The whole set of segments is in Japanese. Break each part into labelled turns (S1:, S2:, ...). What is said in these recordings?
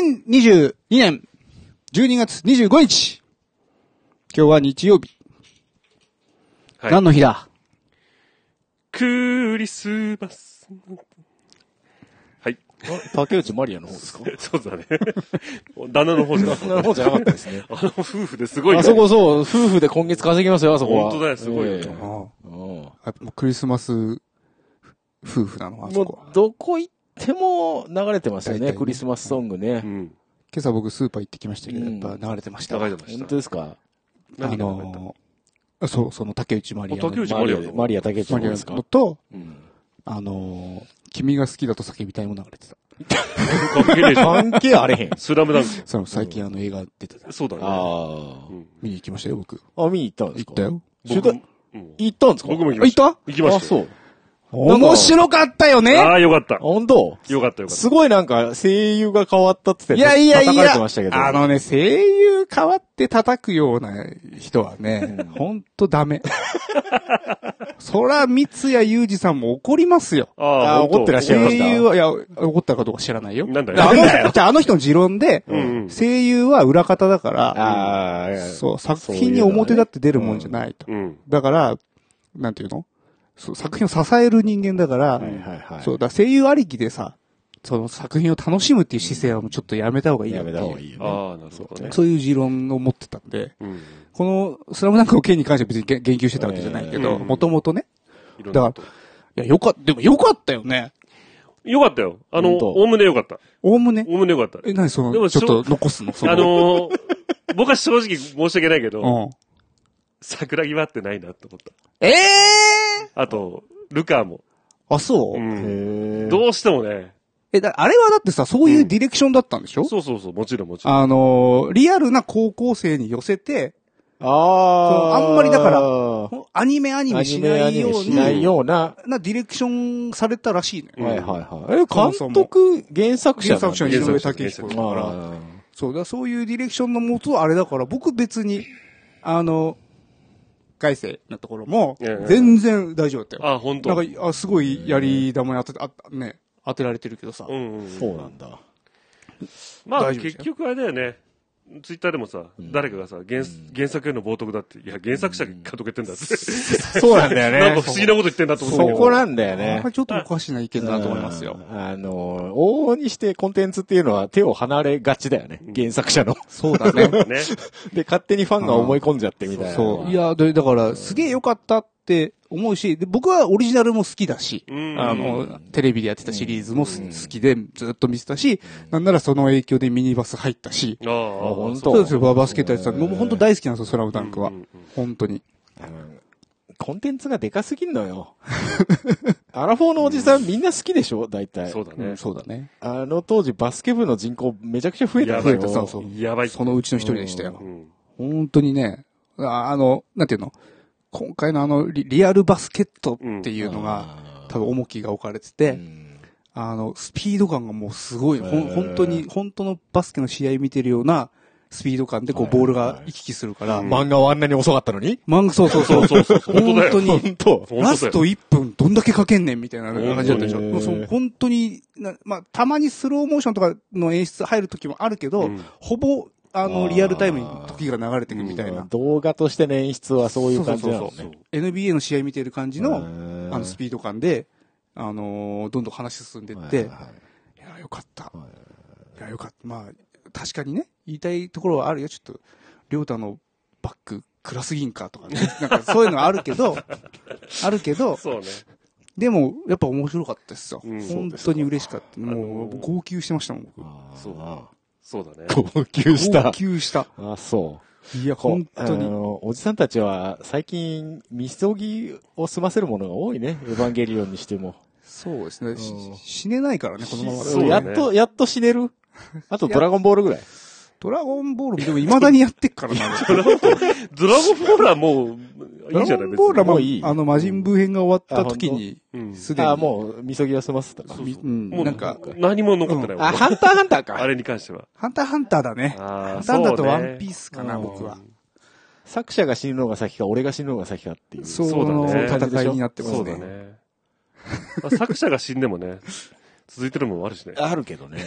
S1: 2022年12月25日。今日は日曜日。
S2: はい
S1: 何の日だ
S2: クリスマス。はい。
S3: 竹内まりやの方 ですか
S2: そうだね。旦那の方じゃなか
S3: そんな方じゃなかったですね。
S2: あの夫婦ですごい、ね。
S3: あそこそう、夫婦で今月稼ぎますよ、あそこは。
S2: 本当だよすごいよ
S3: ええ
S1: ああ
S3: うん
S1: やっぱもうクリスマス夫婦なのあそこは
S3: も。う、どこ行っても流れてますよ
S1: 大体ね
S3: ね、クリスマスソングね
S2: う。ん。
S1: 今朝僕スーパー行ってきましたけど、
S3: う
S1: やっ
S3: ん
S1: ぱ流れてました。
S2: 流れてまし
S3: 本
S2: た
S3: 当。ですか
S1: あ
S2: 何が流れた
S1: のー、そう、その竹内まりやの。
S2: あ竹内
S3: マリ
S2: マ
S3: ア
S2: リア
S3: で、マリア竹内
S1: ま
S3: ま
S1: り
S3: り
S1: や
S3: ですか
S1: のと、
S3: うん
S1: あのー、君が好きだと叫びたいも流れてた。
S2: 関係ねえじゃん
S3: 関係あれへん。
S2: スラムダン
S1: その最近あの映画出てた
S2: ク。。そうだね。
S3: あ
S2: うん
S1: 見に行きましたよ、僕。
S3: あ。あ、見に行ったんです
S1: 行
S3: か
S1: った。よ。
S3: 取
S2: 僕
S3: 材
S2: もうん
S3: 行ったんですか
S2: 僕も行
S3: 行
S2: き
S1: あ
S2: ま
S1: 行っ
S2: した。
S1: た
S2: 行きました。
S3: あ、そう。
S1: 面白かったよ
S2: あ
S1: ね
S2: あ、よかった。
S3: 本当
S2: よかったよかっ
S3: すごいなんか声優が変わったって
S1: いやいやい
S3: 叩かれて
S1: や
S3: ましたけ、ど。
S1: あのね、声優変わって叩くような人は ね、ほんとダメ。そら、三谷裕二さんも怒りますよ。
S2: た。あ
S3: あ
S2: あ、
S3: ー
S2: 本当
S3: 怒ってらっしゃいま
S1: 声
S3: した
S1: 優は、いや、怒ったかどうか知らないよ。
S2: なんだよ
S1: あの人じゃああの人の持論で
S2: うんうん、
S1: 声優は裏方だから、
S3: ああ、
S1: そう、作品に表立って出るもんじゃないと。
S2: うん。
S1: だから、なんていうのそう作品を支える人間だから、
S3: はいはいはい。
S1: そう、だから声優ありきでさ、その作品を楽しむっていう姿勢はもうちょっとやめた方がいいよ
S3: やめた方がい
S1: い。
S3: いよね。
S2: ああ、なるほどね。
S1: そういう持論を持ってたんで、
S2: うん。
S1: この、スラムダンクの件に関しては別に言言及してたわけじゃないけ
S2: え
S1: ど、
S2: え
S1: もともとね。
S2: いろんなこと。
S1: いや、よかった、でもよかったよね。
S2: よかったよ。あ
S3: 本
S2: の、
S3: 当
S2: おおむねよかった。
S1: おおむね。
S2: おおむねよかった。
S1: え、なにそ
S2: で
S1: の、
S2: も
S1: ちょっ
S2: そ
S1: と残すのその、
S2: あのー、僕は正直申し訳ないけど、
S1: うん。
S2: 桜木はってないなって思っ
S1: ええ
S2: た。あと、ルカーも。
S1: ー、あ、そう、
S2: うん。
S3: へえ。
S2: どうしてもね。
S1: え、だ、あれはだってさ、そういうディレクションだったんでしょ、
S2: そうそうそう、もちろんもちろん。
S1: あのーリアルな高校生に寄せて、
S3: ああ
S1: そう
S3: ー。
S1: あんまりだから
S3: ア
S1: アニメアニメし
S3: ニメ
S1: な
S3: ア
S1: い
S3: ニメ
S1: よう
S3: し
S1: に
S3: ないような。
S1: なディレクションされたらしいのよ。
S2: うん
S3: はいはいはい。え、
S1: そもそも
S3: 監督、原作者
S1: 原作者の井上武彦
S2: 原
S1: だ
S2: 作
S1: か
S3: から
S1: ら、そうだ、そういうディレクションのもとあれだから、僕別に、あの、外世のところも
S2: ええ、
S1: 全然大丈夫だったよ。
S2: あ、本当。
S1: なんか、あすごいやり玉に当て、あ、ね、当てられてるけどさ。
S2: うんうんうん。
S3: そうなんだ。
S2: まあ、
S1: 大丈夫です
S2: 結
S1: よ
S2: 局あれだよね。ツイッターでもさ、誰かがさ、原原作への冒涜だって、いや、原作者が監督やってんだって。
S3: そうなん だ
S2: なんか不思議なこと言ってんなと思
S3: そ
S2: ったけど。
S3: こなんだよ
S1: や
S3: ね
S1: っぱ。りちょっとおかしな意見だなと思いますよ。
S3: うん。あの、往々にしてコンテンツっていうのは手を離れがちだよね。原作者の。
S1: そうだね。
S2: ね。
S3: で、勝手にファンが思い込んじゃってみたいな。
S1: そう。いや、で、だから、すげえ良かったって思うし、で僕はオリジナルも好きだし、
S2: うん
S1: あの、テレビでやってたシリーズもす好きで、ずっと見てたし、なんならその影響でミニバス入ったし、
S2: ああ、
S3: ほんと
S1: そうですよ、バスケットやってたのもう本当大好きなんですよ、スラムダンクは
S2: うんうんうん。
S1: 本当に。
S3: コンテンツがでかすぎんのよ。アラフォーのおじさんみんな好きでしょ大体。
S2: そうだね。
S1: そうだね。
S3: あの当時バスケ部の人口めちゃくちゃ増えたんです
S1: やばい
S3: よ。
S1: そうそう
S2: やばい。
S1: そのうちの一人でしたよ
S2: う。ん。
S1: 本当にね、ああの、なんていうの今回のあのリ、リアルバスケットっていうのが、多分重きが置かれてて、
S3: うん
S1: あの、スピード感がもうすごい、ほ
S3: へ
S1: ん
S3: ー
S1: 本当に、本当のバスケの試合見てるようなスピード感で、こう、
S3: はいはい
S1: ボール
S3: はい
S1: が行き来するから、ま
S3: 漫画はあんなに遅かったのに
S1: マン、そうそうそう。
S2: そうそうそう本当だ
S1: 本
S2: よ
S1: 当に、
S3: 本当
S2: 本当だよ
S1: ラスト1分どんだけかけんねんみたいな感じだったでしょ。
S3: へー
S1: もうそう本当にな、まあ、たまにスローモーションとかの演出入る時もあるけど、
S2: うん
S1: ほぼ、あの、
S3: あー
S1: リアルタイムに時が流れてくみたいな。
S3: 動画としての演出はそういう
S1: そ
S3: 感
S1: う
S3: じ
S1: そう
S3: な
S1: そ
S3: の
S1: うそう
S3: ね。。
S1: NBA の試合見てる感じ
S3: へ
S1: の、
S3: ー
S1: あの、スピード感で、あのーどんどん話進んでって、
S3: はいはい
S1: いや、よかった。いや、よかった。まあ、確かにね、言いたいところはあるよ。ちょっと、りょうたのバック、暗すぎんかとかね。なんか、そういうのはあるけど、あるけど、
S2: そうね。
S1: でも、やっぱ面白かったですよ。
S2: うん
S1: 本当に嬉しかった。も
S2: あの
S1: う、号泣してましたもん、僕。
S2: そうだ。そうだね。
S3: 号泣した
S1: 号。泣した。
S3: あ、そう。
S1: いや、本当
S3: あ
S1: に。
S3: のおじさんたちは最近、みそぎを済ませるものが多いね。エヴァンゲリオンにしても。
S1: そうですね。し
S3: うん
S1: 死ねないからね、このままだ
S2: そう
S1: と。
S3: や
S2: だね
S3: っと、やっと死ね る。あとドラゴンボール ぐらい。
S1: ドラゴンボール、でも未だにやってっからな。ド
S2: ドラゴンボールはもう、いい
S1: ラ
S2: んじゃ
S1: ゴ
S2: ない
S1: ンボールは
S3: も
S1: も
S3: う
S1: う
S3: いい、
S1: あの、魔人ブー編が終わった時に
S2: あ本、当
S1: すでに。
S3: あもう、みそぎは済ませたか。
S1: みうん
S2: もう
S1: なんか、
S2: 何も残ってない。
S3: あ、
S2: 俺
S3: ハンターハンター
S2: あ
S3: か。
S2: れに関しては。
S1: ハンターハンターだね。
S2: あ
S1: ハ
S2: あ
S1: ンターハンターと
S2: そう
S1: ワ
S2: ね
S1: ンピースかな、
S3: うん
S1: 僕は。
S3: 作者が死ぬのが先か、俺が死ぬのが先かっていう。
S1: そ
S2: そうだね
S1: の戦いになってます
S2: そうだ
S1: ね。
S2: ね。まあ作者が死んでもね、続いてるもんもあるしね。
S3: あるけどね。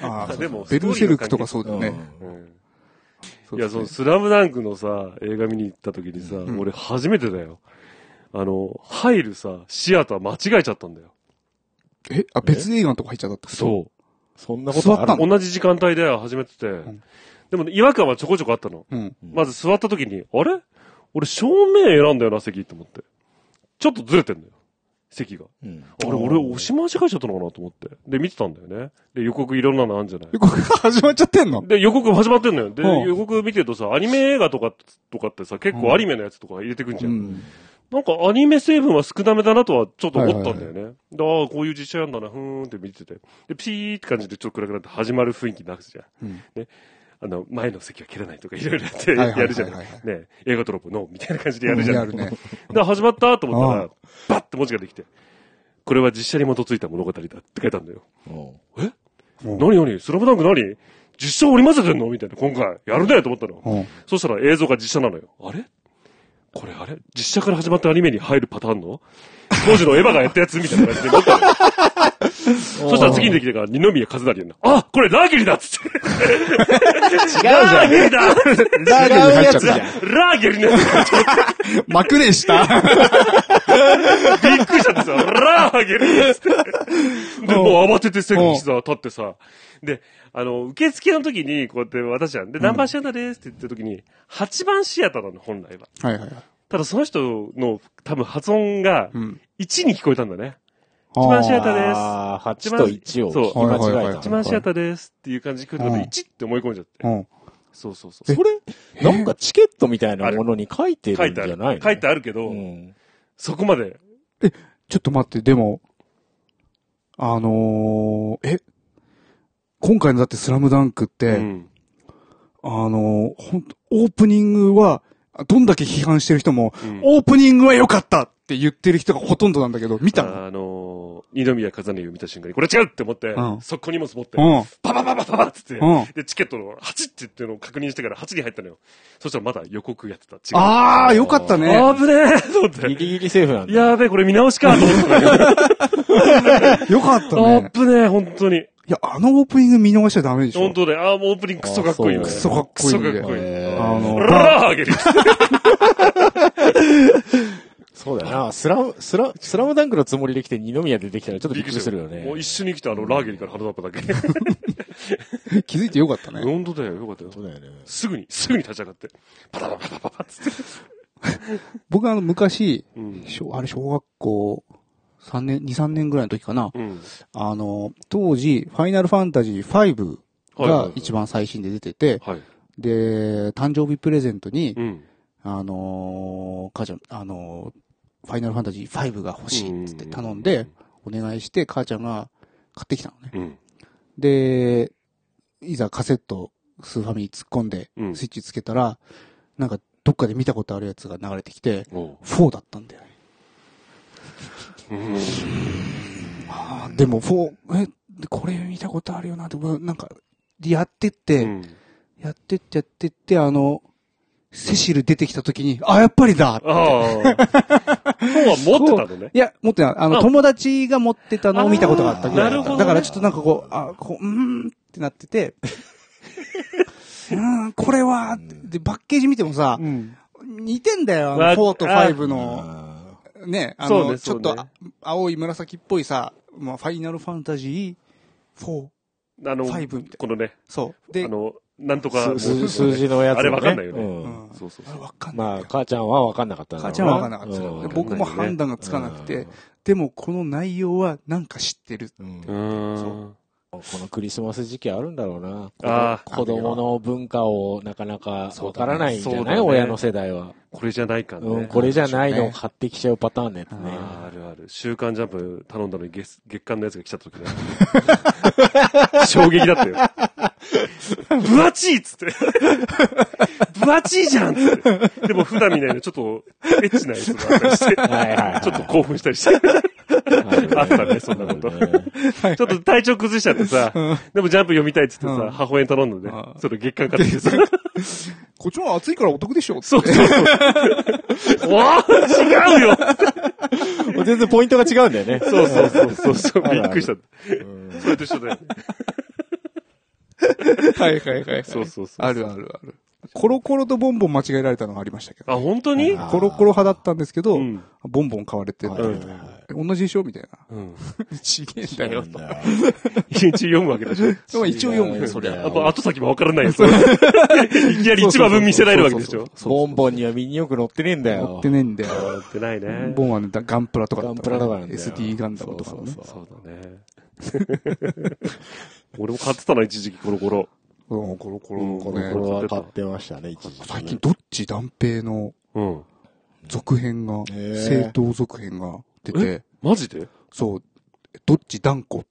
S1: ああ、
S2: でも
S1: ベルセルクとかそうだよね。
S2: うん
S1: そう
S2: い
S1: で
S2: や、
S1: す
S2: そ
S1: ね
S2: の、スラムダンクのさ、映画見に行った時にさ、
S1: ん
S2: 俺初めてだよ。あの、入るさ、シアター間違えちゃったんだよ。
S1: え、あ、別映画のとこ入っちゃったってこと
S2: そう。
S3: そんなことあ
S1: 座った
S3: る
S1: の
S2: 同じ時間帯で始めてて、
S1: ん
S2: でもね違和感はちょこちょこあったの。
S1: うん。
S2: まず座った時に、あれ俺正面選んだよな、席と思って。ちょっとずれてんだよ。席が。
S3: うん
S2: あれ、俺押し間違えちゃったのかなと思って。で、見てたんだよね。で、予告いろんなのあるんじゃない
S1: え、これが始まっちゃってんの
S2: で、予告始まってんのよ。で、
S1: うん
S2: 予告見てるとさ、アニメ映画とか、とかってさ、結構アニメのやつとか入れてくんじ
S1: う
S2: ゃん。
S1: ん。
S2: なんかアニメ成分は少なめだなとはちょっと思ったんだよね。でああ、こういう実写やんだな、ふーんって見てて。で、ピーって感じでちょっと暗くなって始まる雰囲気になるじゃん。
S1: うん
S2: ね。あの、前の席は蹴らないとかいろいろやって
S1: はいはいはいはい
S2: やるじゃない。ね。映画トロップのみたいな感じでやるじゃ
S1: や
S2: ない。
S1: るね。
S2: で、始まったと思った
S1: う
S2: ら、バッて文字ができて、これは実写に基づいた物語だって書いたんだよ。
S3: うん
S1: うん
S2: 何何スラムダンク何実写織り交ぜてんのみたいな、今回。やるねと思ったの。
S1: うん。
S2: そしたら映像が実写なのよ。あれこれあれ実写から始まったアニメに入るパターンの当時のエヴァがやったやつみたいな感じ で思ったのよそしたら次にできてから二宮和也の、あこれラーゲリだっつって。
S3: 違うじゃん。
S2: ラーゲリだ
S1: ラーゲンに入っちゃったじゃん。
S2: ラーゲリのやつ
S1: まくれ した。
S2: びっくりしたんですよ。ラーゲリですって。で、もう慌てて席にさ、立ってさ。で、あの、受付の時に、こうやって私じゃん。で、ナンバーシアターですって言った時に、8番シアターなの、本来は。
S1: はいはいはい。
S2: ただその人の多分発音が
S1: うん。
S2: 1に聞こえたんだね。一番シアターです
S3: あー8と1を聞き
S1: そうはい
S3: 間違
S1: はい
S3: え
S1: は
S3: た
S1: い
S2: 1。万シアターですっていう感じで来るの
S1: うん
S2: で1って思い込んじゃって。
S1: うん。
S2: そうそうそう。
S3: それ、なんかチケットみたいなものに書いて
S2: 書
S3: る
S2: い
S3: ん
S2: て
S3: じ
S2: あ
S3: ゃない
S2: る
S3: の。
S2: 書いてあるけど、
S3: うん。
S2: そこまで。
S1: ちょっと待って、でも、あのー、え、今回のだってスラムダンクって、
S2: うん
S1: あのー、ほんとオープニングは、あどんだけ批判してる人も、
S2: うん
S1: オープニングは良かったって言ってる人がほとんどなんだけど、見たの
S2: あのー、二宮和也を見た瞬間に、これ違うって思って、
S1: うん
S2: 速攻荷物持って、
S1: うん。
S2: パパパパパパっつって、
S1: うん
S2: で、チケットの8って言ってのを確認してから8に入ったのよ。そしたらまだ予告やってた。違う。
S1: あー、良かったね。
S2: あぶねえと思っ
S3: ギ
S2: て。
S3: リギリセーフなんだ。
S2: やべえ、これ見直しかと思ってたよ。
S1: 良かった
S2: あ
S1: ね。
S2: ぶねえ、本当に。
S1: いや、あのオープニング見逃しちゃダメでしょ。
S2: 本当ね。ああ、もうオープニングクソかっこいいのね
S3: あ
S1: そうなんだクソかっこいい
S2: クソかっこいい。
S3: へ
S1: あの、バ
S2: ラーゲリ
S3: そうだよな。スラム、スラ、スラムダンクのつもりで来て二宮出てきたらちょっとびっくりするよね
S2: も。う一緒に来たあのラーゲリから離れただけ。
S1: ー気づいて良かったね。
S2: 本当だよ、よかったよ。
S3: そうだよね。
S2: すぐに、すぐに立ち上がって。パタパタパタパタって。
S1: 僕あの、昔、
S2: うん。
S1: 小あれ、小学校、3年、2、3年ぐらいの時かな。
S2: うん。
S1: あの、当時、ファイナルファンタジー5
S2: はいはいは
S1: が
S2: い
S1: 一番最新で出てて、
S2: はい。
S1: で、誕生日プレゼントに、
S2: うん。
S1: あのー母ちゃん、あのーファイナルファンタジー5が欲しいっつって頼んで、お願いして、母ちゃんが買ってきたのね。
S2: うん。
S1: で、いざカセット、スーファミに突っ込んで、
S2: うん
S1: スイッチつけたら、なんか、どっかで見たことあるやつが流れてきて、
S2: おう
S1: 4だったんだよね。
S2: うん。
S1: あーでも4、え、これ見たことあるよな、でも、なんか、やってって、
S2: うん
S1: やってってやってって、あの、セシル出てきた時に、あ、やっぱりだ
S2: ああ。本は持ってたのね。
S1: いや、持ってない。あの、
S2: あ
S1: 友達が持ってたのを見たことがあったぐらいだ
S2: あーなる
S1: っ
S2: ほ
S1: た。
S2: どね
S1: だからちょっとなんかこう、あ、こう、うーんってなってて、 うーん、これは、で、パッケージ見てもさ、
S2: ん。
S1: 似てんだよ、あの
S2: わ
S1: 4と5の、
S3: あ
S1: ね、あ
S2: そう
S1: の、
S2: ね
S1: ち
S2: そ
S1: ょ
S2: う
S1: っ
S2: ね
S1: とあ青い紫っぽいさ、まあ、ファイナルファンタジー4、
S2: あの、
S1: 5みたい
S2: このね、
S1: な。そう。
S2: あ
S1: で、
S2: の、なんとか
S3: ー。数数字のやつね。
S2: あれわかんないよね
S3: う
S1: うんん
S2: そうそう
S1: あ
S2: そ
S1: れ
S2: う。
S1: わかんないんだ
S3: ま
S1: よ。
S3: あ、母ちゃんはわかんなかったんだろ
S1: 母
S3: う
S1: ちゃんは分からなかった
S3: うん
S1: で。僕も判断がつかなくて
S3: うん、
S1: でもこの内容はなんか知ってる。
S3: うん
S2: うーん。
S3: このクリスマス時期あるんだろうな。
S2: あー
S3: 子供の文化をなかなかわからないんじ
S2: そ
S3: ゃ
S2: う
S3: な
S2: だ
S3: い、
S2: ね
S3: 親の世代は。
S2: これじゃないかね。
S3: うん、これじゃないのを買ってきちゃうパターンのやつね。
S2: ああ、あるある。週刊ジャンプ頼んだのに月月刊のやつが来ちゃった時だ。 衝撃だったよ。分厚いっつって。分厚いじゃんっつって。でも普段みたいなちょっとエッチなやつがあったりして、
S3: はいはいはい
S2: ちょっと興奮したりして、
S3: あ
S2: あったねそんなこと
S3: あるね
S2: ちょっと体調崩しちゃってさ、でもジャンプ読みたいっつって
S1: うん
S2: さ、母親に頼んでね
S1: う、ん
S2: それ月刊買ってきてさ、
S1: こっちも暑いからお得でしょ
S2: そうそうそう。おー違うよ
S3: 全然ポイントが違うんだよね。
S2: そうそうそうそうそう、
S3: あ
S2: び
S3: る
S2: っくりした。
S3: うん
S2: それと一緒だよ。
S1: はいはいはい。
S2: そうそうそう。
S1: あるあるある。コロコロとボンボン間違えられたのがありましたけど。
S2: あ、本当に
S3: あ
S1: コロコロ派だったんですけど、
S2: うん
S1: ボンボン買われて、
S3: はい
S2: うん
S3: はいはい
S1: 同じでしょみたいな。
S2: うん。
S1: ちげえんだよ。と
S2: 一日読むわけでしょ。
S1: でも一応読むよ、そり
S3: い
S1: ゃ
S3: や。
S2: あと、後先もわから ないやつ。いきなり一話分見せられるわけでしょ。
S3: ボンボンには身によく乗ってねえんだよ。
S1: 持ってねえんだよ。
S2: やってないね。
S1: ボンはね、だガンプラとかだ
S3: ガ
S1: っ
S3: ン
S1: た
S3: プ
S1: から
S3: ラだ
S1: ね
S3: からね。
S1: SD ガンダムとかのね。
S3: そうそう
S2: そうだね。 俺も買ってたな、一時期、コロコロ。
S1: うんコロコ
S2: うん
S1: ロ
S2: コ
S3: そう
S1: が
S2: ロ
S1: ね
S2: コロ
S3: これは買ってましたね、一時期ね。
S1: 最近、どっち断平の
S2: うん。
S1: 続編が、
S3: へえ
S1: 正当続編が出て、
S2: マジで
S1: そう、どっち断固っ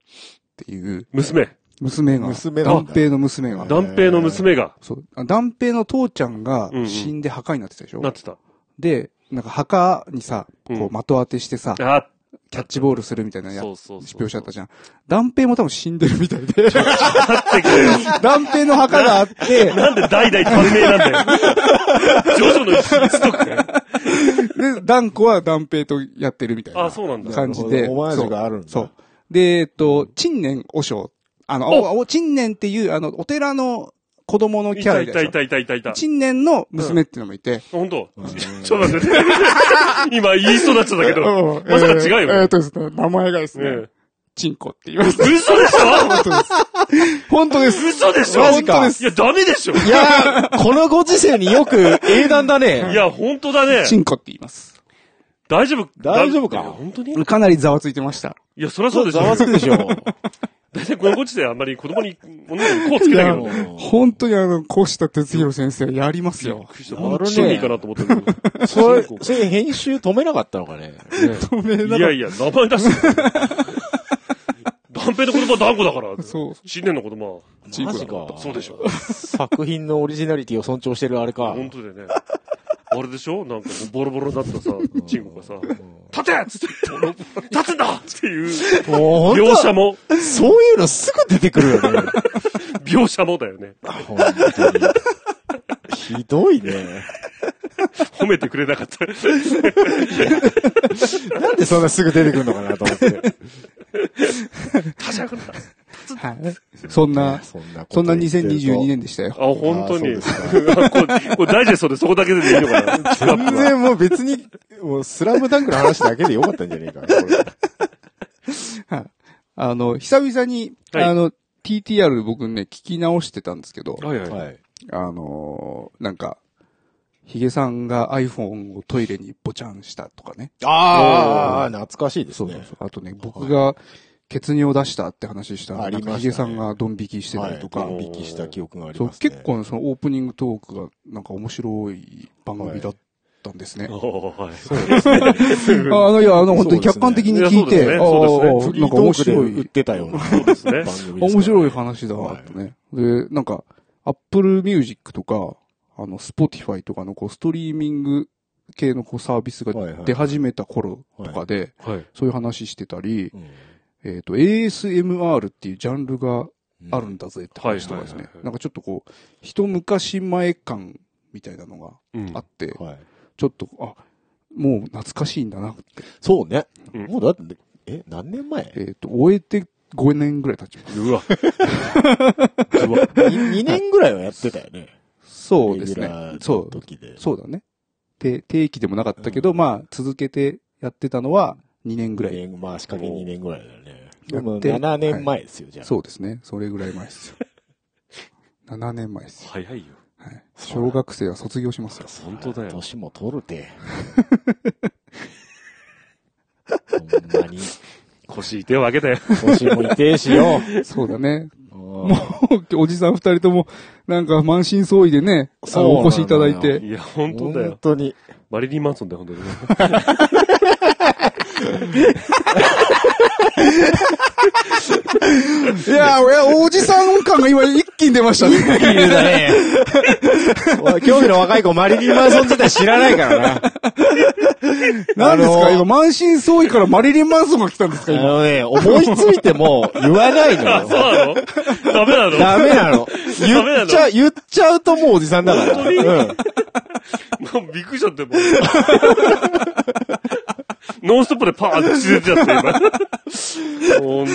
S1: ていう
S2: 娘。
S1: 娘が、
S3: 娘なん
S1: 断
S3: だ
S1: 平の娘が、
S2: 断平の娘が、
S1: そう、あ断平の父ちゃんが
S2: うんうん
S1: 死んで墓になってたでしょ、
S2: なってた。
S1: で、なんか墓にさ、
S2: うん
S1: こう的当てしてさ、
S2: あ、
S1: キャッチボールするみたいなや
S2: そうそうそう。
S1: 描写あったじゃん。断平も多分死んでるみたいで、
S2: 勝ってくれよ。
S1: 断平の墓があって、
S2: なんで代々短命なんだよ。 ジョジョの秘密とかね。
S1: で、断固は断平とやってるみたいな。
S2: あ、そうなんだ。
S1: 感じで。
S3: お前らがあるんだ
S1: そう。そうで、えっと、陳年和尚。あの、お、お陳年っていう、あの、お寺の子供の
S2: い
S1: キャ
S2: た
S1: ラ
S2: い
S1: で
S2: た
S1: し
S2: い
S1: ょ。
S2: たいたいたいた。
S1: 陳年の娘っていうのもいて。
S2: 本当ちょっと待って。今言いそうになっちゃったけど。まさか違
S1: え
S2: う
S1: ーえー
S2: よ
S1: っとですね、名前がです
S2: ね。ね
S1: ね、チンコって言います。
S2: 嘘でしょ
S1: 本当です。本当です。
S2: 嘘でしょ
S1: マジか
S2: 本当ですいや、ダメでしょ
S3: いやー、このご時世によく英断だ
S2: い
S3: ね。
S2: や、本当だね。
S1: チンコって言います。
S2: 大丈夫
S3: 大丈夫か
S2: いや本当に
S1: かなりざわついてました。
S2: いや、そりゃ
S3: ちょ
S2: そう
S3: っと
S2: でし
S3: ざ
S2: ょ。
S3: わつくでしょ。
S2: 大体このご時世あんまり子供に、女の子にこうつけないけど。
S1: 本当にあの、こうした哲弘先生、やりますよ。
S2: 本当にいいかなと思ったけど。
S3: それ、それ編集止めなかったのかね。
S1: 止めない
S2: やいや、名前出して。 断平の言葉断固だから。
S1: そう
S2: 新年の言葉。
S1: チンコだ
S3: か
S2: そうで しょ。
S3: 作品のオリジナリティを尊重してるあれか。
S2: 本当だよね。あれでしょなんかもうボロボロになったさ、チンコがさ、立てっつって、立つんだっていう、
S3: もう
S2: 描
S3: 本
S2: 写も、
S3: 当そういうのすぐ出てく るよね。
S2: 描写もだよね。
S3: 本当に。ひどいね。
S2: 褒めてくれなかった。
S3: なんでそんなすぐ出てくるのかなと思って。
S2: 他者がだ。
S1: はい。そんな、
S3: そんなこと
S1: そんな
S3: 言ってると
S1: 2022年でしたよ。
S2: あ、本当に。
S3: あ
S2: こ
S3: そう
S2: れ これダイジェストでそこだけでいいのかなスラッ
S3: 全
S2: プは
S3: 然もう 別に、もうスラムダンクの話だけでよかったんじゃねえか。これ
S1: はい。あの、久々に、
S2: はい
S1: あの、TTR 僕ね、聞き直してたんですけど、
S2: はいはい。
S3: はい。
S1: あのーなんか、ヒゲさんが iPhone をトイレにぼちゃんしたとかね。
S3: ああ、懐かしいですね。
S1: あとね、僕が血尿出したって話したら、な
S3: あり
S1: ん
S3: ましたね
S1: かヒゲさんがドン引きしてたりとか、
S3: はいドン引きした記憶があり
S1: そう
S3: ます、ね。
S1: 結構ねそのオープニングトークがなんか面白い番組だったんですね。
S2: おーはい。
S1: ああの、いや、あの、本当に客観的に聞いて、
S2: そうですね
S1: ああ
S2: そうですね
S1: あ
S3: フ
S1: あ
S3: リ
S1: なん
S3: ー
S1: か
S3: ト
S1: 面
S3: ークで
S1: 白
S3: 売っ
S1: い、
S3: てたような
S2: そうですね
S3: 番組ですからね
S1: 面白い話だなとね。で、なんか、Apple Music とか、あの、Spotify とかのこう、ストリーミング系のこう、サービスが
S3: はいはい
S1: 出始めた頃とかで、
S2: はい。
S1: そういう話してたり、
S3: うん
S1: えっ、と、ASMR っていうジャンルがあるんだぜって話とかです
S2: はい
S1: ね
S2: はいはい。はい
S1: なんかちょっとこう、一昔前感みたいなのが
S2: うん
S1: あって、
S3: はい。
S1: ちょっと、あ、もう懐かしいんだな。
S3: そうね。
S2: うん
S3: もうだって、え、何年前
S1: えっ、と、終えて5年ぐらい経ちます。
S2: うわ。
S3: ?2 年ぐらいはやってたよね。
S1: そうです
S3: レ
S1: ね
S3: ギュラー。の
S1: そう。
S3: 時で。
S1: そうだね。で、定期でもなかったけど、
S3: うん
S1: まあ、続けてやってたのは2年ぐら
S3: 2
S1: い。
S3: 年、まあ仕掛け2年ぐらいだよね。
S1: や
S3: で
S1: っ
S3: も
S1: て
S3: 7年前ですよ、じゃあ。
S1: そうですね。それぐらい前です よ。7年前ですよ。
S2: 早いよ。
S1: はい、小学生は卒業しますよ。
S2: 本当だよ。
S3: 年も取るて。ほんまに。
S2: 腰痛いわけだよ。
S3: 腰も痛えしよ。
S1: そうだね。
S3: も
S1: おじさん二人とも、なんか満身創痍でね、あ
S3: そうな
S1: の
S3: のよ
S1: お越しいただいて。
S2: いや、本当だ
S3: 本
S2: よ。
S3: 当に。
S2: マリリン・マンソンだよ、 本当に。
S1: いや、いやおじさん感が今一気に出ましたね。
S3: いるだね。興味の若い子、マリリン・マンソン自体知らないからな。
S1: 何です
S3: あ
S1: か
S3: のー
S1: 今、満身創痍からマリリン・マンソンが来たんです
S3: あ
S1: か今。
S3: のね、思いついても言わないの
S2: あ、そう
S3: よ。
S2: なのダメなの
S3: ダメなの。
S2: ダメな
S3: 言っちゃ、言っちゃうともうおじさんだから。うん
S2: のもうびっくりしちゃって、もう。ノンストップでパーって沈んじゃって、今。本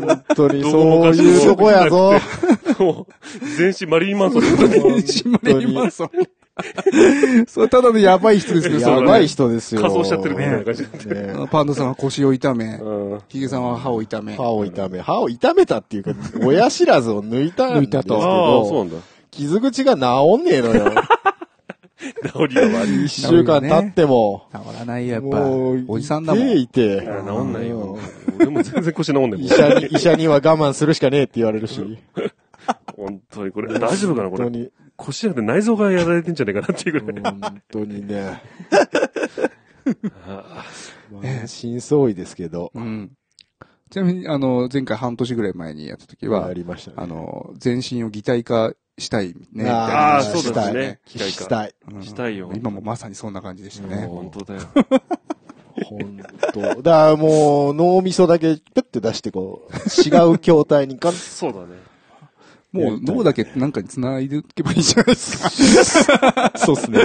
S3: 本当に
S2: どうも
S3: そ
S2: か
S3: う
S2: しら
S3: いうとこやぞ。
S2: 当に。もう、全身マリリンマンソンだった
S3: 本
S1: 一枚
S3: 当
S1: いま
S3: に。
S1: すそれ。それただのやばい人ですけど、
S3: や
S1: それ
S3: ばい人ですよ。
S2: 仮装しちゃってるみたいな
S3: ね
S2: 感じになって。
S1: あ
S3: ね
S1: のパンダさんは腰を痛め、
S2: うん。
S1: ヒゲさんは歯を痛め。
S3: 歯を痛め、歯を痛めたっていうか、親知らずを抜いたんですけ
S1: 抜いたと
S2: ああ、そう
S3: ど、
S2: なんだ。
S3: 傷口が治んねえの よ。
S2: 治りが悪い。
S3: 一週間経っても。
S1: 治らないよ、やっぱ
S3: もう、。
S1: おじさんだもん。
S3: いていて
S2: いや治んないよ。俺も全然腰治んないもん
S3: 医。者 に、医者には我慢するしかねえって言われるし。
S2: 本当にこれ、大丈夫かなこ
S3: 本
S2: れ。
S3: 当に、
S2: 腰なんて内臓がやられてんじゃねえかなっていうぐらい。
S3: 本当に ね。まあ真相違ですけど、
S1: うん。ちなみに、あの、前回半年ぐらい前にやった時は
S3: あ、りました
S1: あ
S3: ね。
S1: の、全身を擬態化したいね、みたいな
S2: ああ、
S1: 話
S2: そうだね。機械
S3: し
S2: か。
S3: たい。
S1: うん
S2: したいよ。
S1: 今もまさにそんな感じでしたね。
S2: 本当だよ。
S3: 本当。だからもう、脳みそだけ、プッて出してこう、違う筐体 にかん、
S2: そうだね。
S1: もう脳だけなんかに繋いでおけばいいじゃないですか。
S3: そうっすね。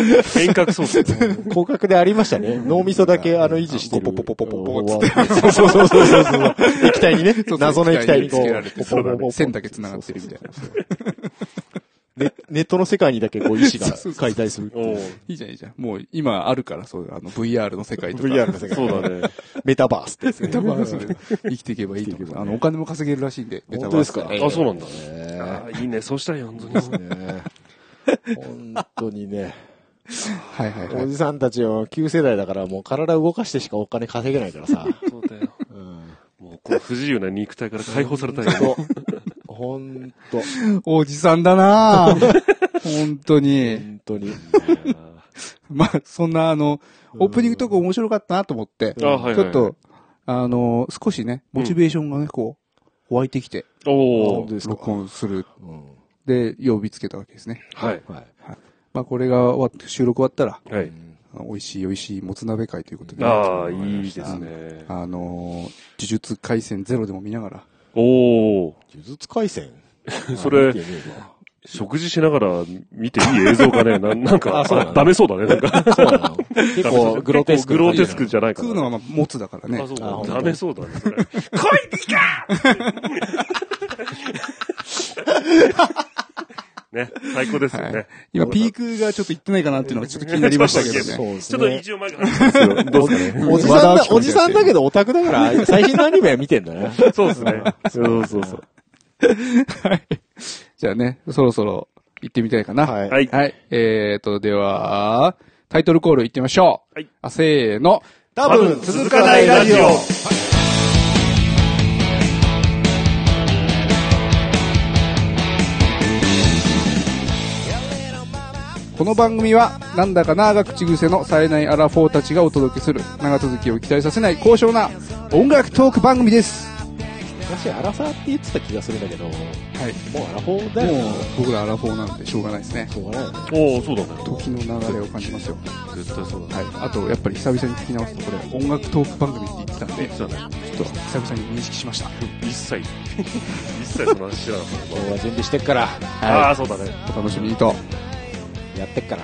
S2: 遠隔操 作。
S3: 広角でありましたね。脳みそだけ、あの、維持してる。
S1: ポポポポポポポ
S3: ポポ そうそうそうそ うそう。液体にね
S1: そう、
S3: 謎の液体にこ
S1: 液体につけられて
S3: う、
S1: そうだね
S3: ポポポポポ
S1: 線だけ繋がってるみたいな
S3: そうそうそうネネットの世界にだけこう、意志 が解体するって
S2: お
S3: いう
S1: いいじゃん、いいじゃん。もう今あるから、そう、あの VR の世界とか。
S3: VR の世界。
S2: そうだね。
S3: メタバースってや つね
S1: メタバースで生きていけばいいと思う。あの、お金も稼げるらしいんで、メタバ
S3: 本当
S1: ー
S3: です
S1: スで。
S3: か
S2: あ、そうなんだ。あいいね。そうしたいよ、本当に。
S3: ね本当にね。
S1: はいはいは
S3: お
S1: い。
S3: じさんたちは旧世代だからもう体動かしてしかお金稼げないからさ。
S2: そうだよ。
S3: うん。
S2: もう、この不自由な肉体から解放されたいよ。
S3: 本当本当
S1: おじさんだなぁ本当に。
S3: 本当に。
S1: まあ、そんなあの、オープニングとか面白かったなと思って、
S2: あ、はいはい。
S1: ちょっと、あの、少しね、モチベーションがね、こう、湧いてきて、
S2: お
S3: 本当
S2: ー。
S3: ですか
S1: 録音する。
S3: うん。
S1: で、呼びつけたわけですね。
S2: はい。
S3: はい。
S1: まあ、これが終わっ収録終わったら、
S2: はい。
S1: あの美味しい美味しいもつ鍋会ということで、
S2: ああ、いいですね。
S1: あのー、呪術回戦ゼロでも見ながら、
S2: おお。
S3: 呪術廻戦
S2: それ
S3: あ見てねえわ
S2: 食事しながら見ていい映像か ね。ななんか、
S3: あそうなの
S2: ダメそうだね。なんか。
S3: そうなの結構グロテスク。
S2: グロテスクじゃないか
S1: 食
S2: な。
S1: うのはまあ、もつだからね
S2: あ、。そう
S3: あ本当
S2: ダメそうだね、それ。 ね、最高ですよね。
S1: 今、ピークがちょっと行ってないかなっていうのがちょっと気になりました け
S2: ちょっ
S1: ど
S2: と
S1: ね。
S3: そうです
S2: ちょっと
S3: ね。
S2: 一応前から話してますけど。どうですかね。
S3: おじさん
S1: 和田
S3: だ
S1: 明、子
S3: おじさんだけどオタクだから、最新のアニメは見てんだね。
S2: そうですね。そうそうそう。
S1: じゃあね、そろそろ行ってみたいかな。
S3: はい
S2: はい。
S1: はい。えーと、では、タイトルコール行ってみましょう。
S2: はい
S1: あ、せーの。
S3: 多
S2: 分続かないラジオ
S1: この番組は、なんだかなが口癖の冴えないアラフォーたちがお届けする、長続きを期待させない高尚な音楽トーク番組です。
S3: 昔、アラサーって言ってた気がするんだけど、もう
S1: はい。
S3: アラフォーだよ
S1: もう。、僕らアラフォーなんでしょうがないですね。
S3: しょうがないよね。
S2: おおそうだね。
S1: 時の流れを感じますよ。
S2: 絶対そうだね。
S1: はい。あと、やっぱり久々に聞き直すと、これ、音楽トーク番組って言ってたんで、
S2: いつだね。
S1: ちょっと久々に認識しました。
S2: 一切、一切その話知らなかっ
S3: 今日は準備してっから、
S2: た。ああー、そうだね。
S1: お楽しみにと。
S3: やってっから。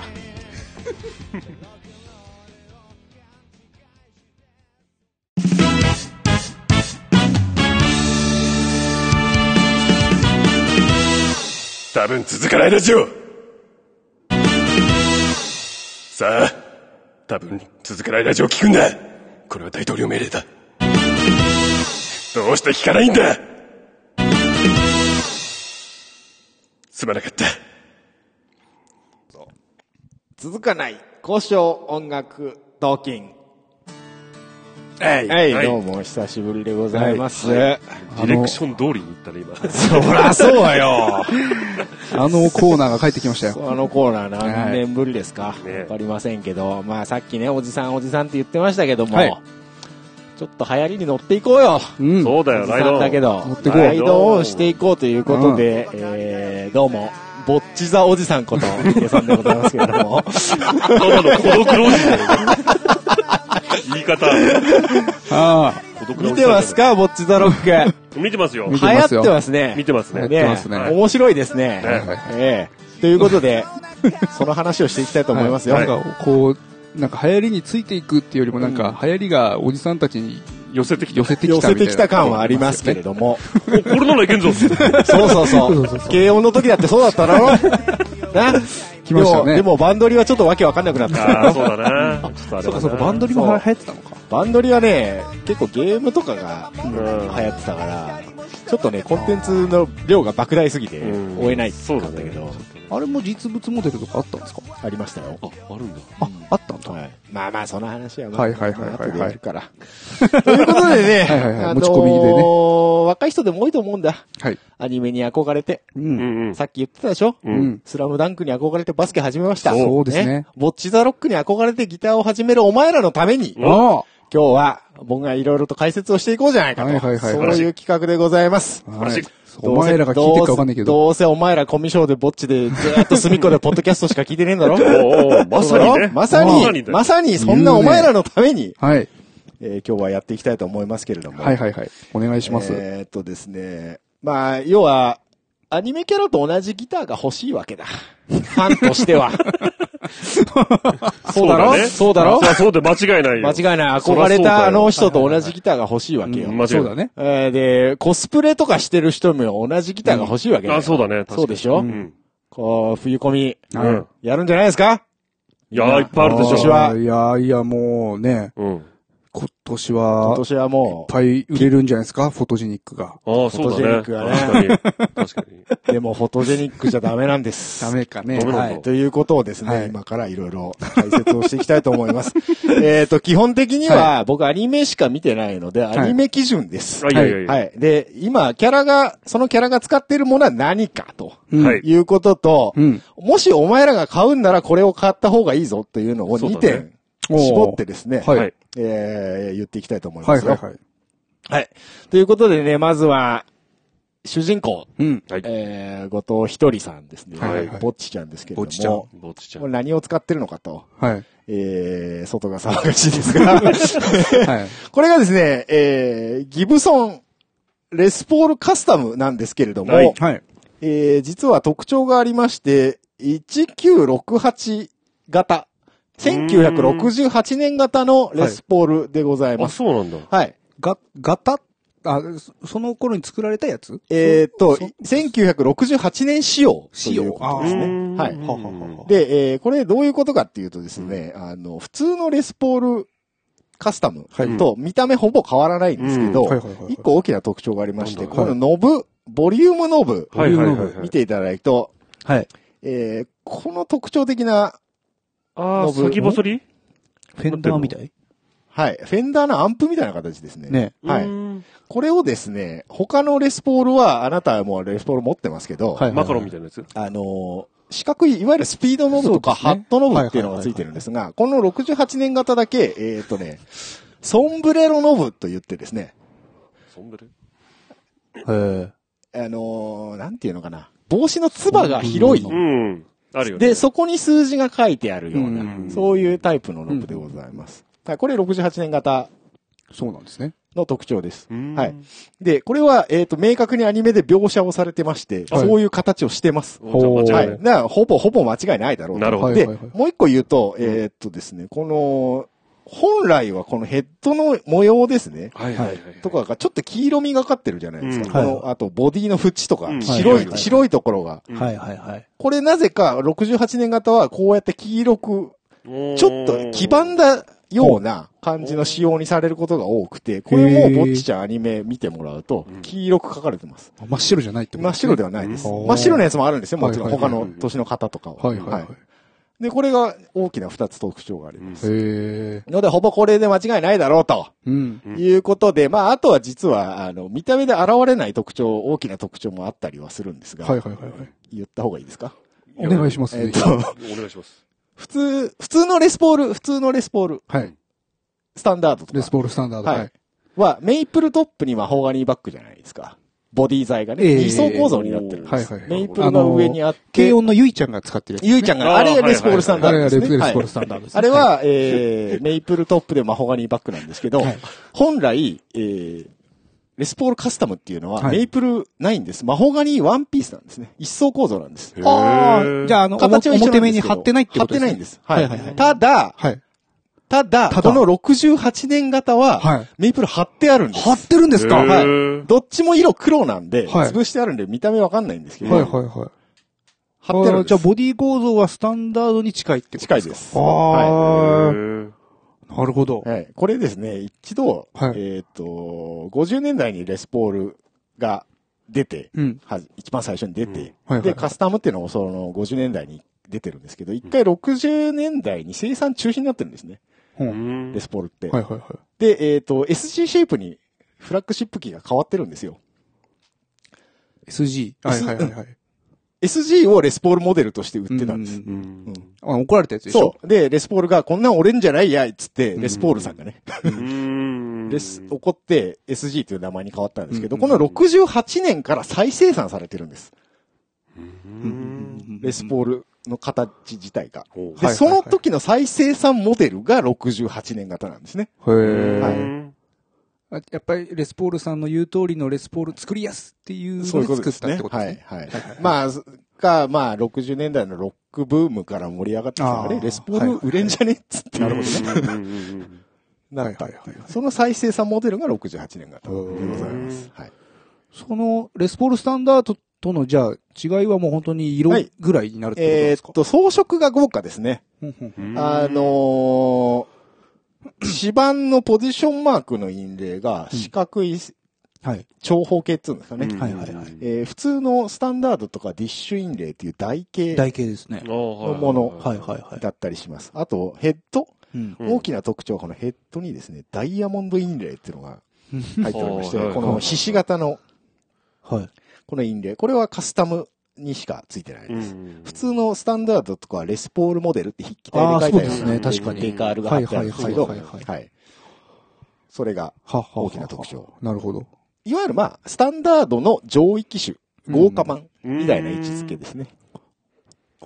S2: 多分続かないラジオさあ、多分続かないラジオ聞くんだこれは大統領命令だどうして聞かないんだすまなかった。
S3: 続かない、交渉音楽トーキン。
S2: は
S3: はい、どうも、お久しぶりでございます。
S2: ディレクション通りに行ったね、今。
S3: そ らそうだよ。
S1: あのコーナーが帰ってきましたよ。
S3: あのコーナー何年ぶりですか、
S2: ね
S3: わかりませんけど、まあさっきね、おじさんおじさんって言ってましたけども、
S1: はい
S3: ちょっと流行りに乗っていこうよ。
S1: うん。
S2: そうだよ、
S3: おじ
S2: ライ
S3: さ
S2: ド
S3: ん
S2: オン。
S3: だけど
S1: 乗って、こう
S3: ライドオンしていこうということで、えー、どうも、ぼっちざおじさん こと、ヒゲさんでございますけれども、
S2: ただの孤独老人だよ。言い方。
S1: あ
S2: 孤独なお
S3: 見
S2: じさ
S3: て
S2: んだよ
S3: ますか、ぼっちざロック。流
S2: 見てますよ
S1: 見。て
S3: 行
S1: ま
S3: っ
S1: すよ
S3: てますね。
S2: 見てますね。
S1: 見てますね
S2: はい
S3: 面白いですね。
S1: あ。
S2: ね
S1: はい。
S3: ええということで、その話をしていきたいと思いますよ。
S1: なんか、こう、なんか流行りについていくっていうよりもなんか流行りがおじさんたちに
S2: 寄せてきて
S1: 寄、せてきた
S3: 寄
S1: みたいな
S3: せてきた感はありますけれ
S1: ど。
S3: ども。
S2: おこれならいけんぞっつって
S3: そうそうそう。軽音の時だってそうだった ろな
S1: 来ましたね
S3: でもでもバンドリはちょっとわけわかんなくなった。
S2: ああ、そうだな。ちょっとあれ
S1: そう
S2: だ
S1: か
S2: な
S1: そうか、バンドリも流行ってたのか。
S3: バンドリはね、結構ゲームとかがう
S2: う
S3: ん
S2: ん
S3: 流行ってたから、ちょっとね、コンテンツの量が莫大すぎて
S2: うん
S3: 追えない
S2: そう
S3: か
S2: だ
S3: っ
S2: ね
S3: たけど、
S1: あれも実物モデルとかあったんですか
S3: ありましたよ。
S2: あ、あるんだ。
S1: あ、あったんだ。
S3: はい、まあまあ、その話はまあ、
S1: はいはいはいはいはい
S3: 後でや るから。ということでね、
S1: はいはいはい
S3: あのー
S1: 持ち込みでね
S3: 若い人でも多いと思うんだ。
S1: はい。
S3: アニメに憧れて、
S1: う。
S2: うんんうん。
S3: さっき言ってたでしょ、
S1: う
S2: う
S1: ん。
S3: スラムダンクに憧れてバスケ始めました。
S1: そうですね
S3: ボッチザロックに憧れてギターを始めるお前らのために、
S2: うん
S1: あ
S3: 今日は僕がいろいろと解説をしていこうじゃないかと。
S1: はいはいはい
S3: そう
S1: はい
S3: いう企画でございます。
S1: あ。
S2: 晴らしい
S1: そうお前らが聞いてるかわかんないけど。
S3: どうせお前らコミュ障でぼっちでずーっと隅っこでポッドキャストしか聞いてねえんだ ろ
S2: おーまさにね。
S3: まさ
S2: まさに
S3: に、
S2: だよ
S3: まさに、そんなお前らのために、
S1: はい。
S3: えー今日はやっていきたいと思いますけれども。
S1: はいはいはい。お願いします。
S3: えーっとですね。まあ、要は、アニメキャラと同じギターが欲しいわけだ。ファンとして は。そうだろそうだろ
S2: あそうだ、間違いないよ。
S3: 間違いない。
S2: そら
S3: 憧れ
S2: そうだよ
S3: たあの人と同じギターが欲しいわけよ。
S1: うん
S2: 間違いない
S1: そうだね。
S3: えーで、コスプレとかしてる人も同じギターが欲しいわけだよ
S2: あ、そうだね。確かに
S3: そうでしょ
S2: うん。
S3: こう、冬コミ、
S2: う
S1: はい
S2: ん。
S3: やるんじゃないですか
S2: いやー、いっぱいあるで
S3: 今
S2: し
S3: 年
S2: ょ。
S3: はい
S1: やいや、もうね、
S2: うん。
S1: 今年
S3: 今
S1: は、いっ
S3: 年はも
S1: ぱい売れるんじゃないですかフォトジェニックが。
S2: ああ、そうだね。
S3: フォトジェ
S2: 確かに。確かに。
S3: う、でもフォトジェニックじゃダメなんで す。
S1: ダメかね。
S2: ダメなんだ
S1: はい。
S3: ということをですね、
S1: はい
S3: 今からいろいろ解説をしていきたいと思います。えっと、基本的には僕アニメしか見てないので、
S1: い
S3: アニメ基準です。
S2: あ、いやいやいや。
S3: はい。で、今、キャラが、そのキャラが使っているものは何かと
S1: うん
S2: はい
S3: いうことと、
S1: うん。
S3: もしお前らが買うんならこれを買った方がいいぞというのを
S2: そう
S3: 2
S2: だ
S3: 点
S2: ね
S3: 絞ってですね、
S1: はい
S2: はい。
S3: えー言っていきたいと思いま
S1: はい
S3: すよ。
S1: はいはい。
S3: はい。ということでね、まずは、主人公、
S1: うん。
S2: はい。
S3: えー、後藤ひとりさんですね。
S1: はいはい
S3: ぼっちちゃんですけれども。
S1: ぼっちちゃん
S3: こ
S2: ぼっちちゃ
S3: れ
S2: ん。
S3: 何を使ってるのかと。
S1: はい。
S3: えー、外が騒がしいですが。
S1: はい。
S3: これがですね、えー、ギブソン、レスポールカスタムなんですけれども、
S2: はい
S1: はい。
S3: えー、実は特徴がありまして、1968型、1968年型のレスポールでござい
S2: あ、
S3: ます。
S2: そうなんだ。
S3: はい。
S1: が、型あ、そその頃に作られたやつ
S3: えーっと
S1: そ、
S3: 1968年仕様ということです
S1: 仕様あ
S3: ね。
S2: ー
S3: はい。
S2: うん
S1: はははは
S3: で、えーこれどういうことかっていうとですね、あの、普通のレスポールカスタム
S1: はい
S3: と見た目ほぼ変わらないんですけ
S1: うんはい
S3: ど
S1: はいはいは、い
S3: 一個大きな特徴がありまして、
S2: なんだ
S3: このノブ、ボリュームノブ、
S2: はいはいはい
S1: ボリューム
S2: はい。
S3: 見ていただくと、
S1: はい。
S3: えーこの特徴的な、
S2: ああ、
S3: ノブ
S2: 先細り
S1: フェンダーみたい
S3: はい、フェンダーのアンプみたいな形ですね。
S1: ね。
S3: は
S2: う
S3: い。
S2: ん
S3: これをですね、他のレスポールは、あなたはもうレスポール持ってますけど、
S1: はい
S2: マカロンみたいなやつ
S3: あのー四角い、いわゆるスピードノブとか
S1: そ
S3: ハ
S1: うです
S3: ッ
S1: ね
S3: トノブっていうのがついてるんですが、この68年型だけ、えーっ、とね、ソンブレロノブと言ってですね、
S2: そんでる
S1: へ
S3: あのーなんていうのかな、帽子のつばが広い。
S2: うん。あるよね。
S3: で、そこに数字が書いてあるよう
S1: う
S3: な、
S1: ん
S3: そういうタイプのノブでございます。はい、これ68年型
S1: そうなんですね。
S3: の特徴です。
S2: うん
S3: はい。で、これは、えーっ、と、明確にアニメで描写をされてまして、
S1: はい
S3: そういう形をしてます。
S2: おじゃあ間
S3: は
S2: 違い
S3: い。
S2: な
S3: だ
S2: い。
S3: からほぼ、ほぼ間違いないだろうと
S2: なるほど。
S1: はい
S3: で、
S1: はいはい
S3: もう一個言うと、えーっとですね、この、本来はこのヘッドの模様ですね。
S2: はいはいはい。
S3: とかがちょっと黄色みがかってるじゃないですか。
S1: うん
S3: この、あとボディの縁とか、
S2: うん
S3: 白い、
S1: はいはいはい
S3: 白いところが。
S2: うん
S1: はいはいはい。
S3: これなぜか68年型はこうやって黄色く、ち
S2: ち
S3: ょっと黄ばんだような感じの仕様にされることが多くて、これもぼっちちゃんアニメ見てもらうと
S2: うん、
S3: 黄色く書かれてます。
S1: あ真っ白じゃないってこと
S3: 真っ白で
S1: は。
S3: はないです。
S1: うん
S3: 真っ白のやつもあるんですよ、もちろん。
S1: はいは
S3: 他
S1: い
S2: はい
S3: の年の方とかは。
S1: はいはいはい。
S3: で、これが大きな二つ特徴があります。
S1: へえ。
S3: ので、ほぼこれで間違いないだろうと。
S1: うん。
S2: うん
S3: いうことで、まあ、あとは実は、あの、見た目で現れない特徴、大きな特徴もあったりはするんですが、
S1: はいはいはいはい。
S3: 言った方がいいですか
S1: お願いします。
S3: え
S1: ぜ
S3: っ
S1: ひ
S3: と、
S2: お願いします。
S3: 普通、普通のレスポール、普通のレスポール、
S1: はい。
S3: スタンダードと
S1: レス
S3: か
S1: ポールスタンダード。
S3: はい
S1: はい。
S3: は、メイプルトップにはホーガニーバックじゃないですか。ボディ材がね、
S1: ええ
S3: 二層構造になってるんです。
S1: はいはいはい
S3: メイプルの上にあって
S1: 軽、音のゆいちゃんが使ってるやつ。
S3: ゆいちゃんが、
S2: あー
S3: あれがレスポールスタンダードです
S1: はいはい
S3: ね。
S1: はいあれがレスポー
S3: は
S1: ル
S3: い
S1: スタンダードですね
S3: あれは、えー、メイプルトップでマホガニーバックなんですけど、
S1: はい
S3: 本来、えー、レスポールカスタムっていうのは、
S1: はい
S3: メイプルないんです。マホガニーワンピースなんですね。一層構造なんです。
S1: ああ、じゃあ、あの、
S3: 形は一緒なんですけど
S1: 表面に貼ってないってこと。
S3: 貼ってないんですす。はい。
S1: はいはいはい
S3: ただ、
S1: はい。
S3: ただ、
S1: ただ
S3: この68年型は、
S1: はい
S3: メイプル貼ってあるんです。
S1: 貼ってるんですか
S2: へー
S1: はい。
S3: どっちも色黒なんで、
S1: はい
S3: 潰してあるんで見た目わかんないんですけど、
S1: はいはいはい。
S3: 貼ってあるんです。
S1: じゃあ、ボディ構造はスタンダードに近いってこと
S3: 近
S1: で
S3: い
S1: すか
S3: で
S1: あ
S3: す。
S1: あ、なるほど。
S3: はい。これですね、一度、
S1: はい
S3: えっ、と、50年代にレスポールが出て、
S1: うん。
S3: はじ一番最初に出て、
S1: はいはいはい
S3: で、カスタムっていうのもその50年代に出てるんですけど、一回60年代に生産中止になってるんですね、
S1: う
S2: うんん
S3: レスポールって。
S1: はいはいはい。
S3: で、えっ、と、SG シェイプにフラッグシップ機が変わってるんですよ。
S1: SG。はいはいはいはい。
S3: SG をレスポールモデルとして売ってたんです。
S1: う
S2: う
S1: うん
S3: うん
S1: あ、怒られたやつでしょ
S3: そう。で、レスポールが、こんなん俺んじゃないやいっつって、レスポールさんがね、
S2: うん
S3: レス、怒って、SG という名前に変わったんですけ
S1: う
S3: ど、
S1: ん
S3: この68年から再生産されてるんです。
S1: ううん
S3: レスポールの形自体が。
S2: ほ
S1: は
S2: う
S1: いはいは
S3: で、
S1: い
S3: その時の再生産モデルが68年型なんですね。
S1: へ
S3: は
S1: え。あやっぱりレスポールさんの言う通りのレスポール作りやすっていう
S3: そう
S1: の
S3: いう
S1: で作っ
S3: ことです
S1: たっ
S3: ね。
S1: てこと
S3: は
S1: です
S3: い
S1: ね。、
S3: はい。まあ、が、まあ、60年代のロックブームから盛り上がってきた
S1: あ
S3: あ
S1: ー
S3: れ、レスポール売れんじゃねっつって。
S2: どね。
S3: な
S1: はい
S3: った
S1: はいはいはい
S3: その再生産モデルが68年型でございます。はい。
S1: そのレスポールスタンダードとのじゃあ違いはもう本当に色
S3: はい
S1: ぐらいになるってこと
S3: え
S1: で
S3: ー
S1: すか
S3: っ、と、装飾が豪華ですね。
S1: うんうん
S2: うん
S3: あ、のー、指板のポジションマークの印霊が四角い
S1: はい。
S3: 長方形っていうんですかね。
S2: うん
S1: はいはいはい
S3: えー普通のスタンダードとかディッシュインレイっていう台形
S1: 台形ですね。
S2: の
S3: もの
S1: はいはいはい。
S3: だったりします。あと、ヘッド、
S1: うん
S2: うん
S3: 大きな特徴はこのヘッドにですね、ダイヤモンドインレイっていうのが入っておりまして、
S2: うん
S3: このひし形の
S1: はい。
S3: このインレイ、これはカスタムにしかついてないです。普通のスタンダードとかはレスポールモデルって筆記体で書いたよ
S2: あーそう
S3: うな
S2: ですね確かに
S3: デカールが貼ってあるんですけど、
S1: は
S3: はいい
S1: はいはいはい
S3: それが、
S1: ははは
S3: 大きな特徴。
S1: なるほど。
S3: いわゆるまあ、スタンダードの上位機種、豪華版みたいな位置づけですね。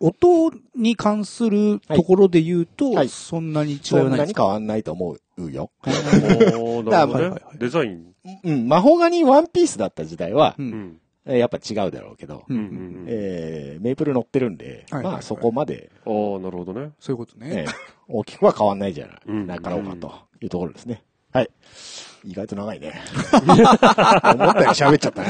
S1: 音に関するところで言うと、
S3: はい
S1: そんなに違い
S3: そ
S1: は
S3: ん
S1: ない
S3: な
S1: で
S3: に
S1: す
S3: 変
S1: か
S3: わんないと思うよ。
S2: おーなるほど
S1: はい
S2: ね
S1: はいはい
S2: デザイン。
S3: うん、マホガニワンピースだった時代は
S1: う、
S2: うんん
S3: えーやっぱ違うだろうけど、
S1: うん
S2: うんうん
S3: えーメイプル乗ってるんで、
S1: はいはいはい
S3: まあそこまで、
S2: ああ、なるほどね。
S1: そういうことね。
S3: えー 大きくは変わんないじゃ
S2: うんうん
S3: なかろうかというところですね。はい。意外と長い ね。思ったより喋っちゃったね。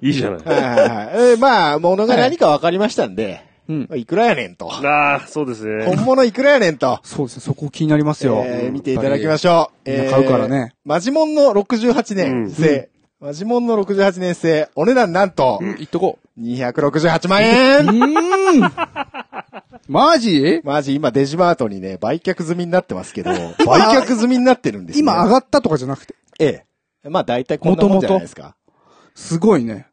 S2: いいじゃない。
S3: はいはいはいえーまあ、物が何か分かりましたんで、
S1: うん。
S3: い、くらやねんと。
S2: ああ、そうですね
S3: 本。物いくらやねんと、
S1: そうですね、そこ気になりますよ。
S3: えー見ていただきま
S1: まし
S3: しょう。
S1: みんな買うからね
S3: えーマジモンの68年生、マジモンの68年生、お値段なんと、
S1: うん、言っとこ
S3: 268万
S1: う。う
S3: 円
S1: ーん。マジ
S3: マジ今デジマートにね、売却済みになってますけど、売却済みになってるんですよ、ね。
S1: 今上がったとかじゃなくて。
S3: ええ。まあ大体こんなもんじゃないですか。
S1: すごいね。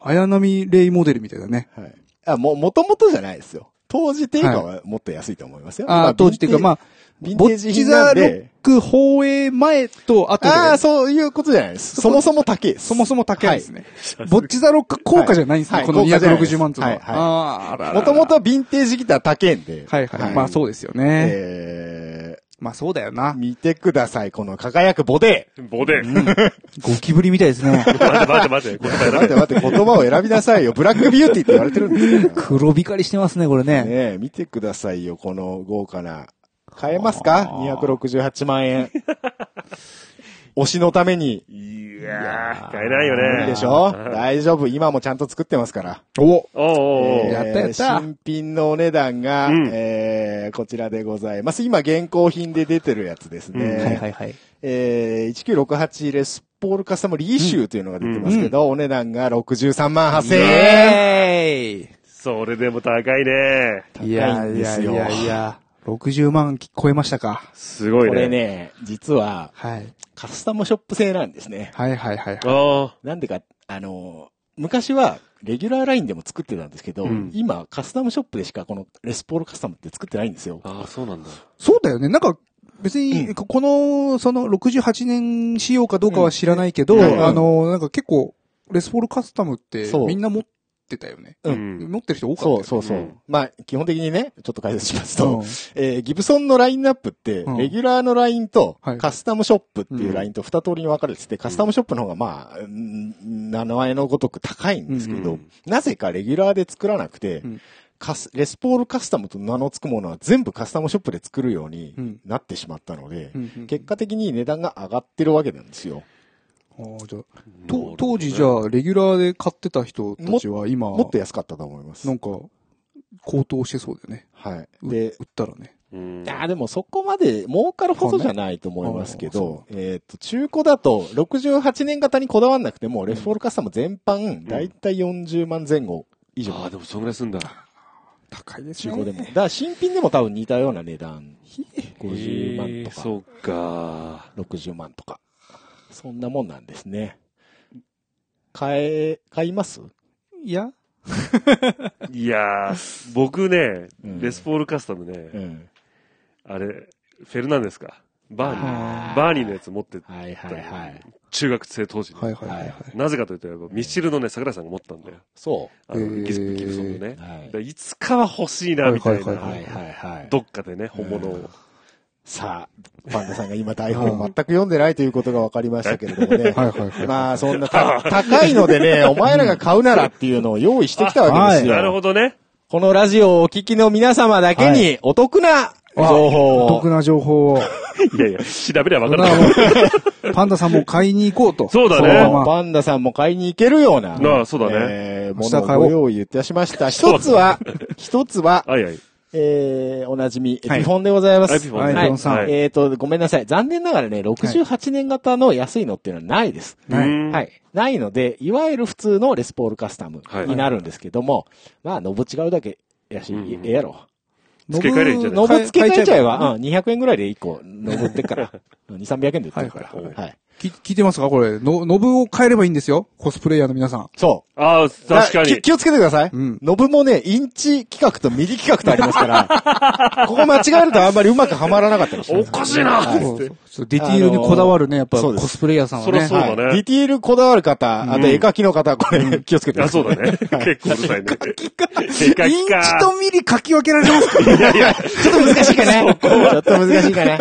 S1: 綾波レイモデルみたいだね。
S3: はい。あ、も、もともとじゃないですよ。当時定価はもっと安いと思いますよ。ま
S1: ああ、当時っていうか、まあ、
S3: ヴィンテ
S1: ボ
S3: ー
S1: ッ
S3: ジ
S1: チ
S3: 品な
S1: ザ
S3: ん
S1: ロ
S3: で
S1: ッ。ク放映前と後で、
S3: ああ、そういうことじゃないです。そもそも高いです。
S1: そもそも高いですね。
S2: はい
S1: ボッチザロック効果じゃないんですね、
S3: はい
S1: この
S3: はい効果じゃないです
S1: 260万とか。
S3: はいはい
S1: あーあららら
S3: もともとはヴィンテージギター高いんで。
S1: はいはい。まあそうですよね。
S3: え
S1: まあそうだよ
S3: ー
S1: な。
S3: 見てください、この輝くボデ
S2: ボデン。
S1: ゴキブリみたいですね。
S2: 待って待って待って、これ
S3: ー。待って待って、言葉を選びなさいよ。ブラックビューティーって言われてるんですから
S1: 黒光りしてますね、これ
S3: ね
S1: ね。
S3: え見てくださいよ、この豪華な。買えますか
S1: あー
S3: ?268 万円。 推しのために。
S2: いやー、買えないよね。
S3: 無理でしょ大丈夫。今もちゃんと作ってますから。
S1: お
S2: おうおうお
S3: え
S2: う
S3: ー
S1: やったやった
S3: 新品のお値段が、
S2: うん
S3: えーこちらでございます。今、現行品で出てるやつですね。
S2: うん
S1: はいはいはい。
S3: えー1968レスポールカスタムリイシューというのが出てますけど、お値段が63万8000円。
S1: え
S2: それでも高いね。
S1: ーいやいやいやいや、60万超えましたか。
S2: すご
S3: こ
S2: いね。
S3: れね、実は、
S1: はい。
S3: カスタムショップ製なんですね。
S1: はいはいはいはい。
S2: ああ。
S3: なんでか、あのー昔は、レギュラーラインでも作ってたんですけど、
S2: うん
S3: 今、カスタムショップでしかこのレスポールカスタムって作ってないんですよ。
S2: ああ、そうなんだ。
S1: そうだよね。なんか、別
S3: う
S1: に、ここの、その、68年仕様かどうかは知らないけど、
S2: うん
S3: うん
S1: あの、なんか結構、レスポールカスタムって
S3: そ、う
S1: みんな持ってたよね。
S3: うん
S2: ん。
S1: 持ってる人多かった
S3: そ
S1: よ
S3: う
S1: ね。
S3: そうそう。
S2: うん
S3: まあ、基本的にね、ちょっと解説しますと、
S1: うん
S3: えーギブソンのラインナップって、
S1: うん
S3: レギュラーのラインと
S1: はい、
S3: カスタムショップっていうラインと二通りに分かれてて、カスタムショップの方がまあ、うん名前のごとく高いんですけど、
S2: うん
S3: なぜかレギュラーで作らなくて、
S1: うん
S3: カス、レスポールカスタムと名の付くものは全部カスタムショップで作るように
S1: うん
S3: なってしまったので、
S1: うんうん
S3: 結果的に値段が上がってるわけなんですよ。
S1: あーじゃあ
S2: うん
S1: と当時じゃあ、レギュラーで買ってた人たちは今、
S3: もっと安かったと思います
S1: な。んか、高騰してそうだよね。
S3: はい。
S1: う
S3: で、
S1: 売ったらね。
S2: うん
S3: いやーでもそこまで儲かるほどじゃないと思いますけ
S1: そうね
S3: ど、えっと、中古だと68年型にこだわんなくても、レフォールカスタム全般、だいたい40万前後以上。
S2: ああ、でもそんぐらいすんだ。
S1: 高いです
S3: 中
S1: ね。
S3: 古でも。だから新品でも多分似たような値段。50
S2: え
S3: 万
S2: ー
S3: とか、
S2: そうか。
S3: 60万とか。そんなもんなんですね。買え、買います
S1: いや、
S2: いやー、僕ね、
S3: うん
S2: レスポールカスタム
S3: う
S2: ね、
S3: ん。
S2: あれ、フェルナンデスか。バーニ
S3: あ
S2: ー。
S3: ー
S2: バーニーのやつ持って、
S3: はいはいはい。
S2: 中学生当時に。
S1: はいはいはいはい。
S2: なぜかというと、やっぱミスチルのね、桜井さんが持ったんだよ。
S3: そ
S2: あの
S1: へー
S2: ギブギブソンのね。
S3: う。はい
S2: だからいつかは欲しいな、みたい
S1: はい
S3: は
S1: はい
S2: な。
S3: はいはい。
S2: どっかでね、本物を。
S3: さあ、パンダさんが今台本を全く読んでないということが分かりましたけれども
S1: は
S3: ね。
S1: いはいはい
S3: まあ、そんなた高いので ね、お前らが買うならっていうのを用意してきたわけですよ。
S2: なるほどね。
S3: このラジオをお聞きの皆様だけにお得な情報
S1: お
S3: を。
S1: 得な情報を。
S2: いやいや、調べりゃ分
S1: それ
S2: かるな
S1: はもうパ ンダさんも買いに行こうと。
S2: そうだね
S1: の
S3: そう
S1: まま
S3: パンダさんも買いに行けるような。
S2: なあそうだね
S3: えー
S1: 明
S3: も
S1: 日
S3: の
S1: 買おう
S3: をご用意いたしました。一つは、一つは、
S2: はいはい。
S3: えー、おなじみ、エ
S1: はい
S3: ピフォンでございます。
S2: エピフォン
S1: はい
S2: ね
S1: エピフォンさん
S2: はい
S3: えっ、と、ごめんなさい。残念ながらね、68年型の安いのっていうのはないです。
S2: う
S1: はい
S2: ん
S3: はい。ないので、いわゆる普通のレスポールカスタム
S2: はい
S3: になるんですけども、まあ、ノブ違うだけやし、
S2: うんうん
S3: ええやろ。
S2: 付け替えりゃいいんじゃない
S3: ノブ付け替えちゃえば、
S1: 変
S3: うん、200円ぐらいで1個、登って っから。うん2、300円で売ってるから。
S1: はいはい
S2: は
S3: はい。
S1: き聞いてますかこれ。の、ノブを変えればいいんですよ。コスプレイヤーの皆さん。
S3: そ
S2: ああ、
S3: う。
S2: 確か
S3: だら気
S2: に。
S3: 気をつけてください。
S1: うん
S3: ノブもね、インチ企画とミリ企画とありますか ら、ここ間違えるとあんまりうまくはまらなかったりしま
S2: お
S3: す。
S2: かしいな
S3: はい
S1: そうそうそうディティールにこだわるね、やっぱ
S3: あのーそう
S1: コ
S3: です
S1: スプレイヤーさんは
S2: そりゃ
S1: ね。
S2: そうだね
S3: はいディティールこだわる方、あ
S2: うん
S3: と絵描きの方、これ、気をつけてくだ
S2: あ、
S3: さ
S2: そ
S3: い。
S2: うだね。結構うるさいね。
S1: イ
S2: で
S1: ン
S2: かき
S1: チ
S2: か。
S1: とミリ書き分けられます か
S2: いやいや、
S3: ちょっと難しいか な。ちょっと難しいかな。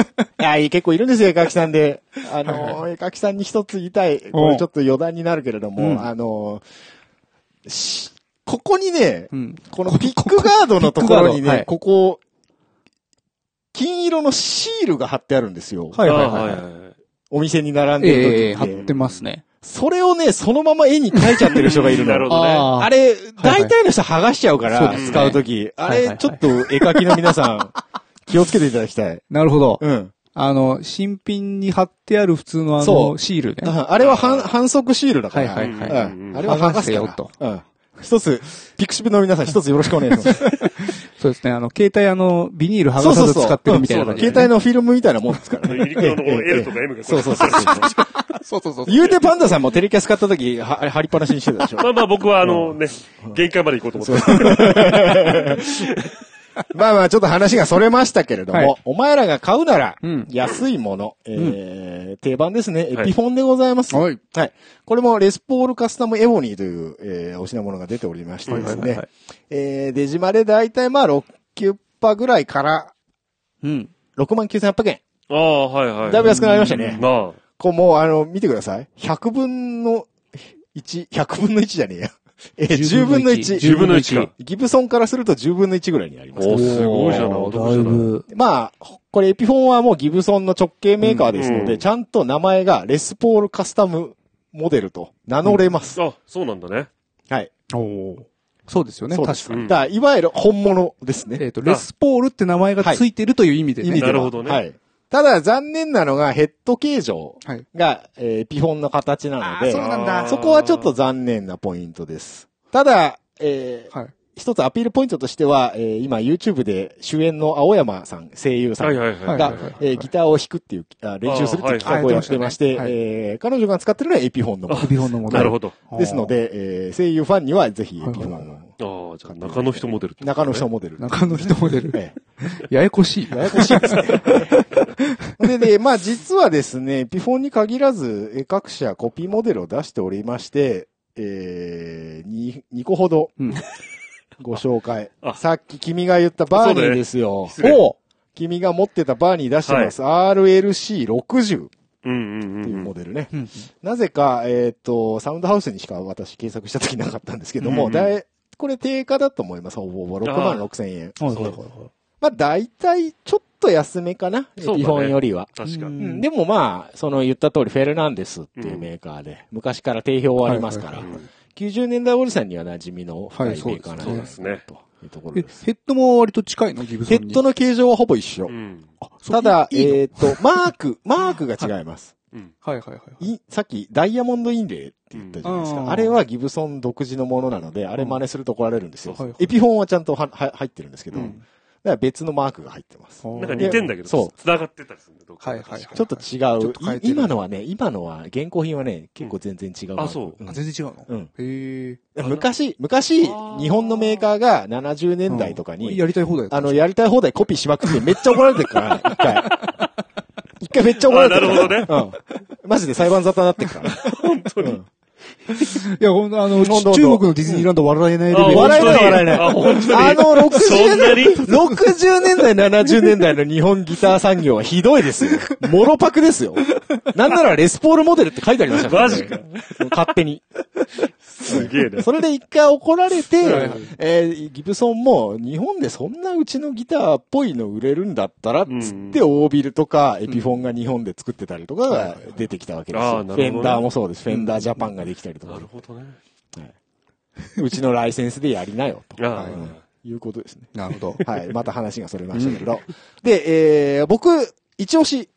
S3: いや、結構いるんですよ、絵描きさんで。あのー、絵描きさんに一つ言いたい。これちょっと余談になるけれど
S1: う
S3: も、
S1: ん
S3: あのー、しここにね
S1: う、ん。
S3: このピックガードのところに
S1: ピックガードは
S3: ね
S1: い、
S3: ここ、金色のシールが貼ってあるんですよ。
S1: はいはい
S2: あ
S1: はいは
S2: ー
S1: い。
S2: はいはい
S3: お店に並んでる時
S1: ええ、
S3: って
S1: 貼ってますね。
S3: それをね、そのまま絵に描いちゃってる人がいるの。
S2: なるほどね。
S1: あ
S3: あ
S1: あ
S3: れ、大体の人剥がしちゃうか
S1: そう
S3: ら、
S2: ですね
S3: 使うとき。あ
S1: はいはいは
S3: れ、
S1: い
S3: ちょっと絵描きの皆さん、気をつけていただきたい。
S1: なるほど。
S3: うん。
S1: あの、新品に貼ってある普通のあ
S3: そう
S1: の、シールね。
S3: ああれは反反則シールだから。
S1: はいはい
S2: はい
S3: うんあれは剥がす
S1: 剥
S3: よ
S1: がせよ
S3: と。うん。一つ、ピクシブの皆さん一つよろしくお願いします。
S1: そうですね。あの、携帯あの、ビニール剥がさず使ってるみたいな感じ
S3: 携
S1: でね。
S3: 帯のフィルムみたいなもんですからね。
S2: ユニクロの L とか M がこ
S3: そう
S2: れ
S3: そうそうそう。
S1: そうそうそう。
S3: 言うてパンダさんもテレキャス買った時、は、貼りっぱなしにしてたでしょ。
S2: まあまあ僕はあのね、限界まで行こうと思って。
S3: まあまあ、ちょっと話がそれましたけれども、
S1: はい
S3: お前らが買うなら
S1: うん、
S3: 安いもの、えー、定番ですね、エ
S2: はい
S3: ピフォンでございます。
S1: はい。
S3: これもレスポールカスタムエボニーという、えー、お品物が出ておりましてで
S1: は
S3: す
S1: いはいはいは
S3: ね
S1: い、
S3: えー、デジマでだいたいまあ、6、9パぐらいから、
S1: うん。
S3: 69,800円。
S2: ああ、はいはい。
S3: だいぶ安くなりましたね。
S2: な
S3: こうもう、あの、見てください。100分の1、100分の1じゃ ねえや。えー、10分の1。
S2: 10分の1か。
S3: ギブソンからすると10分の1ぐらいになります。
S2: おすごいじゃない
S1: おー
S2: お得じゃない
S1: だいぶ。
S3: まあ、これエピフォンはもうギブソンの直径メーカーですので、
S2: うん
S3: ちゃんと名前がレスポールカスタムモデルと名乗れます。
S2: あ。あ、そうなんだね。
S3: はい。
S1: そうですよね、
S3: そうで
S1: 確
S3: す
S1: かに。
S2: に
S3: だからいわゆる本物ですね。
S1: えっと、レスポールって名前がついてるという意味で
S3: 意
S1: ね。
S3: 味では。
S2: なるほどね
S3: はい。ただ残念なのがヘッド形状
S1: はい。
S3: が、えーエピフォンの形なので、
S1: あーそうなんだ
S2: あー
S3: そこはちょっと残念なポイントです。ただ、えー
S1: はい。
S3: 一つアピールポイントとしては、えー今 YouTube で主演の青山さん、声優さ
S2: は
S3: ん
S2: いはいはい。
S3: が
S1: はいはい、
S3: えーギターを弾くっていう、あ練習するっていう企画をやってまして、
S1: あはいはい
S3: えー彼女が使ってるのはエピフォンのもの
S1: 首本の問題。
S2: なるほど。
S3: ですので、えー声優ファンにはぜひエピフォ
S1: はい
S3: ンを、
S2: ああ、じゃあ中の人モデルってことね。
S3: 中の人モデル。
S1: 中の人モデル。
S3: え
S1: ややこしい
S3: え。ややこしいですね。で、で、まあ実はですね、エピフォンに限らず、えー各社コピーモデルを出しておりまして、えー、に、2個ほど
S1: うん。
S3: ご紹介
S2: あ。
S3: さっき君が言ったバーニ
S2: そうだ
S3: ー
S2: ね
S3: ですよ。
S2: 失礼
S3: お君が持ってたバーニー出してます。RLC60
S2: うんうん
S3: って
S2: う
S3: いうん
S2: う
S3: モ
S2: ん。
S3: デルね。
S1: うん。
S3: なぜか、えっ、と、サウンドハウスにしか私検索した時なかったんですけど
S2: う
S3: も、
S2: んうん
S3: だいこれ定価だと思います。ほぼほぼ6万6千円。
S1: はい
S2: そう
S1: はいはい。
S3: まあ大体ちょっと安めかな。
S2: そうだね
S3: 基本よりは。
S2: 確か
S1: う
S2: に。
S3: うんん、でもまあ、その言った通り、フェルナンデスっていうメーカーで、昔から定評はありますか
S1: は
S3: ら、
S1: い
S2: はいはい
S3: 90年代おじさんには馴染みの深い
S1: は
S3: メ
S1: いそう
S3: ー
S1: です
S3: カーなん
S2: そうですね
S3: というところ
S1: え、ヘ
S3: です。
S1: ッドも割と近いのギブソ
S3: ヘ
S1: ンに。
S3: ッドの形状はほぼ一緒
S2: う。ん。
S3: ただ、
S1: いいの
S3: えっと、マーク、 マークが違います。
S2: うん。
S1: はいはいはい。
S3: い さっき、ダイヤモンドインレイって言ったじゃないです
S1: う
S3: か。
S1: ん
S3: あれはギブソン独自のものなので、あれ真似すると怒られるんですよ
S1: はいはい。
S3: エピフォンはちゃんとはは入ってるんですけど、
S1: う
S3: だ
S1: ん
S3: から別のマークが入ってます。ちょ
S2: なんか似てんだけど、
S3: そう
S2: 繋がってたりするんだよ、どっか
S1: はいはいはい
S2: 確か
S3: っと
S1: ち
S3: 違
S1: ょっ
S3: う
S1: と変え。て
S3: い
S1: る
S3: 今のはね、今のは、現行品はね、結構全然違うマーク。
S2: あそう
S1: あ全然違うの
S3: うん
S1: へえ。
S2: あの
S3: 昔、昔、日
S2: あー
S3: 本のメーカーが70年代とか
S1: うん
S3: に、
S1: やりたい放題だった
S3: あ
S1: んで
S3: の、
S1: す
S3: やりたい放題コピーしまくってめっちゃ怒られてるから、一回。一回めっちゃ怒られてるから。
S2: あなる
S3: ほどね。うん。マジで裁判沙汰になってるから。本当に。
S1: かいや、ほんとあの、
S3: どんどん
S1: 中国のディズニーランド笑えないレベ
S2: あ
S1: ル。
S3: 笑え
S2: 本
S3: ない
S2: 当に
S3: 笑えない。
S2: あ本当に
S3: あの、60
S2: そんなに
S3: 年代、60年代、70年代の日本ギター産業はひどいですよ。モロパクですよ。なんならレスポールモデルって書いてありましたからね
S2: マジか
S3: 勝手に。
S2: すげえね。
S3: それで一回怒られ
S1: はい
S3: て
S1: はい、
S3: えーギブソンも日本でそんなうちのギターっぽいの売れるんだったら、
S2: うん
S3: つってオービルとかエピフォンが日本で作ってたりとか
S1: はいは
S3: が
S1: いはい
S3: 出てきたわけですよ。
S2: あー
S3: フ
S2: なるほどね
S3: ェンダーもそうです。フェンダージャパンができたりと
S2: な
S3: か
S2: る、ほどね。
S3: うちのライセンスでやりなよ、と
S2: ああ、
S3: いうことですね。
S1: なるほど。
S3: はい。また話がそれましたけど。で、えー僕、一押し、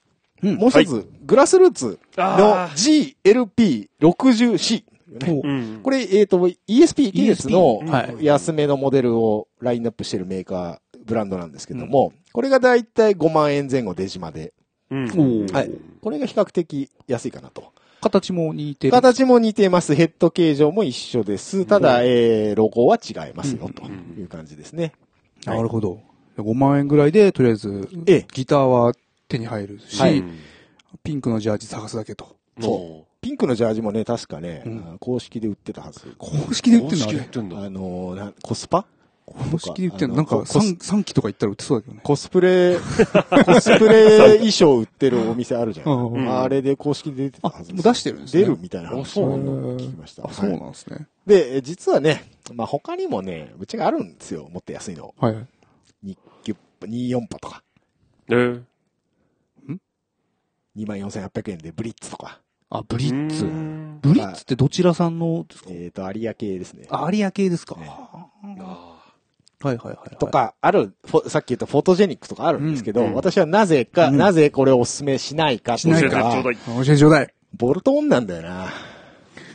S1: うん
S3: もう一
S2: は
S3: つ、グラスルーツの
S2: あ
S3: GLP60C。
S1: お
S2: うん。
S3: これ、えっ、と、ESP 系列の
S1: ESP はい
S3: 安めのモデルをラインナップしてるメーカー、ブランドなんですけども、これがだいたい5万円前後出島で、
S2: うん。
S1: おー
S3: はい。これが比較的安いかなと。
S1: 形も似てる。
S3: 形も似てます。ヘッド形状も一緒です。ただ、えー、ロゴは違いますよ、という感じですね。
S1: なるほど。5万円ぐらいで、とりあえず、
S3: ええ
S1: ギターは手に入るし、
S3: は
S2: う
S3: い
S2: ん
S1: ピンクのジャージ探すだけと。
S2: そ
S3: ピンクのジャージもね、確かね、
S1: うん
S3: あの公式で売ってたはず。
S1: 公式
S2: う。
S1: で売っ
S2: 公
S1: てんの
S2: 式
S1: あ
S2: で言っ
S1: れ
S2: てんだ。
S3: あのーなコスパ
S1: 公式で売ってんの
S3: あ
S1: な
S3: の
S1: んか
S3: コス
S1: 3, 三期とか行ったら売ってそうだけどね。
S3: コス プレ、コスプレ衣装売ってるお店あるじゃん。
S1: うん
S2: うん
S3: あれで公式で出てたはず
S1: あもう出してるんですね
S3: 出るみたいな話
S2: あそうなんだ
S3: を聞きました。
S1: あ、そう
S3: は
S1: ないんですね。
S3: で、え実はね、まあ、他にもね、うちがあるんですよ。もっと安いの。
S1: はいはい。
S3: 2、9 24波とか、
S2: えー
S3: 24,800円でブリッツとか、
S1: あ、ブリッツ
S2: う。ん
S1: ブリッツってどちらさんのですか
S3: えっ、と、有明ですね。
S1: あ、有明ですか。
S3: ええ
S1: は
S2: あ
S1: いはいはい。
S3: と。か、ある、フォさっき言ったフォトジェニックとかあるんですけど、
S2: うん
S3: 私はなぜか、
S1: うん
S3: なぜこれをお勧めしないかと
S1: しないいうか
S3: か
S2: 教えてちょうだい
S1: 教えてちょうだい。
S3: ボルトオンなんだよな。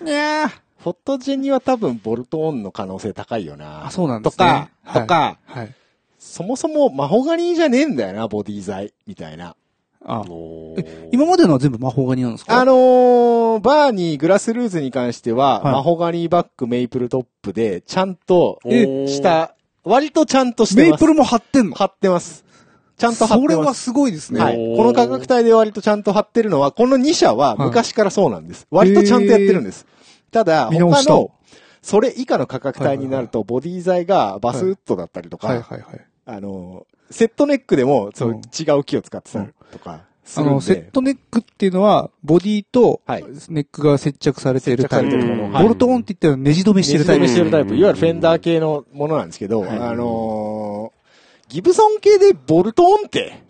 S1: いや
S3: フォトジェニは多分ボルトオンの可能性高いよな。
S1: あ、そうなんですね。
S3: とか、
S1: はい
S3: とか、
S1: はい。
S3: そもそもマホガニじゃねえんだよな、ボディ材、みたいな。
S1: あ
S2: ー、お
S1: え
S2: ー
S1: 今までのは全部魔法ガニなんですか
S3: あのー、バーニー、グラスルーズに関しては、
S1: はい
S3: マホガニバック、メイプルトップで、ちゃんと、
S1: え
S2: おー
S3: 下、割とちゃんとして
S1: メ
S3: ま
S1: イ
S3: す。
S1: プルも貼ってんの
S3: 貼ってます。ちゃんと貼っ
S1: そ
S3: てます。
S1: れはすごいですね。
S3: はい。
S2: おー
S3: この価格帯で割とちゃんと貼ってるのは、この2社は
S1: はい
S3: 昔からそうなんです。割とちゃんとやってるんです。ただ、
S1: 見直
S3: 他
S1: した
S3: の、それ以下の価格帯になると、ボディ材がバスウッドだったりと
S1: はい
S3: か、
S1: はいはい。
S3: あの、セットネックでも、そう
S1: うん
S3: 違う木を使ってたりとか、す
S1: あ
S3: るん
S1: の、セッ
S3: で。
S1: トネックっていうのは、ボディと
S3: はい
S1: ネックが接着されてるタイ
S2: 接着され
S1: プ
S2: てるも。の
S1: ボルトオンって言ったらネジ止めしてるタイプ。
S3: ネジ止めしてるタイ
S2: う
S3: プ。
S2: ん
S3: いわゆるフェンダー系のものなんですけど、
S2: はい
S3: あのーギブソン系でボルトオンって、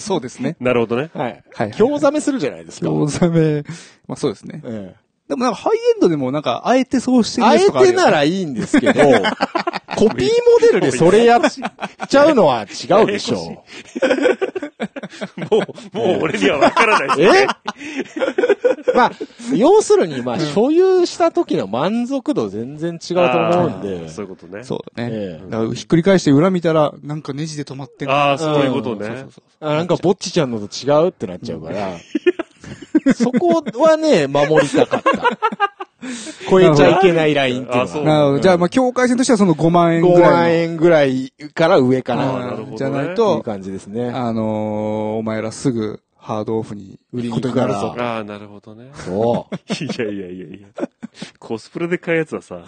S1: そうですね。
S2: なるほどね。
S3: は
S1: は
S3: い。
S1: いはい
S3: 興ざめするじゃないですか。
S1: 興ざめ。まあそうですね。
S3: ええ
S1: でもなんかハイエンドでもなんか、あえてそうしてる
S3: あ
S1: やつ
S3: え
S1: とかある
S3: て
S1: よね
S3: ならいいんです けど、コピーモデルでそれやっちゃうのは違うでしょ
S2: もう、もう俺にはわからない。
S3: う。えまあ、要するに、まあ、所有した時の満足度全然違うと思うん
S2: あー
S3: で。
S2: そういうことね。
S1: そうだね。
S3: ええ
S1: だからひっくり返して裏見たら、なんかネジで止まってん
S2: ああ、そういうこと
S1: そうそ
S2: ね
S1: う。そう
S3: あなんか、ぼっちちゃんのと違うってなっちゃうから、 そこはね、守りたかった。 超えちゃいけないラインっていうのは
S2: あそう
S1: なるほど。じゃあ、まあ、境界線としてはその5万円ぐ
S3: 5万
S1: らい
S3: 円ぐらいから上か
S1: の。
S2: あーな
S3: な、
S2: るほどね
S1: じゃない
S3: という
S1: と、
S3: 感じですね。
S1: あのーお前らすぐ、ハードオフに
S3: 売りに
S1: こ
S3: 行
S1: とに
S3: く
S1: な
S3: か
S1: る
S3: ら
S1: ぞ。
S2: ああ、なるほどね。
S3: そう。
S2: いやいやいやいや。コスプレで買うやつはさ、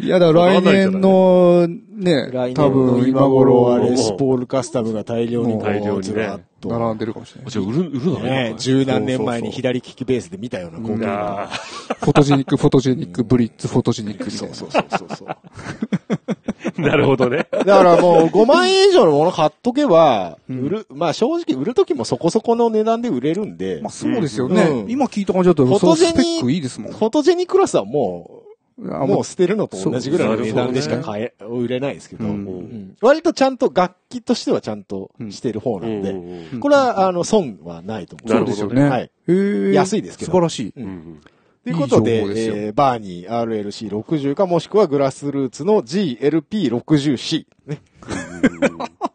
S1: いやだ、来年の
S3: 来
S1: ね、
S3: 年
S1: 多
S3: の
S1: 分
S3: 今
S1: 今
S3: 頃、
S1: 頃、
S3: あ
S1: あ
S3: れ、
S1: れ、
S3: スポールカスタムが大量にこう、
S2: 大量にね
S3: ずらっと。
S1: 並んでるかもしれない。
S2: じゃあ売る、売るの
S3: ね
S2: ね。
S3: 十何年前に
S2: そう
S3: 左利きベースで見たような光景が。
S2: なあ
S1: フォトジェニック、フォトジェニック、ブリッツ、フォトジェニックみたいな。
S3: そうそうそうそう。
S2: なるほどね。
S3: だからもう5万円以上のもの買っとけば、
S1: うん
S3: 売る、まあ正直売るときもそこそこの値段で売れるんで
S1: まあ、そうですよね。
S3: うん
S1: 今聞いた感じだと、
S3: フォ
S1: そ
S3: ト
S1: の
S3: ジェニ
S1: スペックいいですもん。
S3: フォトジェニクラスはもう、
S1: あ
S3: も
S1: も
S3: う捨てるのと同じぐらいの値段でしか
S2: そ
S3: 買え、売れないですけど、
S1: う
S3: うん
S2: うん
S3: ん割とちゃんと楽器としてはちゃんとしてる方
S2: う
S3: なんん
S2: う
S3: で、
S2: ん
S1: う
S3: これは、あの、損はないと思う。
S2: な
S1: そ
S2: る
S1: う
S2: ほどね
S1: ですよね。
S3: はい。
S1: へー
S3: 安いですけど
S1: 素晴らしい。
S2: うんうん。
S3: ということで、
S1: いい情報ですよ
S3: えーバーに RLC60 かもしくはグラスルーツの GLP60C。ね。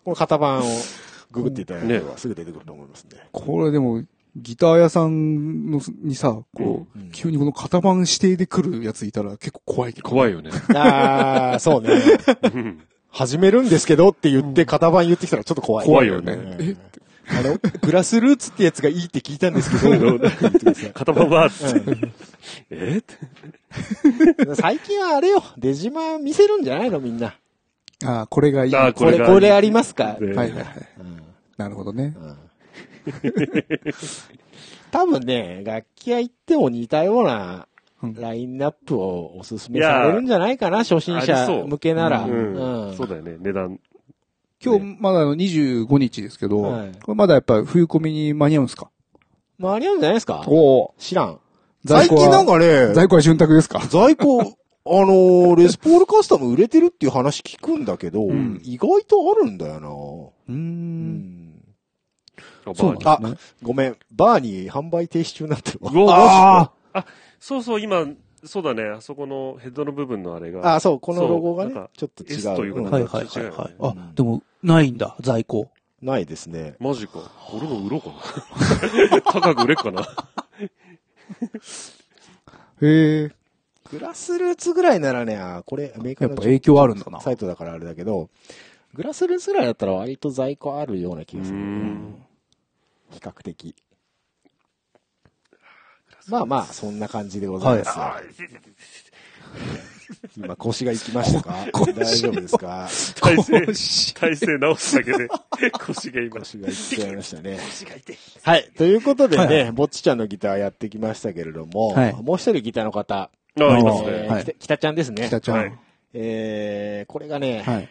S3: この型番をググっていただければすぐ出てくると思いますんで。
S1: これでも、ギター屋さんのにさ、こう、
S3: うん
S1: 急にこの型番指定で来るやついたら結構怖いけど。
S2: 怖いよね。
S3: あー、そうね。
S2: うん
S3: 始めるんですけどって言って型番言ってきたらちょっと怖い。
S2: 怖いよね
S3: うん。あの、グラスルーツってやつがいいって聞いたんですけど、
S2: 片方は、つって。えって。
S3: 最近はあれよ、出島見せるんじゃないのみんな。
S1: ああ、これがいい。
S2: あ
S1: は
S2: あ
S1: い
S2: こ
S3: こ
S2: れ
S3: れ、
S2: が
S3: これありますか
S2: で
S1: はいはい。
S3: うん
S1: なるほどね。
S3: 多分ね、楽器屋行っても似たような
S1: うん
S3: ラインナップをおすすめされるんじゃないかな、初心
S2: ありそ
S3: 者
S2: う
S3: 向けなら。
S2: うんそうだ
S3: だ
S2: よね、値段。
S1: 今日まだあの25日ですけど、
S3: はい
S1: これまだやっぱり冬込みに間に合うんですか
S3: 間に合うんじゃないですか
S1: お
S3: 知らん。
S1: 在庫は
S3: かね、
S1: 在庫は潤沢ですか
S3: 在庫、あのーレスポールカスタム売れてるっていう話聞くんだけど、
S1: ん
S3: 意外とあるんだよ
S1: うー。
S3: な。うんん
S2: あ
S1: そう
S2: バー
S1: なん
S2: に
S3: あ
S1: ですね。、
S3: ごめん、バーに販売停止中になってるわ。
S2: うわ
S1: あ
S2: そうそう、今、そうだね、あそこのヘッドの部分のあれが。
S3: あ、そう、このロゴがね
S2: そうなんか、
S3: ちょっと違
S2: S という
S3: う。
S2: か
S3: うん
S2: な
S4: はいはいはいはい。
S3: う
S4: あ
S3: ん、
S4: でも、ないんだ、在庫。
S3: ないですね。
S2: マジか。俺も売ろうかな。 高く売れっかな。
S1: へえ。
S3: グラスルーツぐらいならね、あこれ、メーカー
S1: や
S3: の
S1: っぱ影響あるんだな
S3: サイトだからあれだけど、グラスルーツぐらいだったら割と在庫あるような気
S2: う
S3: がする。
S2: ん。
S3: 比較的。まあまあ、そんな感じでございますよ。 今、腰が行きました か大丈夫ですか
S2: 体勢、体勢直すだけで、 腰が今。
S3: 腰が行っちゃいましたね。
S2: 腰が痛い。
S3: はい。ということでね、
S1: はい
S3: ぼっちちゃんのギターやってきましたけれども、
S1: はい
S3: もう一人ギターの方、
S2: あ、い
S1: い
S2: ま
S1: ますす
S3: え
S2: ね
S3: ー。
S1: はい
S3: きたきたちゃんです ね。
S1: 北ちゃん。
S2: は
S1: はいい。
S3: えー、これがね、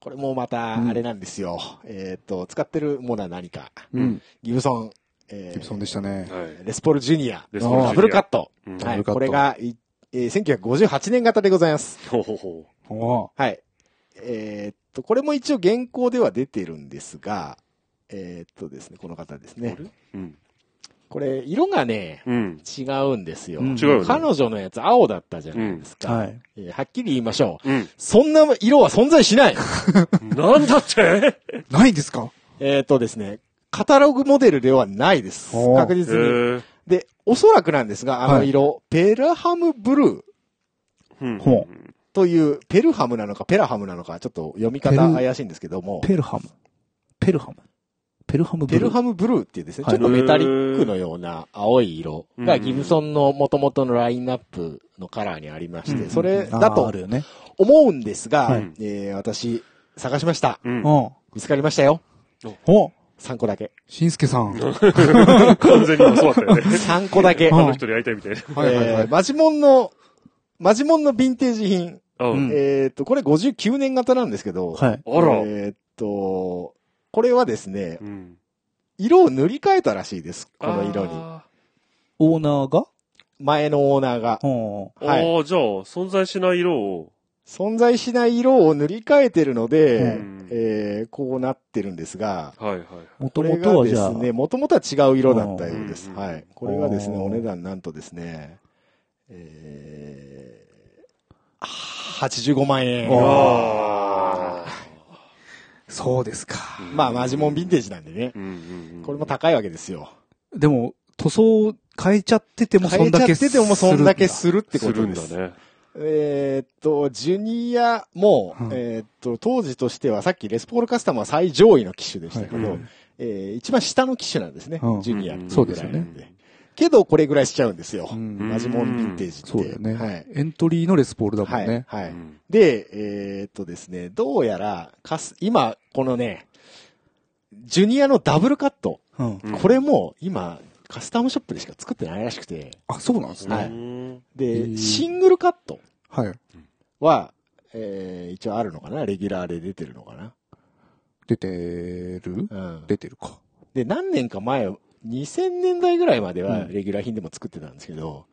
S3: これもまた、あれなんですよ。えーっと、使ってるものは何か。
S1: うん。
S3: ギブソン、えー
S1: ギブソンでしたね。
S2: はい。
S3: レスポールジュニア。
S2: レスポールジュニア
S3: ダブルカット。
S2: うん
S1: ダ
S3: は
S1: ブル
S3: い。
S1: カット
S3: これがい、えー1958年型でございます。
S2: ほほほ。
S1: おー
S3: はい。えーっと、これも一応現行では出てるんですが、えーっとですね、この方ですね。
S2: うん。
S3: これ、色がね、
S2: うん。
S3: 違うんですよ。
S1: うん
S2: 違うよね。
S3: 彼女のやつ青だったじゃないですか。
S1: はい。
S3: えーはっきり言いましょう。
S2: うん。
S3: そんな色は存在し ない
S2: なんだって
S1: ないんですか
S3: えーっとですね、カタログモデルではないです。
S1: おー
S3: 確
S2: え
S3: 実に。
S2: ー。
S3: で、おそらくなんですが、あの色、ペラハムブルー
S2: うん
S1: ほ
S3: という、ペルハムなのかペラハムなのか、ちょっと読み方
S1: ペル
S3: 怪しいんですけども、
S1: ペルハム。ペルハム。ペルハムブ
S3: ペ
S1: ル
S3: ル
S1: ー。
S3: ハムブルーっていうですね、
S1: はい
S3: ちょっとメタリックのような青い色
S2: う
S3: が
S2: ん
S3: ギブソンの元々のラインナップのカラーにありまして、
S1: うん
S3: それ
S4: あー
S3: だ
S4: あ
S3: と
S4: るよね。
S3: 思うんですが、
S2: はい
S3: えー私、探しました。
S2: うん。
S1: うん。
S3: 見つかりましたよ。
S1: お
S3: 3個だけ。
S1: しんすけさん。
S2: 完全に今そうだったよね。
S3: 3個だけ。え
S2: あの人に会いたいみたいな。
S1: はいはいはい
S3: ーマジモンの、マジモンのヴィンテージ品。
S2: あ
S1: うん
S3: えーっと、これ59年型なんですけど、
S4: はい。
S2: あら。
S3: えーっと、これはですね、
S2: うん。
S3: 色を塗り替えたらしいです。この色に。
S2: あ
S4: オーナーが
S3: 前のオーナーが。
S4: うん。
S2: ー。
S3: はい
S2: ああ、じゃあ、存在しない色を。
S3: 存在しない色を塗り替えてるので、
S2: うん
S3: えーこうなってるんですが、
S2: はいはい。
S4: もと
S3: これ
S4: も
S3: が
S4: とは
S3: で
S4: じゃ
S3: す
S4: あ、
S3: ね、もともとは違う色だったようです。
S2: うん
S3: はい。これがですね、
S4: うん
S3: お値段なんとですね、えー、85万円。
S2: あ
S1: そうですか。
S2: あ。
S3: まあ、マジモンヴィンテージなんでね
S2: う。んうんうん。
S3: これも高いわけですよ。
S1: でも、塗装を変えちゃっててもそ
S3: 変え
S1: ん
S3: ちゃ
S1: だ
S3: っ
S1: け
S3: ててもそんだけするって
S2: す
S3: こ
S2: る
S3: と
S2: ん
S3: で
S2: だ
S3: す。
S2: ね。
S3: えーっと、ジュニアも、
S1: うん
S3: えーっと、当時としてはさっきレスポールカスタムは最上位の機種でしたけど、
S2: はいうん
S3: えー一番下の機種なんですね、
S1: うん
S3: ジュニアっていぐらいなん。
S1: そうですよね
S3: けど、これぐらいしちゃうんですよ。
S1: うん
S3: マジモンヴィンテージって。
S1: そうだよね、
S3: はい。
S1: エントリーのレスポールだも
S3: は
S1: ん
S3: い。
S1: ね。
S3: はい
S2: うん
S3: で、えーっとですね、どうやら、かす、今、このね、ジュニアのダブルカット。
S1: うん。
S2: うん
S3: これも、今、カスタムショップでしか作ってないらしくて。
S1: あ、そうなんですね。
S3: はい
S2: うん
S1: へー
S3: で、シングルカット
S1: はい。
S3: は、えー、一応あるのかなレギュラーで出てるのかな
S1: 出てる
S3: うん。
S1: 出てるか。
S3: で、何年か前、2000年代ぐらいまではレギュラー品でも作ってたんですけど、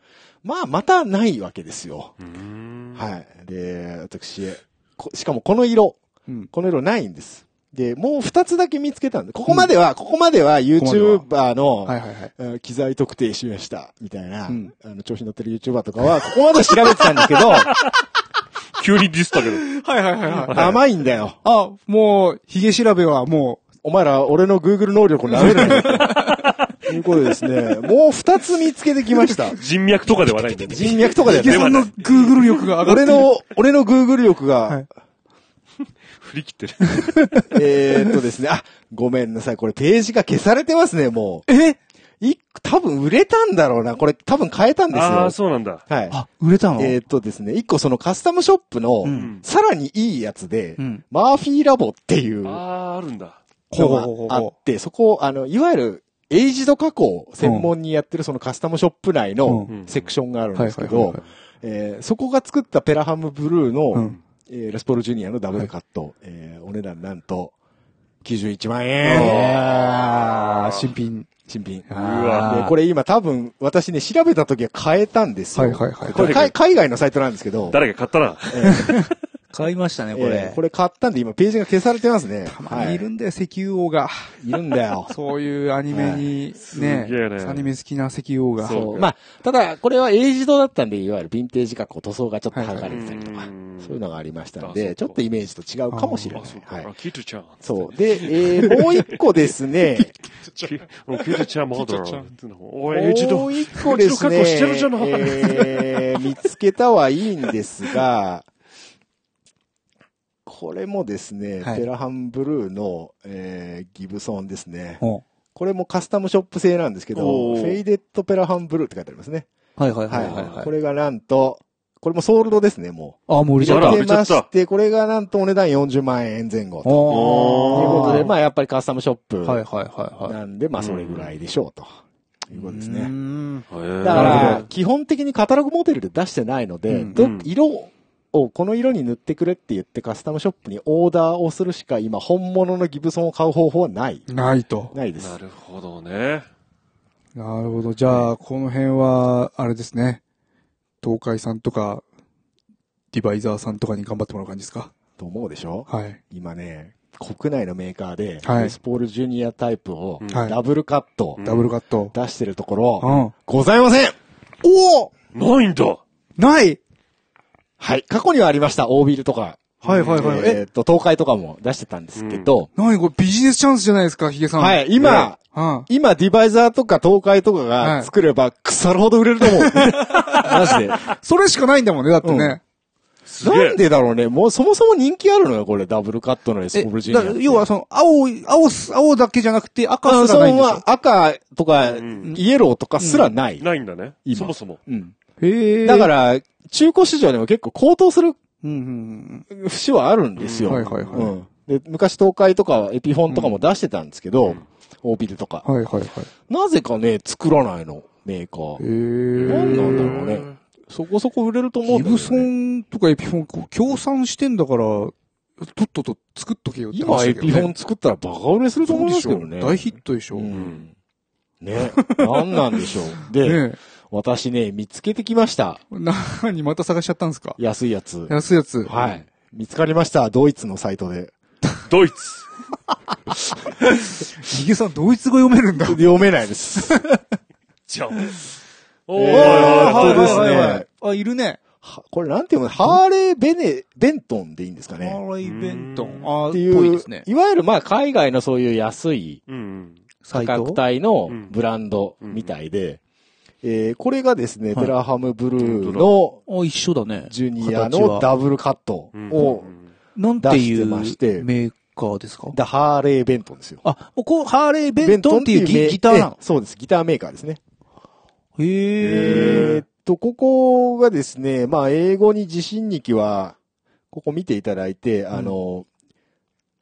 S3: まあ、またないわけですよ。
S2: うん
S3: はい。で、私、こしかもこの色、
S1: うん。
S3: この色ないんです。で、もう二つだけ見つけたんで、ここまでは、ここまでは YouTuber の、
S1: はいはいはい。
S3: えー機材特定しました、みたいな、
S1: うん
S3: あの、調子に乗ってる YouTuber とかは、ここまで調べてたんですけど、
S2: 急にディスったけど。
S1: はいはいはいはい。
S3: 甘いんだよ。
S1: あ、もう、髭調べはも
S3: お前ら、俺の Google 能力を舐めるなよ。ということでですね、もう二つ見つけてきました。
S2: 人脈とかではないんだね。
S3: 人脈とか
S1: う、
S3: では
S1: 髭さ
S2: では
S3: な
S1: んの
S2: ない
S1: Google 力が上がって
S3: 俺
S1: る。
S3: の、俺の Google 力が、
S1: はい
S2: 振り切 ってる。
S3: えーっとですね、あ、ごめんなさい、これページが消されてますね、もう。えい多分売れたんだろうな、これ多分変えたんですよ。
S2: ああ、そうなんだ。
S3: はい。
S4: あ、売れたの
S3: えーっとですね、一個そのカスタムショップの、
S4: うん
S3: さらにいいやつで、
S4: うん。
S3: マーフィーラボっていうの
S2: ああ、あるんだ。
S3: があって、そこを、あの、いわゆる、エイジド加工を専門にやってるそのカスタムショップ内の
S2: うん
S3: セクションがあるん
S1: は
S3: で
S1: い
S3: すけ
S1: はい
S3: ど
S1: は、
S3: えーそこが作ったペラハムブルー
S1: い。う
S3: の、
S1: ん。
S3: えーレスポールジュニアのダブルカット、えーお値段なんと、91万円。
S1: あー新品。
S3: 新品。
S1: う
S2: わ
S3: で、これ今多分、私ね、調べた時は変えたんですよ。
S1: はいはいはい
S3: これ海海外のサイトなんですけど、
S2: 誰か買ったな。
S4: 買いましたね、こ
S3: え
S4: れ
S3: ー。これ買ったんで今ページが消されてますね。
S1: たまにいる
S3: は
S1: んだよ、石油王が。
S3: いいるん だよ。
S1: そういうアニメに、ね
S2: すげえね
S1: アニメ好きな石油王が。
S2: そう
S3: そうまあ、ただ、これはエイジドだったんで、いわゆるヴィンテージ加工、塗装がちょっと剥がれてたりとか、
S2: はいはい
S3: そういうのがありましたん
S2: あそ
S3: で、
S2: う
S3: ちょっとイメージと違うかもしれない
S2: あ、そう。か。
S3: はい
S2: あ、キトちゃん。
S3: そう。で、えーもう一個ですね。
S2: キキトちゃんもだろ
S1: キトちゃん
S2: おい、うち
S3: も
S2: の
S3: う、一個ですね。
S2: うちの過去してるじゃない
S3: えー見つけたはいいんですが、これもですね、
S1: はい
S3: ペラハンブルーの、えーギブソンですね。
S4: うん
S3: これもカスタムショップ製なんですけど、
S2: おー
S3: フェイデッドペラハンブルーって書いてありますね。
S4: はいはいは
S3: はいい。
S4: はいはい
S3: こ。れがなんと、これもソールドですね、も
S4: あ、もう売
S3: う。
S4: れちゃっ
S2: あら
S4: た。
S2: 売れちゃった
S3: まして、これがなんとお値段40万円前後と。という
S2: ー
S3: ことで、ま
S4: あ
S3: あやっぱりカスタムショップ
S4: ー、はいはいはいは
S3: なんで、まあそれぐらいでしょうと。いうことですね。
S1: ね。
S2: だ
S3: だか
S4: なる
S3: ら、基本的にカタログモデルで出してないので、
S1: うん
S3: ど
S2: うん
S3: 色をこの色に塗ってくれって言ってカスタムショップにオーダーをするしか今本物のギブソンを買う方法はない。
S1: ないと。
S3: ないです
S2: な。るほどね。
S1: なるほど。じゃあ、この辺は、あれですね。東海さんとか、ディバイザーさんとかに頑張ってもらう感じですか
S3: と思うでしょ
S1: はい。
S3: 今ね、国内のメーカーで、
S1: はい
S3: レスポールジュニアタイプを
S2: うん
S1: はい
S3: ダブルカット
S2: うん
S1: ダブルカット。
S3: 出してるとこ
S1: う
S3: ろ、
S1: ん。
S3: ございません
S1: おお
S2: ないんだ
S1: ない
S3: はい。過去にはありました。オービルとか。
S1: はいはいはい。
S3: え
S1: え
S3: っ、と、東海とかも出してたんですけど、
S1: なにこれビジネスチャンスじゃないですか、ヒゲさん。
S3: はい、今、
S1: うん。
S3: 今、ディバイザーとか東海とか
S1: はい
S3: が作れば腐るほど売れると 思う。マジで。
S1: それしかないんだもんね、だってね。
S2: すげえ
S3: なんでだろうね。もうそもそも人気あるのよ、これ。ダブルカットのレスポブルジュニアっ
S1: だ
S3: て。
S1: 要はその、青い、青す、青だけじゃなくて赤
S3: あ
S1: す
S3: そ
S1: らないん
S3: の
S1: でしょ
S3: まあ赤とか、
S2: ん
S3: イエローとかすらない。
S2: ないんだね。
S3: 今
S2: そもそも。
S3: うん
S1: へえ。
S3: だか、ら、中古市場でも結構高騰する
S1: うんうん
S3: 節はあるんです
S1: う
S3: よ。
S1: ん。はいはいは
S3: う
S1: い。
S3: んで昔東海とかエピフォンとかも出してたんですけど、
S2: ん
S3: オービルとか。
S1: はいはいはい。
S3: なぜかね、作らないの、メーカ
S1: へえ。
S3: ー。何なんだろうね。そこそこ売れると思う
S1: ギ
S3: んだ
S1: ブ
S3: けど
S1: ソ
S3: ね
S1: ンとかエピフォンこう協賛してんだから、とっとと作っとけよって
S3: 今
S1: 話だ
S3: エ
S1: けど、ね。
S3: ピフォン作ったらバカ売れすると
S1: そう
S3: 思い
S1: で
S3: ます
S1: し
S3: け
S1: ょ
S3: どね。
S1: 大ヒットでしょ。
S3: う
S1: ね
S3: ん。ね。何なんでしょう。で、
S1: え。
S3: 私ね、見つけてきました。
S1: なにまた探しちゃったんですか
S3: 安いやつ。
S1: 安いやつ。
S3: はい。見つかりました。ドイツのサイトで。
S2: ドイツ。
S1: ヒゲさん、ドイツ語読めるんだ。
S3: 読めないです。
S2: じゃん。お
S3: え
S2: ー
S3: ー
S2: 本当です
S3: は
S2: ね。
S3: いはいはいはい。
S1: あ、いるね。
S3: はこれなんていうのハーレー・ベネ、ベントンでいいんですか
S1: ハ
S3: ね。
S1: ーレイ・ベントン。あー
S3: って
S1: っぽい
S3: い
S1: で
S3: う
S1: すね、。
S3: いわゆるまあ海外のそういう安い
S2: うん。
S4: サイ
S3: 価
S4: ト
S3: 格帯の
S2: うん
S3: ブランドみたいで、えーこれがですね、
S4: はい
S3: テラハムブルーの
S4: あ、一緒だね。
S3: ジュニア
S4: 形
S3: の
S4: は
S3: ダブルカット
S2: うん
S3: を
S4: なんてい
S3: 出して
S4: う
S3: まして
S4: メーカーですか
S3: だハーレーベントンですよ。
S4: あ、もうこう、ハーレー・ベ
S3: ベ
S4: ントンっていうギギターなの
S3: ええ。そうです。ギターメーカーですね。
S4: へ
S3: え
S4: え
S3: ー。っと、ここがですね、まあ、英語に自信日記は、ここ見ていただいて、あの、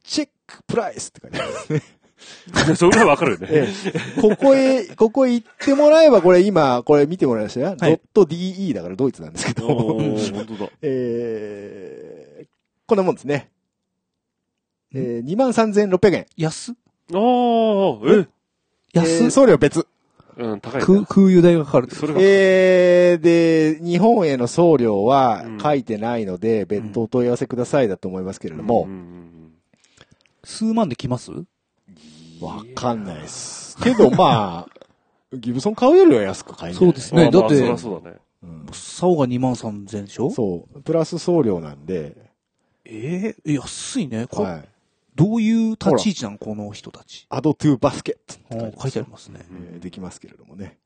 S3: チェックプライスって書いてあるん です ね。
S2: それぐらいわかるよね。
S3: ええここへ、ここへ行ってもらえば、これ今、これ見てもらいましたよ。
S4: はい
S3: ドット DE だからドイツなんですけ
S2: お
S3: ど、
S2: ー、本当だ。
S3: えー、こんなもんですね。えー、23,600円。
S4: 安
S2: ああ、え、
S3: えー
S4: 安
S3: 送料別。
S2: うん、高い
S4: 空
S2: ね。
S4: 空輸代がかかる。
S2: それが、
S3: えー、で、日本への送料は
S2: うん
S3: 書いてないので、別途お問い合わせくださいだと思いますけれども、
S2: んん
S4: 数万で来ます
S3: わかんないです。けど、まあ、 ギブソン買うよりは安く買える
S4: そうです
S2: うんまあ
S4: ね。だ
S2: ま
S4: っ
S2: あそり
S4: て
S2: ゃ、そうだね。
S3: うん
S4: 竿が2万3千でしょ
S3: そう。プラス送料なんで、
S4: ええ安いね。こ
S3: はい。
S4: どういう立ち位置なのこの人たち。
S3: アドトゥバスケット。
S4: あー書いてありますね。
S3: えーできますけれどもね。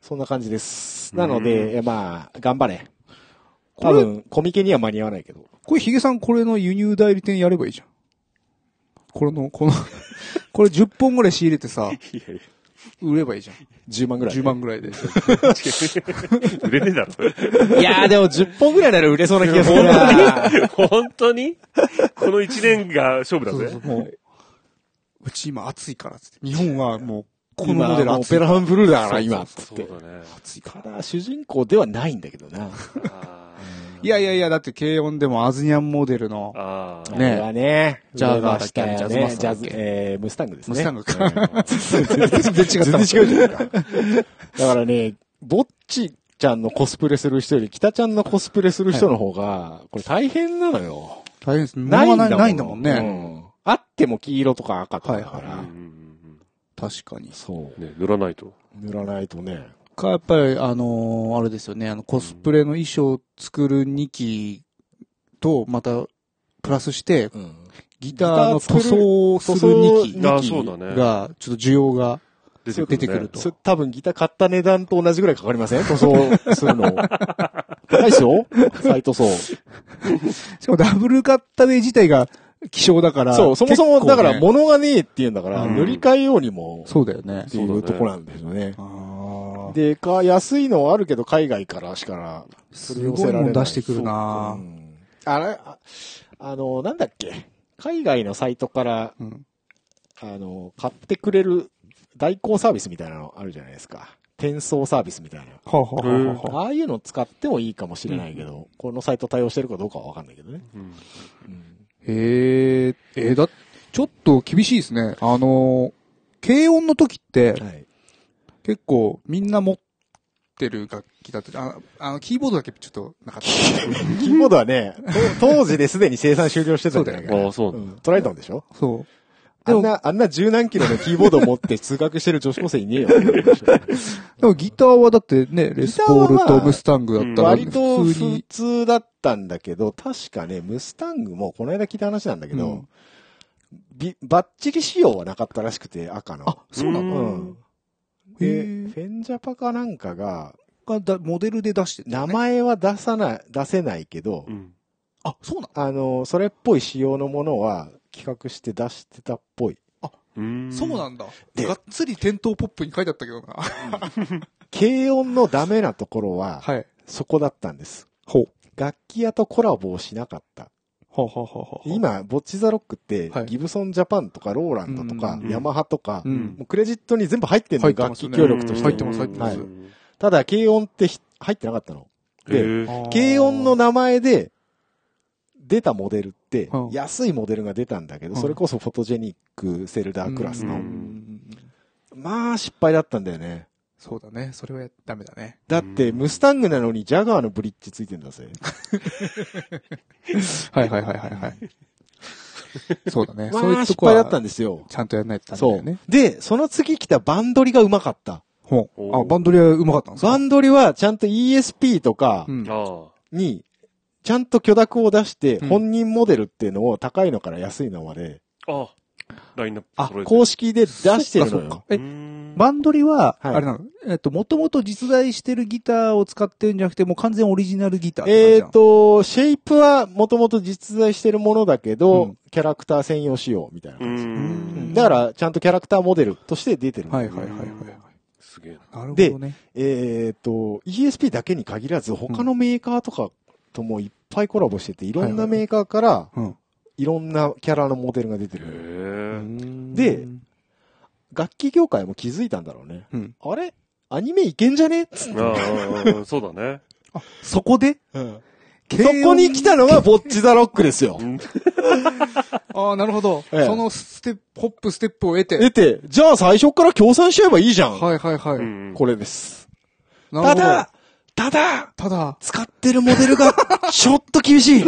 S3: そんな感じです。なので、えーまあ、頑張れ。多
S1: これ、
S3: 分、コミケには間に合わないけど。
S1: これヒゲさんこれの輸入代理店やればいいじゃん。これの、この、これ10本ぐらい仕入れ てさ、
S2: いやいや
S1: 売ればいいじゃん。
S3: 10万ぐらい。
S1: 10万ぐらいで。
S2: 売れねえだろ。
S3: いやーでも10本ぐらいなら売れそうな気がする な
S2: 本当にこの一年が勝負だぜ。
S1: もう、うち今暑いからっつって。日本はもう、この
S3: 今
S1: モデル
S3: もうオ
S1: 暑い
S3: ペ
S1: か
S3: ラ
S1: ら。
S3: ハンブルーだから、今。つ
S2: そ
S3: っ
S2: う
S3: て。
S2: だね。
S1: 暑いから。
S3: ただ、主人公ではないんだけどな。
S2: あ
S1: いやいやいや、だって軽音でもアズニアンモデルの
S2: ー、あー。
S1: ね
S3: あれはね。
S1: ジャガーだっけ
S3: 売れましたよねジ
S1: ジ
S3: ャ
S1: ャズマスター
S3: ズ
S1: だっけ、
S3: えー、ムスタングですね。
S1: ムスタング
S3: う
S1: か
S3: ん。全然違った。全然違うじゃないか。だからね、ぼっちちゃんのコスプレする人より、北ちゃんのコスプレする人の方が、これ大変なのよ。
S1: 大変です。
S3: ないんだもん。
S1: ないんだもん
S3: う
S1: ね。
S3: ん。あっても黄色とか赤とかだか
S1: はい
S3: ら
S1: は。確かに。
S3: そう。
S2: ね、塗らないと。
S3: 塗らないとね。
S4: か、やっぱり、あのーあれですよね、あの、コスプレの衣装を作る2期と、また、プラスして、
S3: うん。
S4: ギターの塗装をする
S3: ギ
S4: 2
S3: ター
S2: あー
S3: 作る塗装二期
S2: そうだ
S4: 期
S2: ね。
S4: が、ちょっと需要が、出てくると
S3: それ多分ギター買った値段と同じぐらいかかりません塗装するの。 高いでしょ再塗装。
S1: しかもダブルカッター自体が希少だから。
S3: そう、そもそも、
S1: 結構ね
S3: だから、物がねえっていうんだから、
S2: うん
S3: 塗り替えようにも、
S4: そうだよね
S3: っ。ていうとこなんですよね。
S1: あ
S3: で、か、安いのはあるけど、海外からしから、
S1: あ。すごいもん出してくるな
S3: う。んあれ、ああの、なんだっけ。海外のサイトから、
S1: うん
S3: あの、買ってくれる代行サービスみたいなのあるじゃないですか。転送サービスみたいな。
S1: はあはあはあはあ
S3: ああいうの使ってもいいかもしれないけど、このサイト対応してるかどうかはわかんないけどね。
S2: うん
S1: へえ、えー、だ、ちょっと厳しいですね。あのー、軽音の時って、
S3: はい。
S1: 結構みんな持ってる楽器だった。あの、あのキーボードだけちょっとなかっ
S3: キーボードはね、と当時ですでに生産終了してたんじゃないかな。
S2: ああ、そうな
S3: う
S2: んだ。
S3: ん、トライトンでしょ
S1: た。 そう。
S3: あ
S1: でも
S3: んな、あんな十何キロのキーボードを持って通学してる女子高生いねえよ。
S1: でもギターはだってね、レスポールとムスタングだったら、
S3: 割と
S1: 普通
S3: 普
S1: に、
S3: 通だったんだけど、確かね、ムスタングもこの間聞いた話なんだけど、
S1: うん
S3: びバッチリ仕様はなかったらしくて、赤の。
S1: あ、そうな
S3: う
S1: の
S3: ん。
S1: へ
S3: で、フ
S1: ー
S3: ェンジャパかなんかが、
S4: がだモデルで出してんだよ
S3: 名
S4: ね
S3: 前は出さない、出せないけど、
S2: うん。
S4: あ、そうな
S3: あの、それっぽい仕様のものは企画して出してたっぽい。
S2: うん
S4: のそうなんだ。
S3: で
S1: がっつり店頭ポップに書いてあったけどな。
S3: 軽音のダメなところは、
S1: はい。
S3: そこだったんです。
S1: ほう。
S3: 楽器屋とコラボをしなかった。
S1: ほうほうほうほう。
S3: 今、ボッチザロックって、
S1: はい
S3: ギブソンジャパンとか、ローランドとか
S1: うん
S2: う、ん
S3: ヤマハとか、
S1: う
S3: も
S1: ん。
S3: うクレジットに全部入ってんの、
S1: 入って
S3: 楽
S1: ます
S3: 器
S1: ね
S3: 協力とし
S1: 入っ
S3: て
S1: て。ます入ってます
S2: はい
S3: ただ、軽音ってひ入ってなかったの。で
S2: へ
S1: あ
S2: ー
S1: ー
S3: 軽音の名前で、出たモデルって
S1: う、ん
S3: 安いモデルが出たんだけど、
S1: うん
S3: それこそフォトジェニック、セルダークラス
S1: う
S3: の
S1: んうん。うん
S3: まあ、失敗だったんだよね。
S1: そうだね。それはやダメだね。
S3: だって、ムスタングなのにジャガーのブリッジついてんだぜ。
S1: はいはいはいはいはい。 そうだね。
S3: ま
S1: そういう
S3: あ、
S1: と
S3: 失
S1: こ
S3: 敗だった
S1: は、
S3: んですよ。
S1: ちゃんとやらないとダメ
S3: そ
S1: だよ
S3: う
S1: ね。。
S3: で、その次来たバンドリがうまかった。
S1: ほう。
S2: おー
S1: あ、バンドリはうまかったんですか
S3: バンドリはちゃんと ESP とか
S1: う、ん。
S2: ああ。
S3: に、ちゃんと許諾を出して、
S1: うん
S3: 本人モデルっていうのを高いのから安いのまで、
S2: ああ。ラインナップ
S3: あ
S2: 揃えて。
S3: 公式で出してるの
S1: そっかそっ
S3: よ
S1: か。え
S2: う、ん
S1: バンドリは、
S3: はい
S1: あれなの、えっと、もともと実在してるギターを使ってるんじゃなくて、もう完全オリジナルギターって
S3: え
S1: 感じ
S3: っ、
S1: なの
S3: と、シェイプはもともと実在してるものだけど、
S1: うん
S3: キャラクター専用仕様みたいな
S2: う。
S3: 感じ。
S1: うんん
S3: だから、ちゃんとキャラクターモデルとして出てる。
S1: はいはいはいはいはい。
S2: すげえな。
S1: なるほ
S3: で
S1: どね。
S3: えっ、と、ESP だけに限らず、他のメーカーとかともいっぱいコラボしてて、いろんなメーカーから、
S1: うん。
S3: いろんなキャラのモデルが出て
S2: へ
S3: る。
S2: え。
S3: で楽器業界も気づいたんだろうね。
S1: うん
S3: あれアニメいけんじゃねっつって。
S2: ああ、そうだね。
S1: そこで
S3: うん
S1: そ
S3: そこに来たのがぼっちザロックですよ。
S1: ああ、なるほど。
S3: ええ
S1: そのステップ、ホップステップを得て。
S3: えて、じゃあ最初から協賛しちゃえばいいじゃん。
S1: はいはいはい。
S2: うん。
S3: これです。
S1: なるほ
S3: た
S1: ど。
S3: だ、ただ、
S1: ただ、
S3: 使ってるモデ ルが、ちょっと厳しい。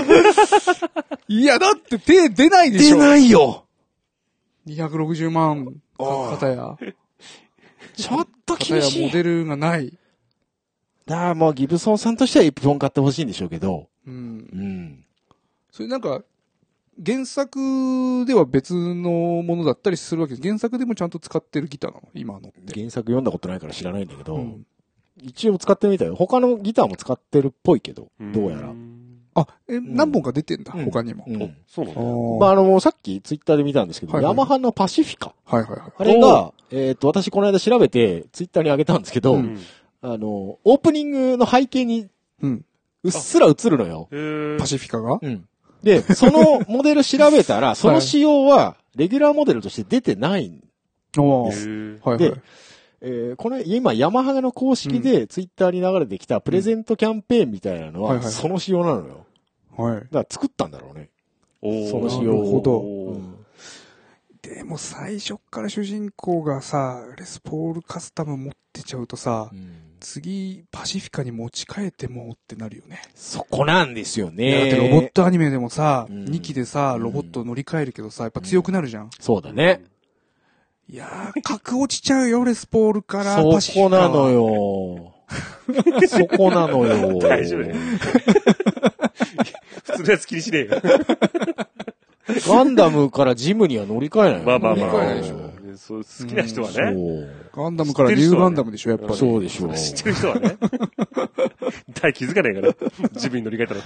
S1: いや、だって手出ないでし
S3: 出
S1: ょ。
S3: ないよ。
S1: 260万
S3: ああ
S1: 方や、
S3: ちょっと
S1: 方
S3: 厳
S1: や
S3: し
S1: モ
S3: い。
S1: デルがない。
S3: だからもうギブソンさんとしては一本買ってほしいんでしょうけど。
S1: うん。
S3: うん。
S1: それなんか、原作では別のものだったりするわけです。原作でもちゃんと使ってるギターなの今のって。
S3: 原作読んだことないから知らないんだけど、
S1: うん
S3: 一応使ってみたよ。他のギターも使ってるっぽいけど、どうやら。
S1: あ、え、
S3: ん
S1: 何本か出てんだ。
S3: うん
S1: 他にも。
S3: うん
S2: おそうなんだ。
S3: まあ、
S1: あ
S3: あの、さっきツイッターで見たんですけど、
S1: はいはい
S3: ヤマハのパシフィカ。
S1: はいはいはい。
S3: あれが、えっ、と、私この間調べて、ツイッターに上げたんですけど、
S2: うん。
S3: あの、オープニングの背景に
S1: うん。
S3: うっすら映るのよ。
S2: へえ。
S1: パシフィカが
S3: うん。で、そのモデル調 べたら、その仕様は、レギュラーモデルとして出てないん。
S1: お
S2: へ
S1: ー
S2: ー
S1: はいは
S3: で
S1: い。
S3: えーこれ、今、ヤマハの公式で、ツイッターに流れてきたプレゼントキャンペーンみたいなの
S1: はい
S3: は、
S1: はいはい
S3: その仕様なのよ。
S1: はい。
S3: だから作ったんだろうね。
S2: おー
S3: その仕様
S1: な
S3: を
S1: るほど
S3: うん
S1: でも最初から主人公がさ、レスポールカスタム持ってちゃうとさ、次パシフィカに持ち替えてもってなるよね。
S3: そこなんですよ
S1: いやだっ
S3: ね
S1: て。ロボットアニメでもさ、
S3: うん
S1: 2機でさ、ロボット乗り換えるけどさ、やっぱ強くなるじゃん。
S3: そうだね。
S1: いやー、格落ちちゃうよ、レスポールから。パシ
S3: そ
S1: フィ
S3: こ
S1: カは
S3: なの。よ。そこなのよ。
S2: 大丈夫だよ普通のやつ気にしねえよ。
S3: ガンダムからジムには乗り換えないよね
S2: まあまあま
S1: 乗
S2: あ。
S1: り換えないでし
S2: そう好きな人はね。
S3: そ
S1: ガンダムからニューガンダムでしょ、やっぱり。
S3: う。そうでしょう。
S2: 知ってる人はね。 大気づかないから。自分に乗り換えたら。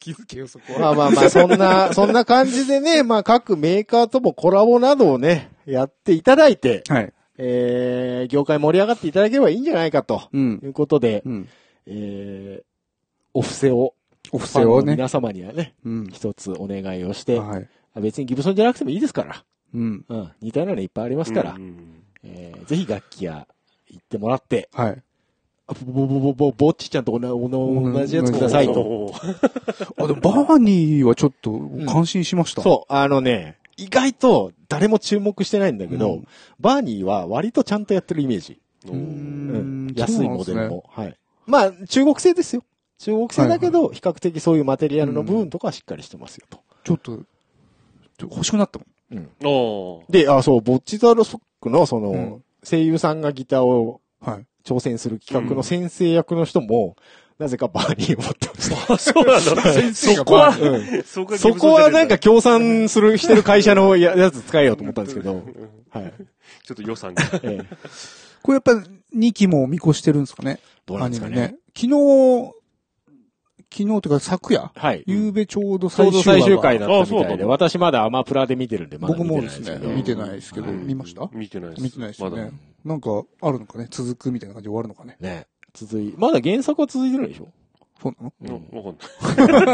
S1: 気づけよ、そこ
S3: まあまあまあ、そんな、 そんな感じでね、まあ各メーカーともコラボなどをね、やっていただいて、
S1: はい。
S3: えー、業界盛り上がっていただければいいんじゃないかと、
S1: うん
S3: い。うことで、
S1: うん。
S3: えー、お布施を、
S1: お布施を
S3: ファンの
S1: ね。
S3: 皆様にはね、
S1: うん。
S3: 一つお願いをして、
S1: はい。
S3: 別にギブソンじゃなくてもいいですから、
S1: うん。
S3: うん、似たようなのいっぱいありますから、
S2: うん
S3: えー、ぜひ楽器屋行ってもらって、
S1: はい。
S3: あぼぼぼぼぼぼっちちゃんとおなおな同じやつくださいと。
S2: おー
S1: あ、でも、バーニーはちょっと、感心しました。
S3: そう、あのね、意外と誰も注目してないんだけど、
S1: うん
S3: バーニーは割とちゃんとやってるイメージ。
S2: お
S1: うー
S2: ー
S1: ん。
S3: 安いモデル
S1: そうなんですね。
S3: も。はい。まあ、中国製ですよ。中国製だけど、比較的そういうマテリアルの部分とかはしっかりしてますよと。
S1: ちょっと、ちょっと欲しくなったもん。
S2: おー
S3: で、あ、そう、ボッチザロソックのその、
S1: うん
S3: 声優さんがギターを
S1: はい。
S3: 挑戦する企画の先生役の人も、なぜかバーニーを持ってま した。
S2: あ、そうなんだ。そこは
S3: う、
S2: そ
S3: そこはなんか
S2: ち
S3: 協賛する、してる会社のややつ使えようと思ったんですけど、はい。
S2: ょっと予算が。
S3: ええ
S1: これやっぱ、2期も見越してるんですかね。
S3: どうなんですか
S1: アニメ
S3: ね。
S1: 昨日、昨日というか昨夜、
S3: はい。
S1: 夕べちょうど
S3: ちょ
S1: 最
S3: うど
S1: 終話
S3: 最
S1: が
S3: 終回だったみ
S2: あそう
S3: た
S2: ないん
S3: で、
S2: だ
S3: 私まだアマプラで見てるんで、まだ
S1: 僕
S3: 見て
S1: も
S3: な
S1: で
S3: い
S1: す
S3: ですけ
S1: ね
S3: ど。、
S1: 見てないですけど、見ました
S2: 見てないです。
S1: 見てないですよ
S2: まだ
S1: ね。なんか、あるのかね続くみたいな感じで終わるのかね
S3: ね。続い、まだ原作は続いてるでしょ
S1: そうなの
S2: うんわかんない。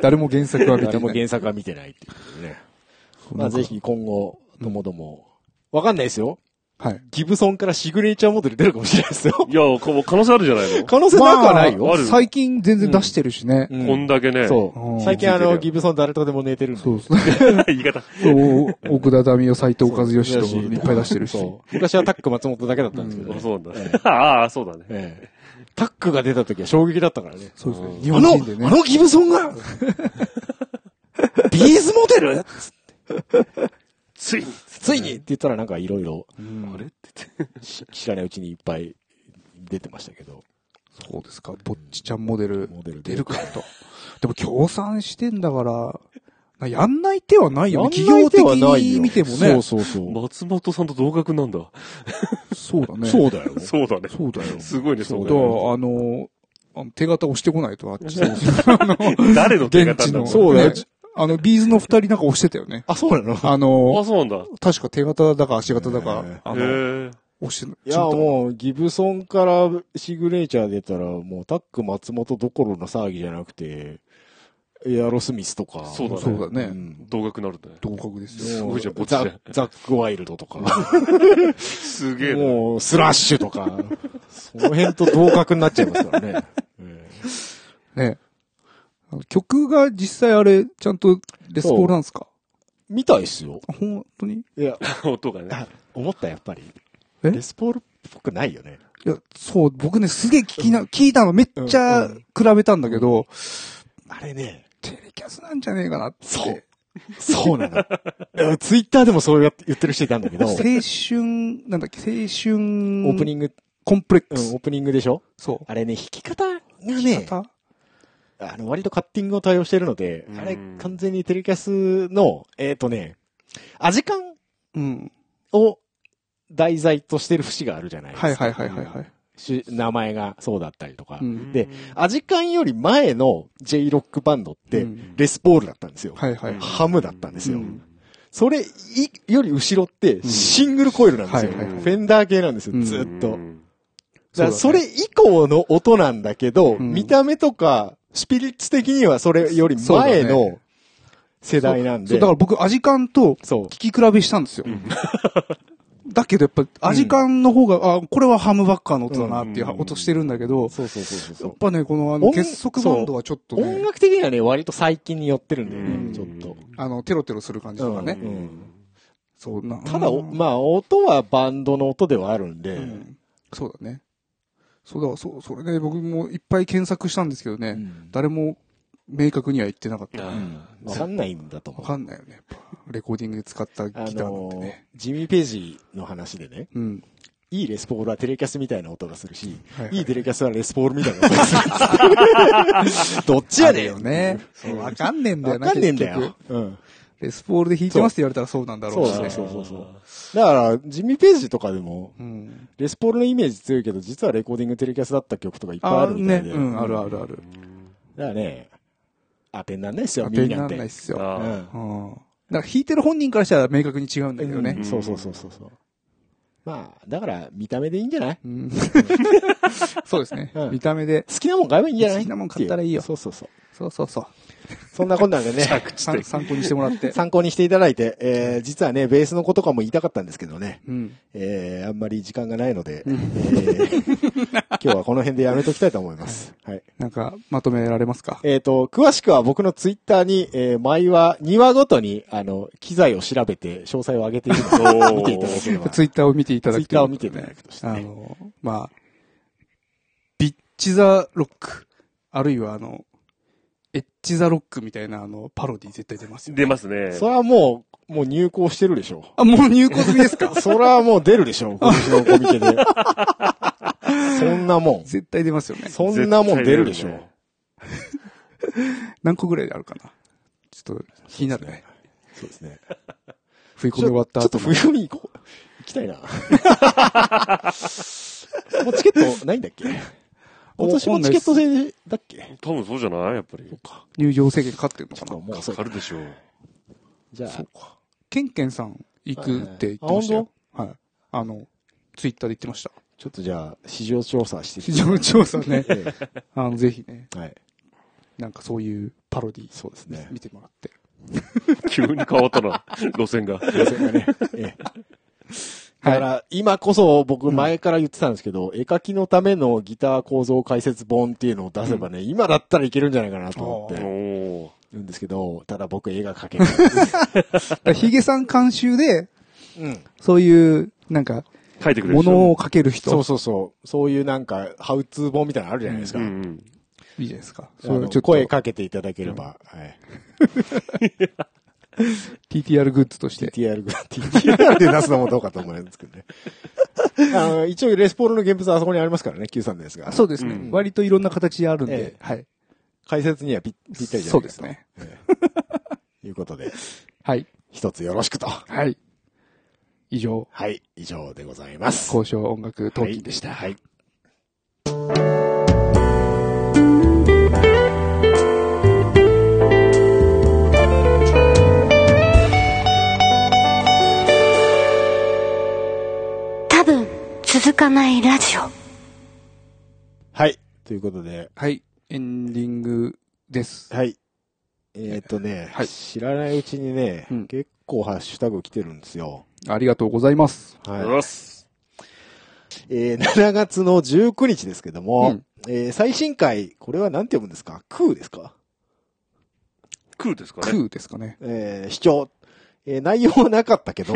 S1: 誰も原作は見て
S3: 誰も
S1: ない。
S3: 原作は見てないっていうことでね。ま
S1: な
S3: あ
S1: んか
S3: ぜ。ひ今後、ともども。わかんないですよ。
S1: はい。
S3: ギブソンからシグネチャーモデル出るかもしれないですよ。
S2: いや、こ可能性あるじゃないの
S3: 可能性なくはないよ。
S1: まあ
S2: ある
S1: 最近全然出してるしね。
S3: うん
S2: こんだけね。
S3: そうう。
S1: ん
S3: 最近あの、ギブソン誰とでも寝てるんで。
S1: そうそう。
S2: 言い方。
S1: そう奥田民生、斎藤和義といっぱい出してるし。
S3: そう昔はタック松本だけだったんですけど
S2: あ
S3: ね。
S2: そうなんだ。 ああ、そうだね。
S3: ええタックが出た時は衝撃だったからね。
S1: そうですね。日
S3: あ
S1: 本
S3: の、
S1: 人でね
S3: あ。のギブソン が、ビーズモデル
S2: ついに。
S3: ついにって言ったらなんかいろいろ
S2: あれって言って。
S3: し知らないうちにいっぱい出てましたけど。
S1: そうですか。ぼっちちゃんモデル
S3: モデル
S1: 出るかと。でも協賛してんだから、なやんない手はないよね。企業的に見てもね。
S3: そうそうそう。
S2: 松本さんと同格なんだ。
S1: そうだね。
S3: そうだよ。
S2: そうだね。
S1: そうだよ。
S2: すごいね、
S3: そ
S2: そうう
S1: だ
S2: だ
S1: か
S2: ね。
S1: らあの、あの手形押してこないと、あっち。
S2: 誰の手
S1: 現
S2: 形
S1: 地
S2: なん
S1: の。
S2: だ
S3: そうだよ
S1: ねあの、ビーズの二人なんか押してたよね。
S3: あ、そうなの
S1: あ
S2: あ、
S1: の、
S2: そうなんだ。
S1: 確か手形だか足形だか
S3: へー、
S1: あ
S2: へ
S1: の、
S2: え
S1: 押して
S3: いや、もう、ギブソンからシグネチャー出たら、もうタック松本どころの騒ぎじゃなくて、エアロスミスとか。
S2: そうだね
S1: そうだね。
S3: ん
S2: 同額なるね。
S1: 同格ですよ。
S2: すごいじゃん
S3: もう
S2: ぼっち
S3: ザ
S2: で
S3: ザックワイルドとか、
S2: すげえな。
S3: もう、スラッシュとか、その辺と同格になっちゃいます からね。ええ
S1: ね。あの曲が実際あれ、ちゃんとレスポールなんですか
S3: みたいっすよ。
S1: あ本当に
S3: いや、
S2: 音がね。
S3: 思ったやっぱり。
S1: え
S3: レスポールっぽくないよね。
S1: いや、そう、僕ね、すげえ聞きな、聞いたのめっちゃ
S3: うん
S1: 比べたんだけど、
S3: あれね、
S1: テレキャスなんじゃねえかなって。
S3: そう。そうなの。 ツイッターでもそうやって言ってる人いたんだけど、
S1: 青
S3: オ
S1: 春
S3: ー、
S1: なんだっけ、青春、オ
S3: プニング、
S1: コンプレッ
S3: う
S1: ク
S3: ん、
S1: ス。
S3: オープニングでしょ
S1: そう。
S3: あれね、弾き方が
S1: 聞
S3: ね
S1: き、方
S3: あの、割とカッティングを対応してるので、あれ
S2: うん、
S3: 完全にテレキャスの、えっ、とね、アジカン
S1: うん。
S3: を題材としてる節があるじゃないですか。
S1: はいはいはいはいはい。
S3: し名前がそうだったりとか。
S1: うん
S3: で、アジカンより前の J ロックバンドって、
S1: うん
S3: レスポールだったんですよ。
S1: はいはい。
S3: ハムだったんですよ。
S1: うん
S3: それいより後ろって、シングルコイルなんですよ。
S1: はいはい
S2: はい
S3: フェンダー系なんですよ、
S1: うん
S3: ずっと。
S2: うん
S3: だからそれ以降の音なんだけど、
S1: うん
S3: 見た目とか、スピリッツ的にはそれより前
S1: そうだ
S3: の世代なん
S1: そう、
S3: で。
S1: だから僕、アジカンと
S3: そう
S1: 聞き比べしたんですよ。だけどやっぱ、アジカンの方が、あ、これはハムバッカーの音だなっていう
S2: うん
S1: 音してるんだけど、
S3: そうそうそうそ
S1: や
S3: う
S1: っ。ぱね、このあの、
S3: 音
S1: 結束バンドはちょっと
S3: 音
S1: ね、
S3: 楽的にはね、割と最近に寄ってるんだよ
S2: うん
S3: ね、ちょっと。
S1: あの、テロテロする感じとかね
S3: う。ん
S1: そうな。
S3: ただ、お
S1: うん
S3: まあ、音はバンドの音ではあるんで
S1: う、んそうだね。そうだ、そう、それね、僕もいっぱい検索したんですけど
S3: う
S1: ね、
S3: ん
S1: 誰も明確には言ってなかっ
S2: あ
S1: た。
S2: ー
S3: わかんないんだと
S1: わ
S3: 思う。
S1: かんないよね、やっぱ。レコーディングで使ったギタ
S3: あ
S1: ーなん
S3: の
S1: て
S3: ー
S1: ね。、
S3: ジミー・ページの話でね、
S1: うん。
S3: いいレスポールはテレキャスみたいな音がするし、
S1: はいはい
S3: いいテレキャスはレスポールみたいな音がす る。どっちや
S1: ある
S3: ね
S1: よ
S3: ん。
S1: ね。そう、わかんねえんだ
S3: わ
S1: よな。
S3: かんねえんだ
S1: 結
S3: よ
S1: 局。
S3: うん。
S1: レスポールで弾いてますって言われたらそうなんだろ
S3: そうう
S1: し
S3: そう
S1: ね。
S3: そうそうそう。だから、ジミー・ページとかでも、
S1: うん。
S3: レスポールのイメージ強いけど、実はレコーディングテレキャスだった曲とかいっぱいあ
S1: あ
S3: る
S1: る
S3: みた
S1: ね。
S3: いで。
S1: うん、あるあるある。
S3: だからね、当てになんないっすよ、
S1: 当て
S3: 耳
S1: にな
S3: なんん
S1: な
S3: て。
S1: いっすよ。
S2: あー
S1: うん。だから弾いてる本人からしたら明確に違うんだけど
S3: う
S1: ね
S3: ん。そうそうそうそうそう。まあ、だから、見た目でいいんじゃない
S1: うん。 そうですね
S3: う。ん
S1: 見た目で。
S3: 好きなもん買えばいいんじゃない
S1: 好きなもん買ったらいいよ
S3: ってうそうそ
S1: そ
S3: う
S1: うそうそう。
S3: そう。そんなこんなん でね、
S1: さん参考にしてもらって。
S3: 参考にしていただいて、えー、実はね、ベースの子とかも言いたかったんですけどね、
S1: うん。
S3: えー、あんまり時間がないので、えー今日はこの辺でやめときたいと思います。はい。
S1: なんか、まとめられますか
S3: えっ、と、詳しくは僕のツイッターに、えー、毎話、2話ごとに、あの、機材を調べて、詳細を上げているの
S2: おー
S3: を見ていただければ。
S1: ツイッターを見ていただくということで
S3: ツイッターを見ていただくとしてね
S1: あの、まあ、ビッチザロック、あるいはあの、エッチザロックみたいなあの、パロディ絶対出ますよ。
S2: 出ますね。
S3: それはもう、もう入校してるでしょ
S1: あ、もう入稿済みです か
S3: それはもう出るでしょ今年のコミケで。そんなもん。
S1: 絶対出ますよね。
S3: そんなもん出るでし
S2: 絶
S3: ょ
S1: 何個ぐらいあるかなちょっと気になるね。
S3: そうですね。
S1: 振り込み
S3: ちょ
S1: 終わった
S3: ちょっと
S1: 後の
S3: 冬見行こう。行きたいな。もうチケットないんだっけ今年もチケット制だっけち
S2: 多分そうじゃないやっぱり。
S1: 入場制限かかってるの
S3: ょっ
S1: か
S3: と
S1: な
S3: もうそ
S2: か
S3: う
S2: か
S3: か。
S2: るでしょう。
S3: じゃあ、
S1: ケンケンさん行くって言ってましたよ。はい。あの、ツイッターで言って ました。
S3: ちょっとじゃあ、市場調査して。
S1: 非常調査ね
S3: え
S1: あの、ぜひね、
S3: えはい。
S1: なんかそういうパロディ、
S3: そうですね
S1: 見てもらって。
S2: 急に変わった な、路線が。
S3: 予選がね。ええだから、今こそ僕前から言ってたんですけど、絵描きのためのギター構造解説本っていうのを出せばね、今だったらいけるんじゃないかなと思
S2: お
S3: って
S2: ー
S3: るんですけど、ただ僕絵が描けない。
S1: だからヒゲさん監修で、
S3: うん。
S1: そういう、なんか、
S2: 書いてくれる
S1: も
S2: でしょ
S1: のをかける人。
S3: そうそうそう。そういうなんか、ハウツー本みたいなのあるじゃないですか。
S2: うんうん。
S1: いいじゃないですか。
S3: あ
S1: そうい
S3: の
S1: う、ちょっと
S3: 声、かけていただければ、はい。
S1: TTR グッズとして。
S3: TTR が、TTR で出すのもどうかと思うんですけどね。あの、一応レスポールの現物はあそこにありますからね、Q さんのやつが。
S1: そうですね、
S2: うん
S1: 割といろんな形であるん
S3: え
S1: で
S3: え、
S1: はい。
S3: 解説にはぴぴったりじゃないかと
S1: そうです。ね。
S3: ええいうことで、
S1: はい。
S3: 一つよろしくと。
S1: はい。以上、
S3: はい、以上でございます。
S1: 交渉音楽トーキンでした。
S3: はい。
S5: 多分、続かないラジオ。
S3: はい。ということで、
S1: はい。エンディングです。
S3: はい。えーっとね、
S1: はい
S3: 知らないうちにね、
S1: うん
S3: 結構ハッシュタグ来てるんですよ。
S1: ありがとうございます。
S2: ありがとうござい
S3: は
S2: ます。
S3: い。えー7月の19日ですけども、
S1: うん
S3: えー最新回、これはなんて読むんですか空ですか
S2: クーですかね。
S1: 空ですかね。
S3: えー、視聴。えー内容はなかったけ ど、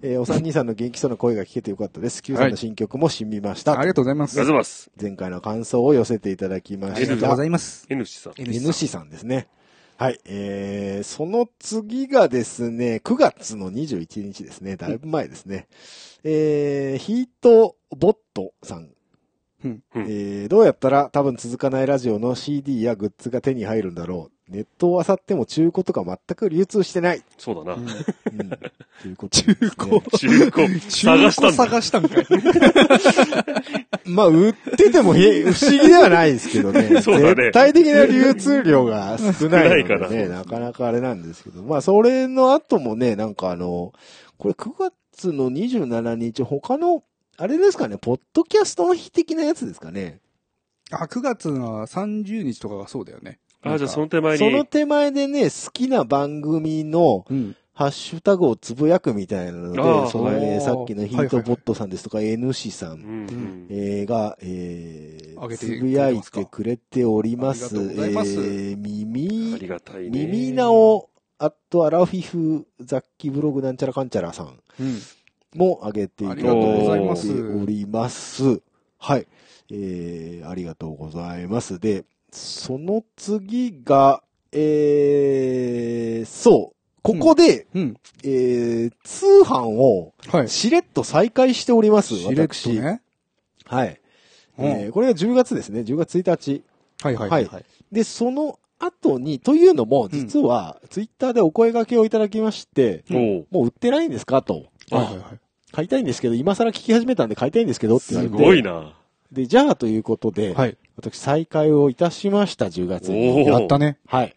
S3: えーお三人さんの元気そうな声が聞けてよかったです。Q さんの新曲も染みました。
S1: ありがとうございま
S2: あり
S1: す。
S2: がとうございます。
S3: 前回の感想を寄せていただきま
S1: あ
S3: し
S1: り
S3: た。
S1: がとうございます。
S2: N 氏さん。
S3: N 氏さんですね。はい。えー、その次がですね、9月の21日ですね。だいぶ前ですね。えー、ヒートボットさん。
S1: うん
S2: うん
S3: えー、どうやったら多分続かないラジオの CD やグッズが手に入るんだろう。ネットを漁っても中古とか全く流通してない。
S2: そうだな。
S3: うん。ということですね、
S2: 中 古。探したんだ。
S1: 探したんかい。
S3: まあ、売っててもへ不思議ではないですけどね。
S2: そうだね
S3: 絶対的な流通量が少ないので、
S2: 少
S3: ね、
S2: ないからそうですね
S3: なかなかあれなんですけど。まあ、それの後もね、なんかあの、これ9月の27日、他の、あれですかね、ポッドキャストの日的なやつですかね。
S1: あ、9月の30日とかがそうだよね。
S2: あ、じゃあその手前
S3: その
S2: に。
S3: 手前でね、好きな番組の
S1: うん。
S3: ハッシュタグをつぶやくみたいなの
S2: ああ
S3: で、そのね、
S1: おー
S3: さっきのヒートボットさんですとか、NC さん
S2: う、ん
S3: えーが、
S1: 上
S3: えー、
S1: げて
S3: つぶやいてくれております。
S1: ありがとうございます
S3: え
S2: う
S3: ー、
S2: ん。あり
S3: 耳、
S2: がたいね。
S3: 耳な。お、あとアラフィフ、雑記ブログなんちゃらかんちゃらさん
S1: うん。
S3: も上げていただいてお
S1: あ
S3: ります。はい。えー、ありがとうございます。で、その次が、えー、そう。ここで、
S1: うん。
S3: えー、通販を
S1: はい。
S3: しれっと再開しております。私。
S1: れっとね。
S3: はい。
S1: うん
S3: えーこれが10月ですね。10月1日。
S1: はいはいはい。はい。
S3: で、その後に、というのも、実は、ツイッターでお声掛けをいただきまして、
S2: おー
S3: もう売ってないんですかと。
S1: はいはいはい。
S3: 買いたいんですけど、今更聞き始めたんで買いたいんですけどって言わ
S2: す
S3: れて。
S2: ごいな。
S3: で、じゃあということで、
S1: はい。
S3: 私再開をいたしました、10月
S2: お
S3: に。
S2: ー
S1: やったね。
S3: はい。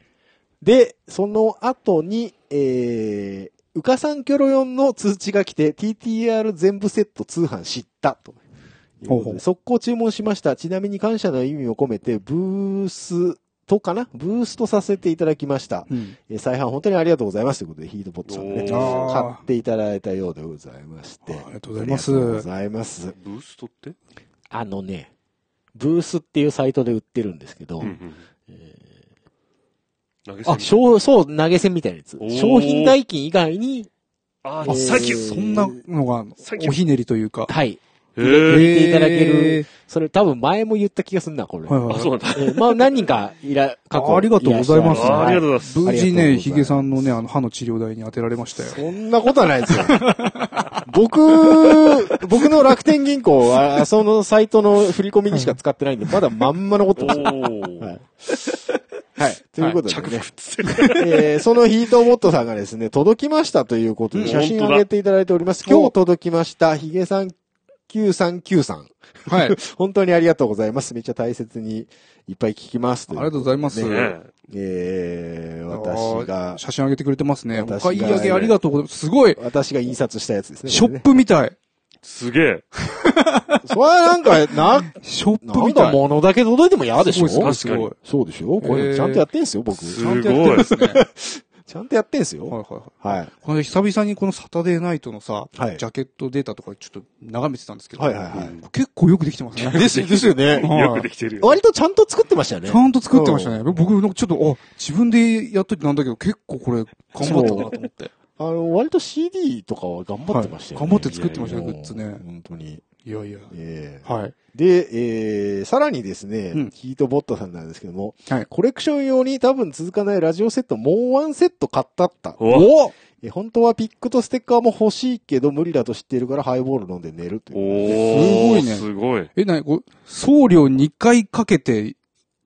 S3: で、その後に、えー、うかさんキョロ4の通知が来て、TTR 全部セット通販知ったと。いう
S1: ほう
S3: こと
S1: ほ
S3: で
S1: う
S3: 速攻注文しました。ちなみに感謝の意味を込めて、ブースとかなブースとさせていただきました。
S1: うん。
S3: えー再販本当にありがとうございますということで、ヒートポットさんがね、
S2: お
S1: ー
S3: 買っていただいたようでございまして。
S1: ありがとうございます
S3: ありがとうございます。
S2: ブーストって
S3: あのね、ブースっていうサイトで売ってるんですけど、
S2: うんうん投げ銭
S3: あ、商、そう、投げ銭みたいなやつ
S2: お。ー
S3: 商品代金以外に、
S2: あ
S3: えー
S2: ー、サンキュー
S1: そんなのが、おひねりというか。
S3: はい。
S2: へえ。
S3: 入れていただける
S1: え
S3: それ多分前も言った気がするな、これ。
S1: ー。はいはい
S2: あ、
S1: はい
S2: そうなんだ。
S3: えーまあ何人かいら、過 去
S1: あありがとうございます
S3: らっしゃる
S2: あありがとうございます。
S1: 無事
S3: ありがとうござい
S1: ね、
S3: ます
S1: ヒゲさんのね、あの、歯の治療代に当てられましたよ。
S3: そんなことはな いですよ。僕、僕の楽天銀行は、そのサイトの振り込みにしか使ってないんで、まだまんまのこと
S2: お
S3: ですよ。
S2: ー。
S3: はい。はい。ということで
S2: 着服
S3: ね。
S2: っつって。
S3: えーそのヒートボットさんがですね、届きましたということ
S2: う
S3: で、
S2: ん
S3: 写真を上げていただいております。
S1: 本当だ
S3: 今日届きました、ヒゲさん9393さん。
S1: はい。あり
S3: 本当にありがとうございます。めっちゃ大切にいっぱい聞きますという。
S1: がとうございます。
S2: ね
S3: えー、
S1: あー
S3: 私が、
S1: 写真上げてくれてますね。お
S3: 私が
S1: 買い上げありがとうございます。すごい
S3: 私が印刷したやつですね。
S1: ショップみたい。
S2: すげえ。
S3: これねそれはなんか、な、
S1: ショップ
S3: なん
S1: みた
S3: か
S1: い。
S3: 物だけ届いても嫌でしょ
S1: すごいす
S2: 確か
S1: ご
S2: に
S1: い。
S3: そうでしょこれちゃんとやってんすよ、僕。
S2: す
S3: ち
S2: ごい。
S1: すごい。 はい
S3: ゃんとやってんすよ。
S1: はいはい。
S3: はい。
S1: この久々にこのサタデーナイトのさ、
S3: はい
S1: ジャケットデータとかちょっと眺めてたんですけど、
S3: はいはいは
S1: 結構よくできてますね。
S3: い。です、ですよね。
S1: はい
S2: よくできてるよ。
S3: 割とちゃんと作ってましたよね
S1: ち。ゃんと作ってましたね。僕、なんかちょっと、あ、自分でやっといてなんだけど、結構これ、頑張ったなと思 って。
S3: あの、割と CD とかは頑張ってましたよね。
S1: はい頑張って作ってましたね
S3: いやい
S1: グ
S3: や
S1: ッズね
S3: 本当に。
S1: いやいや。
S3: ええ
S1: はい。
S3: で、えー、さらにですね、
S1: うん
S3: ヒートボットさんなんですけども、
S1: はい
S3: コレクション用に多分続かないラジオセットもうワンセット買ったった。
S2: お
S3: え本当はピックとステッカーも欲しいけど無理だと知っているからハイボール飲んで寝るという。
S2: おー。
S1: す
S2: すごいね。
S1: え、なに、こう送料2回かけて、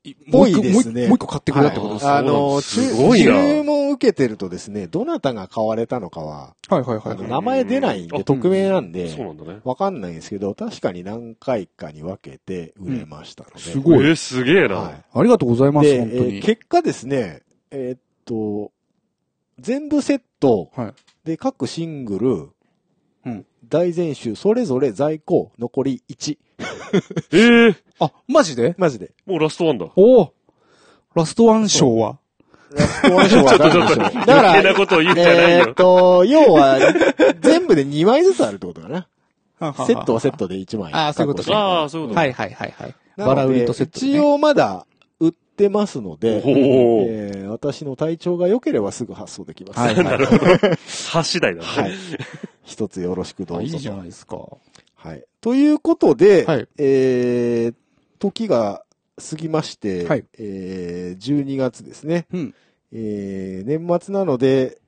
S1: いもう一個
S3: ぽいです
S1: もう一個
S3: ね
S1: もう一個買ってくれたってことですか
S3: はいあの、
S2: そう
S3: 注
S2: なんですすごいな
S3: 注文を受けてるとですね、どなたが買われたのかは、
S1: はいはいは
S3: あ
S1: い
S3: の
S1: はい。
S3: 名前出ないん
S2: うん
S3: で、匿名なんで、
S2: そうなんだね。
S3: わかんないんですけど、確かに何回かに分けて売れましたので。
S1: す
S2: え
S1: ごい。
S2: ー、すげえな。
S3: は
S1: ありがとうございま
S3: い。
S1: す、
S3: で、え
S1: 本当
S3: ー
S1: に。
S3: 結果ですね、えーっと、全部セット、
S1: はい
S3: で、各シングル、
S1: うん
S3: 大全集、それぞれ在庫、残り1。
S2: えー、
S1: あ、マジで
S3: マ ジで。
S2: もうラストワンだ。
S1: おおラストワン賞は
S3: ラストワン賞は何でしょ
S2: 余計
S3: う。だから
S2: な、ことを言うんじゃない
S3: えーっ
S2: よ。
S3: と、要は、全部で2枚ずつあるってことだな。セットはセットで1枚。
S1: あーそういうことね
S2: ああ、そういうこと。
S1: はいはいはいはい。
S3: なの
S1: バ
S3: で
S1: ラ売りとセットね
S3: 一応まだ売ってますの
S2: お
S3: で、
S2: お、
S3: えー私の体調が良ければすぐ発送できます。
S1: はいはい
S3: は
S2: 橋次第だね。
S3: い。一つよろしくど
S1: あ
S3: う
S1: いい
S3: ぞ
S1: じゃ
S3: と。
S1: ないですか。
S3: はい。ということで、
S1: はい
S3: えー時が過ぎまして、
S1: はい
S3: えー12月ですね、
S1: うん
S3: えー年末なので、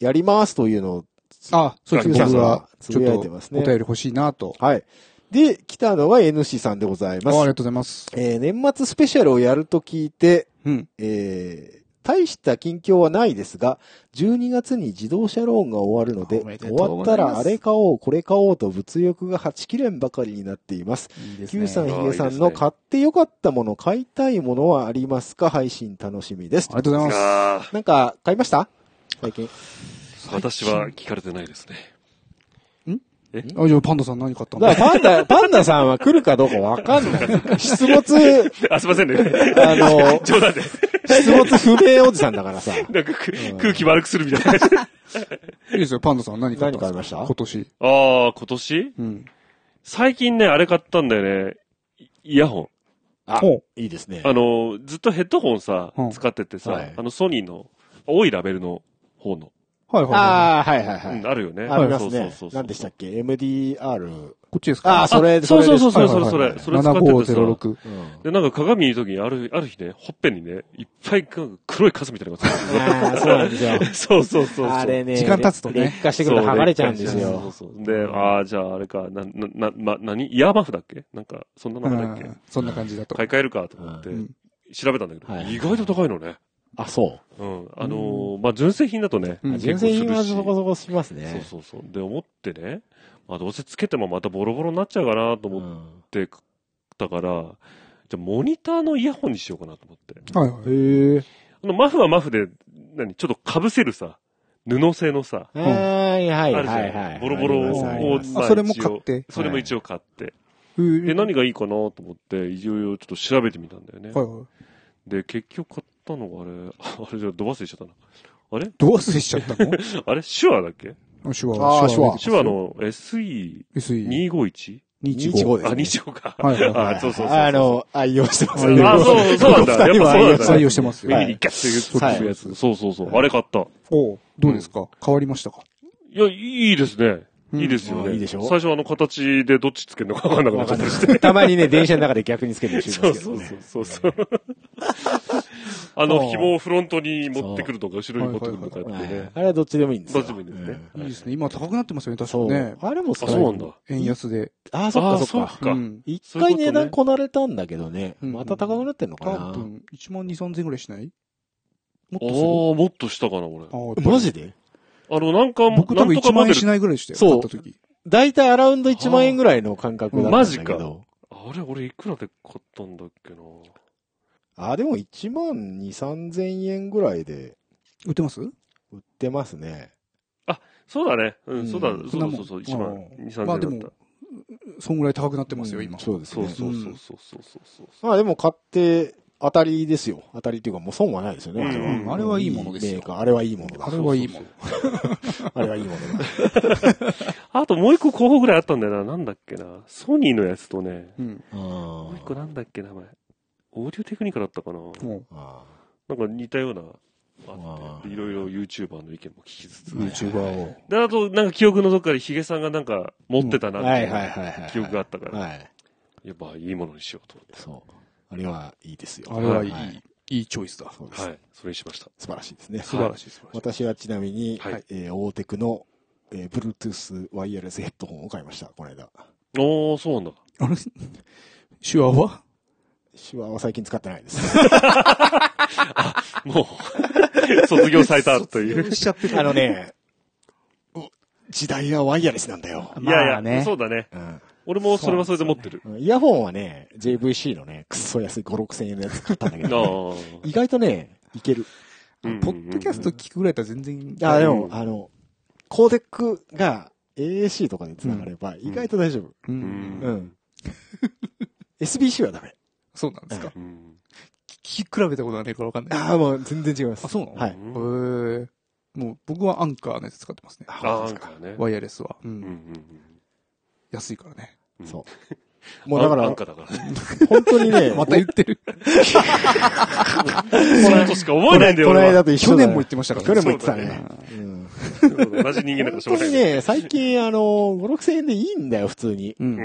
S3: やりますというのを、
S1: あ、そうです
S3: 皆
S1: ね。
S3: さん
S1: 僕は
S3: が、つ
S1: ちょ
S3: ぶ
S1: っ
S3: や
S1: と
S3: いてます
S1: お
S3: ね
S1: 便り。欲しいなと。
S3: はい。で、来たのが N c さんでござい
S1: ああ
S3: ま
S1: りが
S3: す
S1: とう。ございます。
S3: えー年末スペシャルをやると聞いて、
S1: うん。
S3: えー大した近況はないですが、12月に自動車ローンが終わるので、
S1: おめで
S3: 終
S1: とうござい
S3: わっ
S1: ます
S3: たらあれ買おう、これ買おうと物欲が8切れんばかりになっています。
S1: いいです
S3: Q さん、
S1: ね。
S3: ヒゲさ
S2: いいで
S3: ん
S2: すね
S3: の買ってよかったもの、買いたいものはありますか配信楽しみです
S1: あ。りがとうございます。
S2: あ
S3: なんか、買いました最近。
S2: あ、私は聞かれてないですね。
S1: あ、じゃあパンダさん何買ったの
S3: だからパンダ、パンダさんは来るかどうかわかんない。出没、
S2: あ、すいませんね。
S3: あの、
S2: 冗談で。
S3: 出没不明おじさんだからさ。
S2: なんかく空気悪くするみたいな感じ。
S1: いいですよ、パンダさん何買った
S3: 何買いました
S1: 今年。
S2: ああ、今年
S1: うん。
S2: 最近ね、あれ買ったんだよね。イイヤホン。
S3: あ
S1: お、
S3: いいですね。
S2: あの、ずっとヘッドホンさ
S1: うん、
S2: 使ってて
S3: は
S2: さ
S3: い、
S2: あの、ソニーの、青いラベルの方の。
S1: はいはいはい。
S3: ああ、はいはいは
S2: う
S3: い
S2: ん。あるよね。
S3: ありま
S2: そう
S3: す
S2: そう
S3: ね
S2: そう。そう
S3: 何でしたっけ ?MDR。
S1: こっちです
S3: あ
S1: か
S3: あ、それ、
S2: そうそう
S3: です
S2: そうそう、そ
S1: は
S2: れ
S1: いはい
S2: そ
S3: は
S2: れ、
S3: い
S2: それ使っててさ。
S1: 7506。
S3: うん
S2: で、なんか鏡見るときに、ある、ある日ね、ほっぺにね、いっぱいか黒いカスみたいなのがついて
S3: ああ、そうなんですよ。
S2: る そうそうそうそう。
S3: あれね。
S1: 時間経つとね
S3: 劣化してくると剥がれちゃうんです
S2: そう
S3: よ。
S2: そうそうで、ああ、じゃああれか、な、な、な、ま、何イヤーマフだっけなんか、そんな名前だっけ
S1: うんそんな感じだと。
S2: 買い替えるかと思って
S1: うん、
S2: 調べたんだけど、
S3: はい
S2: 意外と高いのね。
S3: あ、そ
S2: うん。あのーまあ、純正品だとね、
S1: うん
S3: う。
S2: 結構するし
S3: 純正品はそこそこしま
S2: そ
S3: す
S2: う
S3: ね。
S2: そうそう。で、思ってね、まあ、どうせつけてもまたボロボロになっちゃうかなと
S3: う
S2: 思っ
S3: ん
S2: てたから、じゃあモニターのイヤホンにしようかなと思って。
S1: はいはい。へえ。
S2: あの、マフはマフで、何ちょっと被せるさ、布製のさ、
S3: はいはい
S2: あるじゃん
S3: はいはい。
S2: ボロボロを
S3: ありますありま
S2: うん
S3: す
S2: まあ
S1: あ、それも買って。
S2: それも一応買って。
S1: で
S2: で、何がいいかなと思って、いろいろちょっと調べてみたんだよね。
S1: はいはい。
S2: で、結局買ったのがあれ、 あれじゃドバスしちゃったな。あれ
S1: どう忘れしちゃったの
S2: あれ手話だっけ
S1: 手話
S3: あー手話
S2: 手話の SE251?
S1: SE215。
S3: 215
S2: あ、
S3: ですね。
S2: 25か。
S1: はいはいは
S2: あ、そうそうそうそう。
S3: あの、愛用してます。
S2: あ、そう、そうなん だ。やっぱそうなんだ。
S1: 採用してますよ。
S2: 耳にガッてくるやつ。そうそうそう。あれ買った。
S1: おうどうですか変わりましたか
S2: いや、いいですね。
S1: うん
S2: いいですよ
S3: うん
S2: ね。
S3: いいでしょ
S2: 最初あの形でどっちつけるのか分かんなくなっちゃったりして。
S3: たまにね、電車の中で逆につけてる人い
S2: そ
S3: ま
S2: うそう
S3: すけど ね。
S2: そうそう。あの、紐をフロントに持ってくるとか、後ろに持ってくるとかやって
S3: はい
S2: ね。
S3: あれはどっちでもいいんです
S2: ど
S3: よ。
S2: っちもいいですね。
S1: いいですね。今高くなってますよね、確か
S3: そ
S1: に
S3: う
S1: ね。。
S3: あれも
S2: あ、
S3: そう
S2: そうなんだ。
S1: 円安で。
S3: あ、そっ
S2: あ
S3: か
S2: ー、
S3: そ
S2: そ
S3: っ
S2: う
S3: か。
S2: か。
S1: うん
S3: 一
S2: そうい
S3: 回
S2: うことね
S3: 値段こなれたんだけどね。
S1: うん
S3: また高くなってんの
S1: 多
S3: かな
S1: 分、1万2、3千ぐらいしないもっ
S2: あ
S1: と
S2: あ
S1: する
S2: ー、もっとしたかな、俺。
S1: あーやっぱり
S3: マジで
S2: あの、なんか、なん
S1: 僕多分
S2: とか
S1: 1
S2: モ
S1: 万
S2: デ
S1: 円し
S2: ル。
S1: ないぐらいでしたよ。
S3: そ
S1: 買
S3: う
S1: った時。
S3: だいたいアラウンド1万円ぐらいの感覚だったんだけ
S2: はあ
S3: ど。
S2: あれ、俺いくらで買ったんだっけな。
S3: あ、でも1万2、3千円ぐらいで
S1: 売ってます
S3: 売ってますね。
S2: そうだね。う
S3: うん
S2: ん、そうだ。
S1: そ
S2: そ
S1: ん
S2: う
S1: なも
S2: そう
S1: ん
S2: そうそう。1万
S1: うん
S2: 2、3千
S1: まあで
S2: 円
S1: も
S2: だった。
S1: そんぐらい高くなってますよ、
S3: うん
S1: 今。
S3: そうです
S2: そう
S3: ね。
S2: そうそうそうそうそうそう。
S3: まあでも買って当たりですよ。当たりっていうかもう損はないですよね。
S2: うん
S3: あれは
S2: う
S1: あれは
S2: ん
S1: いいものですよ
S3: メーカーあれはいいものだ
S1: あ。れはいいもん。
S3: あれはいいものだ。
S2: あともう一個候補ぐらいあったんだよな。なんだっけな。ソニーのやつとね、
S1: うん。
S2: もう一
S3: あ
S2: 個なんだっけな、前。オーディオテクニカだったかな。
S1: も
S3: あ
S2: なんか似たような、あ
S3: あ
S2: って、
S3: ー
S2: いろいろ YouTuber の意見も聞きつつ。
S1: う、YouTuber を。
S2: で、あと、なんか記憶のどっかでヒゲさんがなんか持ってたなって
S3: はいいうはいはいはい。
S2: 記憶があったから、
S3: はい。
S2: やっぱいいものにしようと思
S3: そう。あれはいいですよ。
S1: あれはい
S3: はい
S1: い、いいチョイスだ。
S3: そうで
S2: っ
S3: す
S2: て。はい。それにしました。
S3: 素晴らしいですね。
S2: 素晴らしい、素晴らしい。
S3: 私はちなみに、
S2: はい
S3: えー大テクの、えー、Bluetooth ワイヤレスヘッドホンを買いました、この間。
S2: おー、そうなんだ。
S1: あれ 手話は
S3: 手話は最近使ってないです。
S2: もう、卒業されたという。
S1: しちゃってた
S3: あのね、お時代はワイヤレスなんだよ。
S2: いやいや、
S4: まあね
S2: そうだね。
S3: うん
S2: 俺もそれはそれで持ってる。
S3: イヤホンはね、JVC のね、くっそ安い5、6千円のやつ買ったんだけ
S2: あ
S3: ど、 意外とね、いける。
S2: あ
S1: ポッドキャスト聞くぐらいだったら全然
S3: あでも
S2: う、ん
S3: あの、コーデックが AAC とかで繋がれば、意外と大丈夫。
S1: う。
S2: うんん
S3: うん。SBC はダメ。
S1: そうなんですか。
S2: うん
S1: 聞き比べたことがないからわかんない。
S3: ああ、もう全然違います。
S1: あ、そうなの
S3: はい
S1: へーもう僕はアンカーのやつ使ってますね。
S2: あーなんかね。
S1: ワイヤレスは。う
S2: うんうん
S1: ん。安いからね。
S3: そう。
S2: も
S3: もうだから
S2: なん、かだから。
S3: 本当に ね、
S1: また言ってる。
S2: そのことしか思えないんだよ、
S3: この
S2: 俺は
S3: 間と一緒
S1: 去
S3: だ
S1: 年も
S3: ね
S1: 言ってましたから
S3: 去年も言ってた
S2: そうだ
S3: ね
S2: ね。
S3: うん
S2: 同じ人間だからしょうが
S3: 本
S2: な
S3: 当
S2: い
S3: に。ね、最近あの、5、6千円でいいんだよ、普通に。
S1: うん。
S2: うん。
S3: う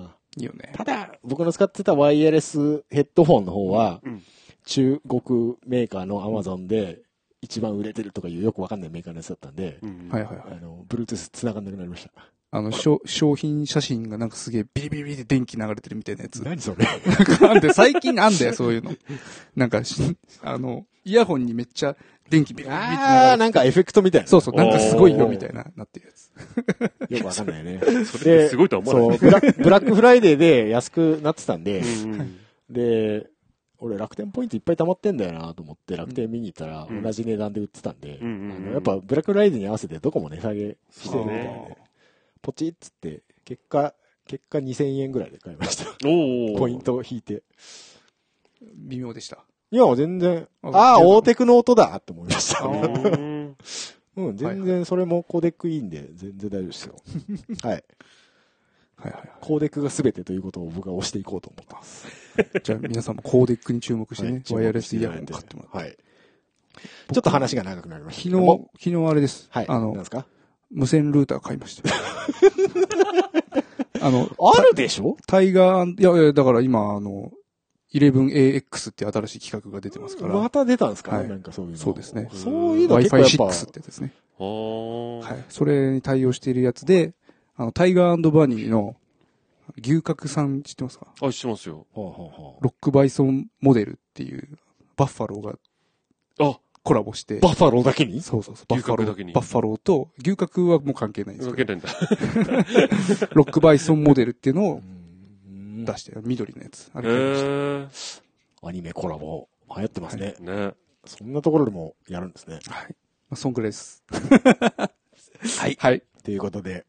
S3: ん
S1: いいよね。
S3: ただ、僕の使ってたワイヤレスヘッドホンの方は
S2: うん、
S3: 中国メーカーのアマゾンで一番売れてるとかいうよくわかんないメーカーのやつだったんで、
S2: うん
S1: はいはいは
S3: あ
S1: い。
S3: の、Bluetooth 繋がんなくなりました。
S1: あの、商商品写真がなんかすげえビリビリビリで電気流れてるみたいなやつ。
S3: 何それ
S1: なんで、最近あんだよ、そういうの。なんかし、あの、イヤホンにめっちゃ電気ビリビリって流れ
S3: ああ、
S1: てる。
S3: なんかエフェクトみたいな。
S1: そうそう、なんかすごいよ、みたいな、なってるやつ。
S3: よくわかんないね。
S2: それすごいとは思わな
S3: そ、
S2: いう
S3: ブ ラブラックフライデーで安くなってたんで、
S2: うん
S3: で、俺楽天ポイントいっぱい溜まってんだよなと思って楽天見に行ったら
S2: うん
S3: 同じ値段で売ってたんで、
S2: うんうんうん
S3: あのやっぱブラックフライデーに合わせてどこも値下げしてる
S2: そう
S3: みたいで
S2: ね、
S3: ポチッつって、結果、結果2000円ぐらいで買いました。
S2: うんおー
S3: ポイン。トを引いて。
S1: 微妙でした。
S3: いや、全然、
S1: あ
S3: ああ、
S1: いいよ
S3: 大テクの音だって思いました。
S2: うん
S3: うん、全然それもコーデックいいんで、全然大丈夫 ですよ。はい。
S1: はいはいは
S3: コーデックが全てということを僕は押していこうと思ってます。
S1: い。じゃあ皆さんもコーデックに注目してね、ワイヤレスイヤホン買ってもらって。
S3: はい。ちょっと話が長くなりま
S1: 昨
S3: したけ
S1: 日
S3: ども。、
S1: 昨日あれです。
S3: はい。
S1: あ
S3: なんで
S1: の、
S3: すか
S1: 無線ルーター買いました。 あの、
S3: あるでしょ
S1: タイガー、いやいや、だから今、あの、11AX って新しい企画が出てますから、
S3: また出たんですか
S1: はい
S3: なんかそういうの。
S1: そうですね
S3: そういうの結構やっぱ
S1: Wi-Fi6 ってですね。
S2: あー
S1: はい。それに対応しているやつで、あの、タイガーバニーの牛角さん知ってますか
S2: あ、してますよ。
S3: ほうほうほう
S1: ロックバイソンモデルっていう、バッファローが
S2: あ、
S1: コラボして、
S3: バッファローだけに
S1: そうそうそう、バッファ
S2: 牛
S1: ロ
S2: 角だけに
S1: ー、バッファローと、牛角はもう関係ないんです
S2: か
S1: け
S2: け
S1: ど、
S2: てんだ。
S1: ロックバイソンモデルっていうのを
S3: うん
S1: 出してる、緑のやつ。あ
S2: へ
S1: れ買いました
S2: ー
S3: アニメコラボ、流行ってますね。
S2: ね。
S3: そんなところでもやるんですね。
S1: はい。まあ、そんくらいです。はい。はい。
S3: ということで、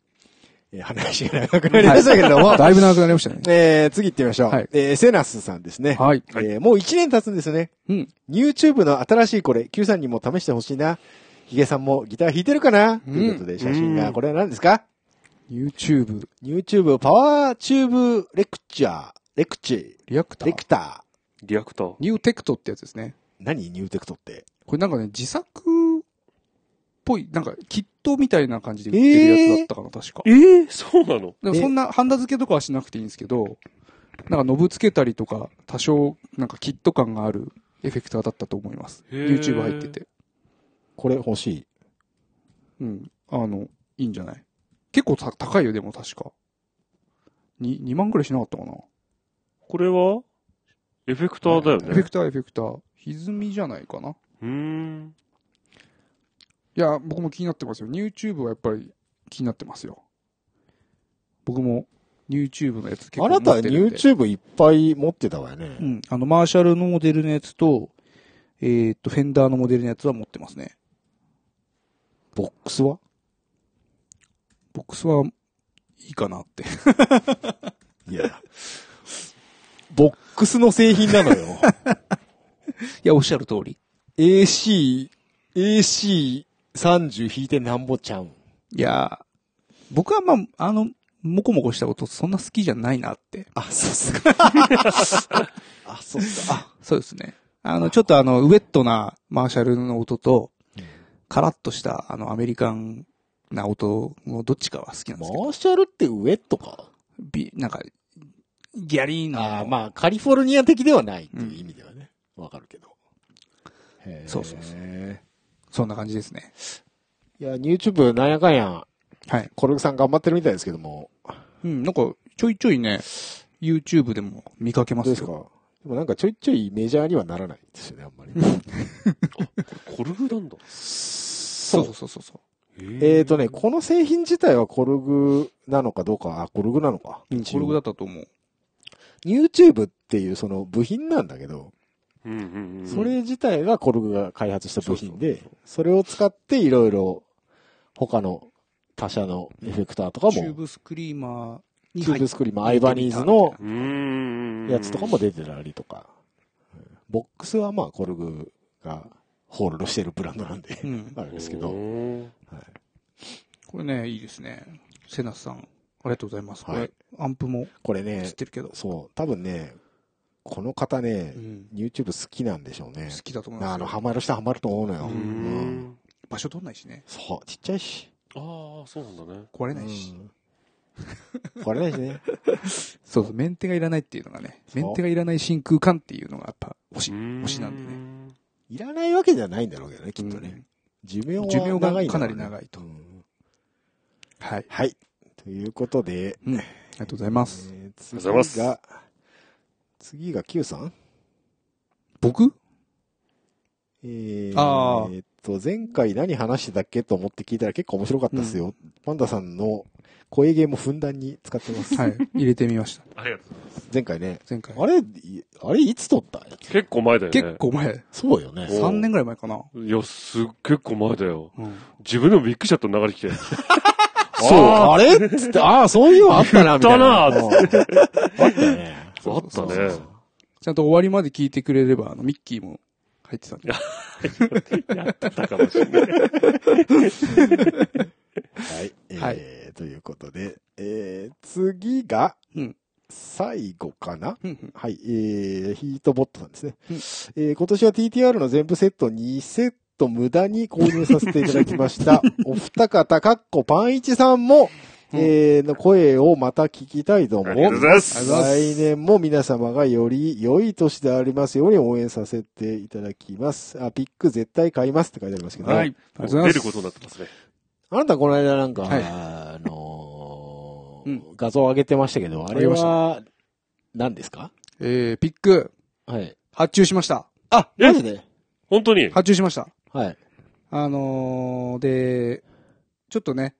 S3: えー話が長くなりましたけれども、
S1: だいぶ長くなりましたね。
S3: えー次行ってみましょう。
S1: はい
S3: えーセナスさんですね。
S1: はい。
S3: えーもう1年経つんですね。
S1: うん。
S3: YouTube の新しいこれ、Q さんにも試してほしいな。ヒゲさんもギター弾いてるかな、ということで、写真
S2: う
S3: が、
S2: ん
S3: これは何ですか
S1: YouTube、
S3: ?YouTube パワーチューブレクチャー、レクチ
S1: リアク
S3: ー、
S1: タ
S3: レ
S1: ー
S3: ク、ター。
S2: リアクター。
S1: ニューテクトってやつですね。
S3: 何ニューテクトって。
S1: これなんかね、自作っぽい、なんか、キットみたいな感じで売ってるやつだったかな、確か。
S2: ええ、そうなの
S1: でもそんな、ハンダ付けとかはしなくていいんですけど、なんか、ノブ付けたりとか、多少、なんか、キット感があるエフェクターだったと思います。
S2: へー
S1: YouTube 入ってて。
S3: これ欲しい。
S1: うん。あの、いいんじゃない結構た高いよ、でも確か。に、2万くらいしなかったかな。
S2: これはエフェクターだよ
S1: エフェ
S2: ね
S1: ク。ター、エフェクター。歪みじゃないかな。
S2: うーん。
S1: いや、僕も気になってますよ。YouTube はやっぱり気になってますよ。僕も YouTube のやつ結
S3: あ
S1: 構持
S3: な
S1: ってる
S3: た
S1: んで。
S3: YouTube いっぱい持ってたわよね。
S4: うん。あの、マーシャルのモデルのやつと、えーっと、フェンダーのモデルのやつは持ってますね。
S3: ボックスは
S1: ボックスはいいかなって。
S3: いや。ボックスの製品なのよ。
S4: いや、おっしゃる通り。
S3: AC、AC30 引いてなんぼちゃうん。
S4: いやー、僕はまあ、あの、もこもこしたことそんな好きじゃないなって。
S3: あ、そうっすか。 あ、そうっすか。
S4: そうですね。あの、ちょっとあの、ウェットなマーシャルの音と、カラッとした、あの、アメリカンな音のどっちかは好きなんで
S3: マ
S4: すけど
S3: ー、シャルってウェットか。
S4: ビなんか、ギャリーな。
S3: ああ、まあ、カリフォルニア的ではないっていう意味ではね。わ、かるけど。へー
S4: そうそうそ
S3: い
S4: そんな感じですね。
S3: や、YouTube なんやかんや、
S4: はい。
S3: コルグさん頑張ってるみたいですけども。
S4: うん、なんか、ちょいちょいね、YouTube でも見かけ
S3: ど
S4: ま
S3: う
S4: す
S3: です
S4: よ。
S3: かでもなんかちょいちょいメジャーにはならないですよね、あんまり。
S2: コルグなんだ。
S1: そうそうそうそう。
S3: えーとね、この製品自体はコルグなのかどうかは、あ、コルグなのか。
S1: コルグだったと思う。
S3: YouTube っていうその部品なんだけど、
S2: うんうんうん。
S3: それ自体がコルグが開発した部品で、それを使っていろいろ他の他社のエフェクターとかも、
S1: チ
S3: チ
S1: ュー
S3: ュ
S1: ブスクリーマーに
S3: ー
S1: 入
S3: ブ
S1: っ
S3: スクリーム、アイバニーズの
S2: うーん。
S3: やつとかも出てたりとか、ボックスはまあコルグがホールドしてるブランドなんで
S1: う、ん。
S3: あれですけ
S2: う
S3: ど、
S2: ーん。
S3: はい
S1: これね、いいですね。セナさん、ありがとうございます。これ、
S3: はい
S1: アンプも
S3: これ
S1: 知
S3: ね
S1: っ、てるけど、
S3: そう、多分ね、この方ね
S1: う、ん、
S3: YouTube 好きなんでしょうね。
S1: 好きだと思いますよ。
S3: あの、ハマる人はハマると思うのよ。
S1: う
S2: うー
S3: うん
S2: ん。
S1: 場所取んないしね。
S3: そう、ちっちゃいし。
S2: ああ、そうなんだね。
S1: 壊れ
S3: う
S1: ないし。
S3: ん壊れないしね。
S1: そうそう、メンテがいらないっていうのがね、
S3: そう
S1: メンテがいらない真空管っていうのがやっぱ欲しい。
S2: 星
S1: 星なんでね
S2: ね。
S3: いらないわけじゃないんだろうけどね、きっとね。寿命は
S1: 寿命が
S3: 長いんだろうね
S1: かなり長いと
S3: うん
S1: はい。
S3: はい。ということで、
S1: うん。ありがとうございます。
S3: えー
S2: りがとうご
S3: 次
S2: ざい
S3: が、次が Q さん
S1: 僕
S3: え
S1: あー
S3: ー、えっと、前回何話してたっけと思って聞いたら結構面白かったですよ。パンダさんの声芸もふんだんに使ってます。
S1: はい。入れてみました。
S2: ありがとうございま
S3: 前回ね。
S1: 前回。
S3: あれ、いあれいつ撮ったやつ
S2: す。結構前だよね。
S1: 結構前。
S3: そうよね。
S1: 3年ぐらい前かな。
S2: いや、すっ、結構前だよ。
S1: うん。
S2: 自分でもびっくりしちゃった流れ 来て。
S3: そう。あれっつって、ああ、そういうのあったな、みたいな。
S2: 言
S3: うんあったね。
S2: あった
S1: そうそうそう
S2: ね
S1: そ。ちゃんと終わりまで聞いてくれれば、あの、ミッキーも入ってたん で。
S2: やってたかもしれない。
S3: はい。えー
S1: は
S3: ということで、えー、次が
S1: うん、
S3: 最後かな、
S1: うんうん
S3: はい、えー、ヒートボットさんですね。
S1: うん
S3: えー、今年は TTR の全部セット2セット無駄に購入させていただきました。お二方、かっこパンイチさんも、えー、の声をまた聞きたいと思
S2: ありがとうございます。
S3: 来年も皆様がより良い年でありますように応援させていただきます。あ、ピック絶対買いますって書いてありますけど。
S1: はい。ありがとうございま
S2: 出
S1: す。
S2: ることになってますね。
S3: あなたこの間なんか、
S1: はい
S3: あのー
S1: うん
S3: 画像上げてましたけど、あ
S1: 上
S3: れ
S1: げまし
S3: は、何ですか
S1: えー、ピック、
S3: はい。
S1: 発注しました。
S3: あ、
S2: え
S3: マジで
S2: 本当に。
S1: 発注しました。
S3: はい。
S1: あのー、で、ちょっとね、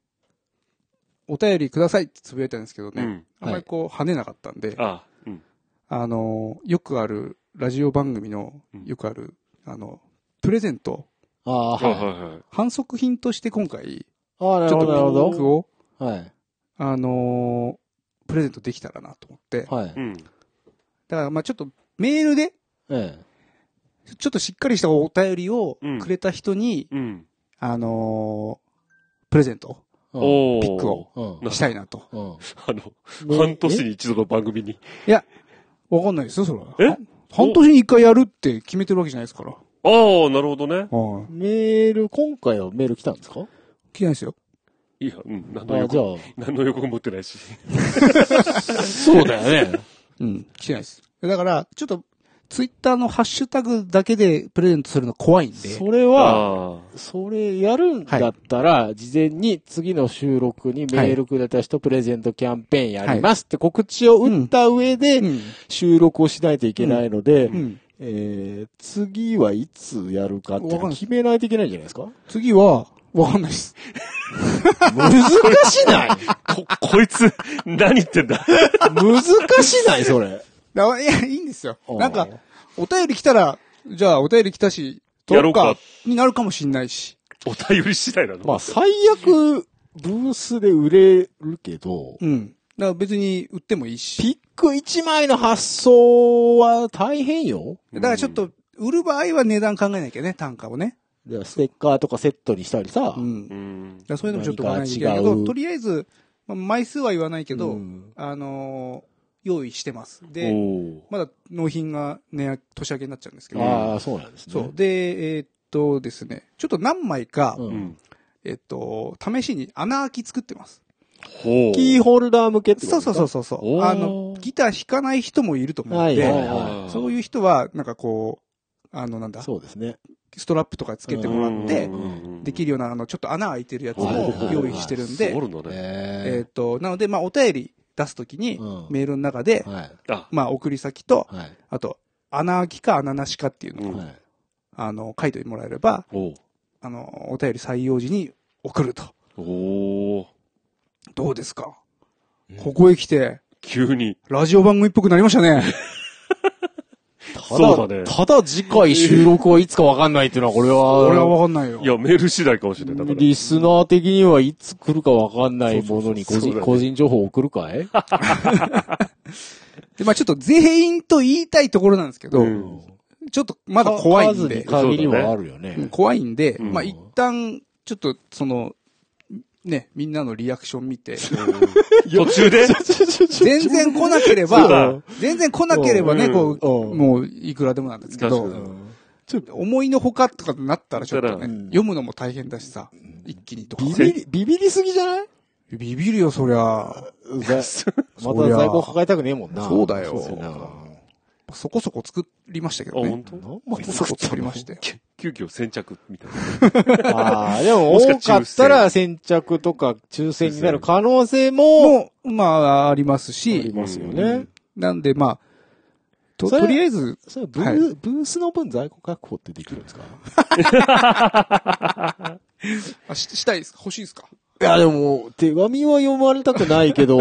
S1: お便りくださいってつぶやいたんですけど
S2: う
S1: ね、
S2: ん。
S1: あんまりこう跳ねなかったんで、
S2: あうん。
S1: あのー、よくある、ラジオ番組の
S2: うん、
S1: よくある、あの、プレゼント、
S3: ああ、
S2: はい
S3: はい。
S2: はいはい。
S1: 反則品として今回、
S3: ああ、な
S1: ち
S3: る
S1: ょっ
S3: ほ
S1: と
S3: ど、
S1: ピ
S3: なるほ
S1: ック
S3: ど。
S1: を、
S3: はい。
S1: あのー、プレゼントできたらなと思って、
S3: はい。
S2: うん。
S1: だからまあちょっとメールで、
S3: え
S1: ちょっとしっかりしたお便りを
S2: うん
S1: くれた人に、
S2: うん。
S1: あのー、プレゼント
S3: え。
S2: おー。
S1: ピックを。
S3: うん。
S1: したいなと。
S3: うん。
S2: あの、半年に一度の番組に。
S1: わかんないですよ、それは。
S2: え
S1: は半年に一回やるって決めてるわけじゃないですから。
S2: ああ、なるほどね。
S1: はい。
S3: メール、今回はメール来たんですか
S1: 聞いないですよ。
S2: いや、うん。何の
S3: あ
S2: 予
S3: あ、じゃ
S2: 告、何の予告も持ってないし。
S3: あ、そうだよね。
S1: うん。来てないです。だから、ちょっと、ツイッターのハッシュタグだけでプレゼントするの怖いんで。
S3: それは、
S2: あ
S3: それやるんだったら、事前に次の収録にメールくれた人プレゼントキャンペーンやりますって告知を打った上で、
S1: うん。
S3: 収録をしないといけないので、
S1: うん。
S3: えー、次はいつやるかっていう
S1: わか
S3: の
S1: んない
S3: 決めないといけないんじゃないですか
S1: 次は、わかんないです。
S3: 難しない
S2: あ。こ、こいつ、何言ってんだ。
S3: 難しないそれ。
S1: だからいや、いいんですよ。
S3: おー
S1: なんか、お便り来たら、じゃあお便り来たし、ど
S2: や
S1: う
S2: ろうか
S1: か、になるかもしんないし。
S2: お便り次第なの。
S3: まあ、最悪、ブースで売れるけど、
S1: うん。だから別に売ってもいいし。
S3: ピック1枚の発送は大変よ。
S1: だからちょっと、売る場合は値段考えなきゃね、単価をね。
S3: でステッカーとかセットにしたりさ。
S1: うん。
S2: う
S1: だか
S2: ん。
S1: らそういうのもちょっと考えなきゃいけないけど、
S3: 何か違う
S1: とりあえず、まあ枚数は言わないけど、
S3: うん
S1: あのー用意してます。
S2: お
S1: で、
S2: ー
S1: まだ納品が値上げ年明けになっちゃうんですけど、
S3: ああ、そうなんですね。
S1: そう。。で、えーっとですね、ちょっと何枚か、
S3: う。
S2: うんん。
S1: えっと、試しに穴開き作ってます。
S2: ほう。
S3: キーホルダー向けってこと
S1: そうそうそう
S3: そ
S1: そうそ
S2: お
S1: う。
S2: ー
S1: あの、ギター弾かない人もいると思うんで、
S3: はいはい
S2: はい
S1: そういう人は、なんかこう、あの、なんだ、
S3: そうですね。
S1: ストラップとかつけてもらって
S2: うん、うん
S1: できるような、あの、ちょっと穴開いてるやつ
S3: はいはいは
S1: も
S3: い
S1: 用意してるんで
S2: そう、なのね。
S1: え
S3: え
S1: っと、なので、まあ、お便り出すときに
S3: う、ん
S1: メールの中で、
S3: はい。
S2: あ、
S1: まあ、送り先と、
S3: はい。
S1: あと、穴あきか穴なしかっていうのを、
S2: うん
S3: はい
S1: あの、書いてもらえれば、
S2: おう
S1: あの、お便り採用時に送ると。
S2: おー
S1: どうですか、
S3: うん
S1: ここへ来て、
S2: 急に。
S1: ラジオ番組っぽくなりましたね。
S3: た
S2: そうだね
S3: ただ次回収録はいつかわかんないっていうのは、これは、
S1: 俺はわかんないよ。
S2: いや、メール次第かもしれない。だから
S3: リスナー的にはいつ来るかわかんないものに個
S2: そうそうそうそう
S3: 人
S2: だね
S3: 個人情報送るかい
S1: で、まあちょっと全員と言いたいところなんですけど、
S2: うん
S1: ちょっとまだ怖いんで、
S3: 数に限りはあるよね。
S1: 怖いんで、
S2: うん
S1: まあ一旦、ちょっとその、ね、みんなのリアクション見 て、
S2: 途中 で
S1: 全然来なけれ
S2: そう
S1: ば
S2: だ、
S1: 全然来なければね、
S2: う
S1: こ
S2: ん
S3: う
S1: う、
S3: ん
S1: もういくらでもなんですけ
S2: 確
S1: ど
S2: か、に
S1: 思いのほかとかになったらちょっとね
S2: う、
S1: 読むのも大変だしさ、一気にとか
S3: ビ
S1: さ。
S3: ビり、ビビりすぎじゃない
S1: ビビるよ、そりゃ。
S3: ざ また在庫抱えたくねえもんな。
S1: そうだよ
S3: そうだよ
S1: そこそこ作りましたけ
S2: あ、
S1: どね
S2: 本。当？
S3: 何枚
S1: そこそ
S3: 作
S1: こ
S3: った
S1: 作り
S3: の
S1: ましたよ。
S2: 急遽先着みたいな。
S3: ああ、でも
S2: もしか
S3: 多かったら先着とか抽選になる可能性も、
S1: もう、まあ、あります
S3: あり
S1: し、
S3: ますよ
S2: う
S3: ね
S2: ん。
S1: なんで、まあ、と、
S3: それ
S1: とりあえず、
S3: それブ
S1: はい
S3: ー、ブースの分在庫確保ってできるんですか
S1: あししたいですか欲しいですか
S3: いや、でも、手紙は読まれたくないけど、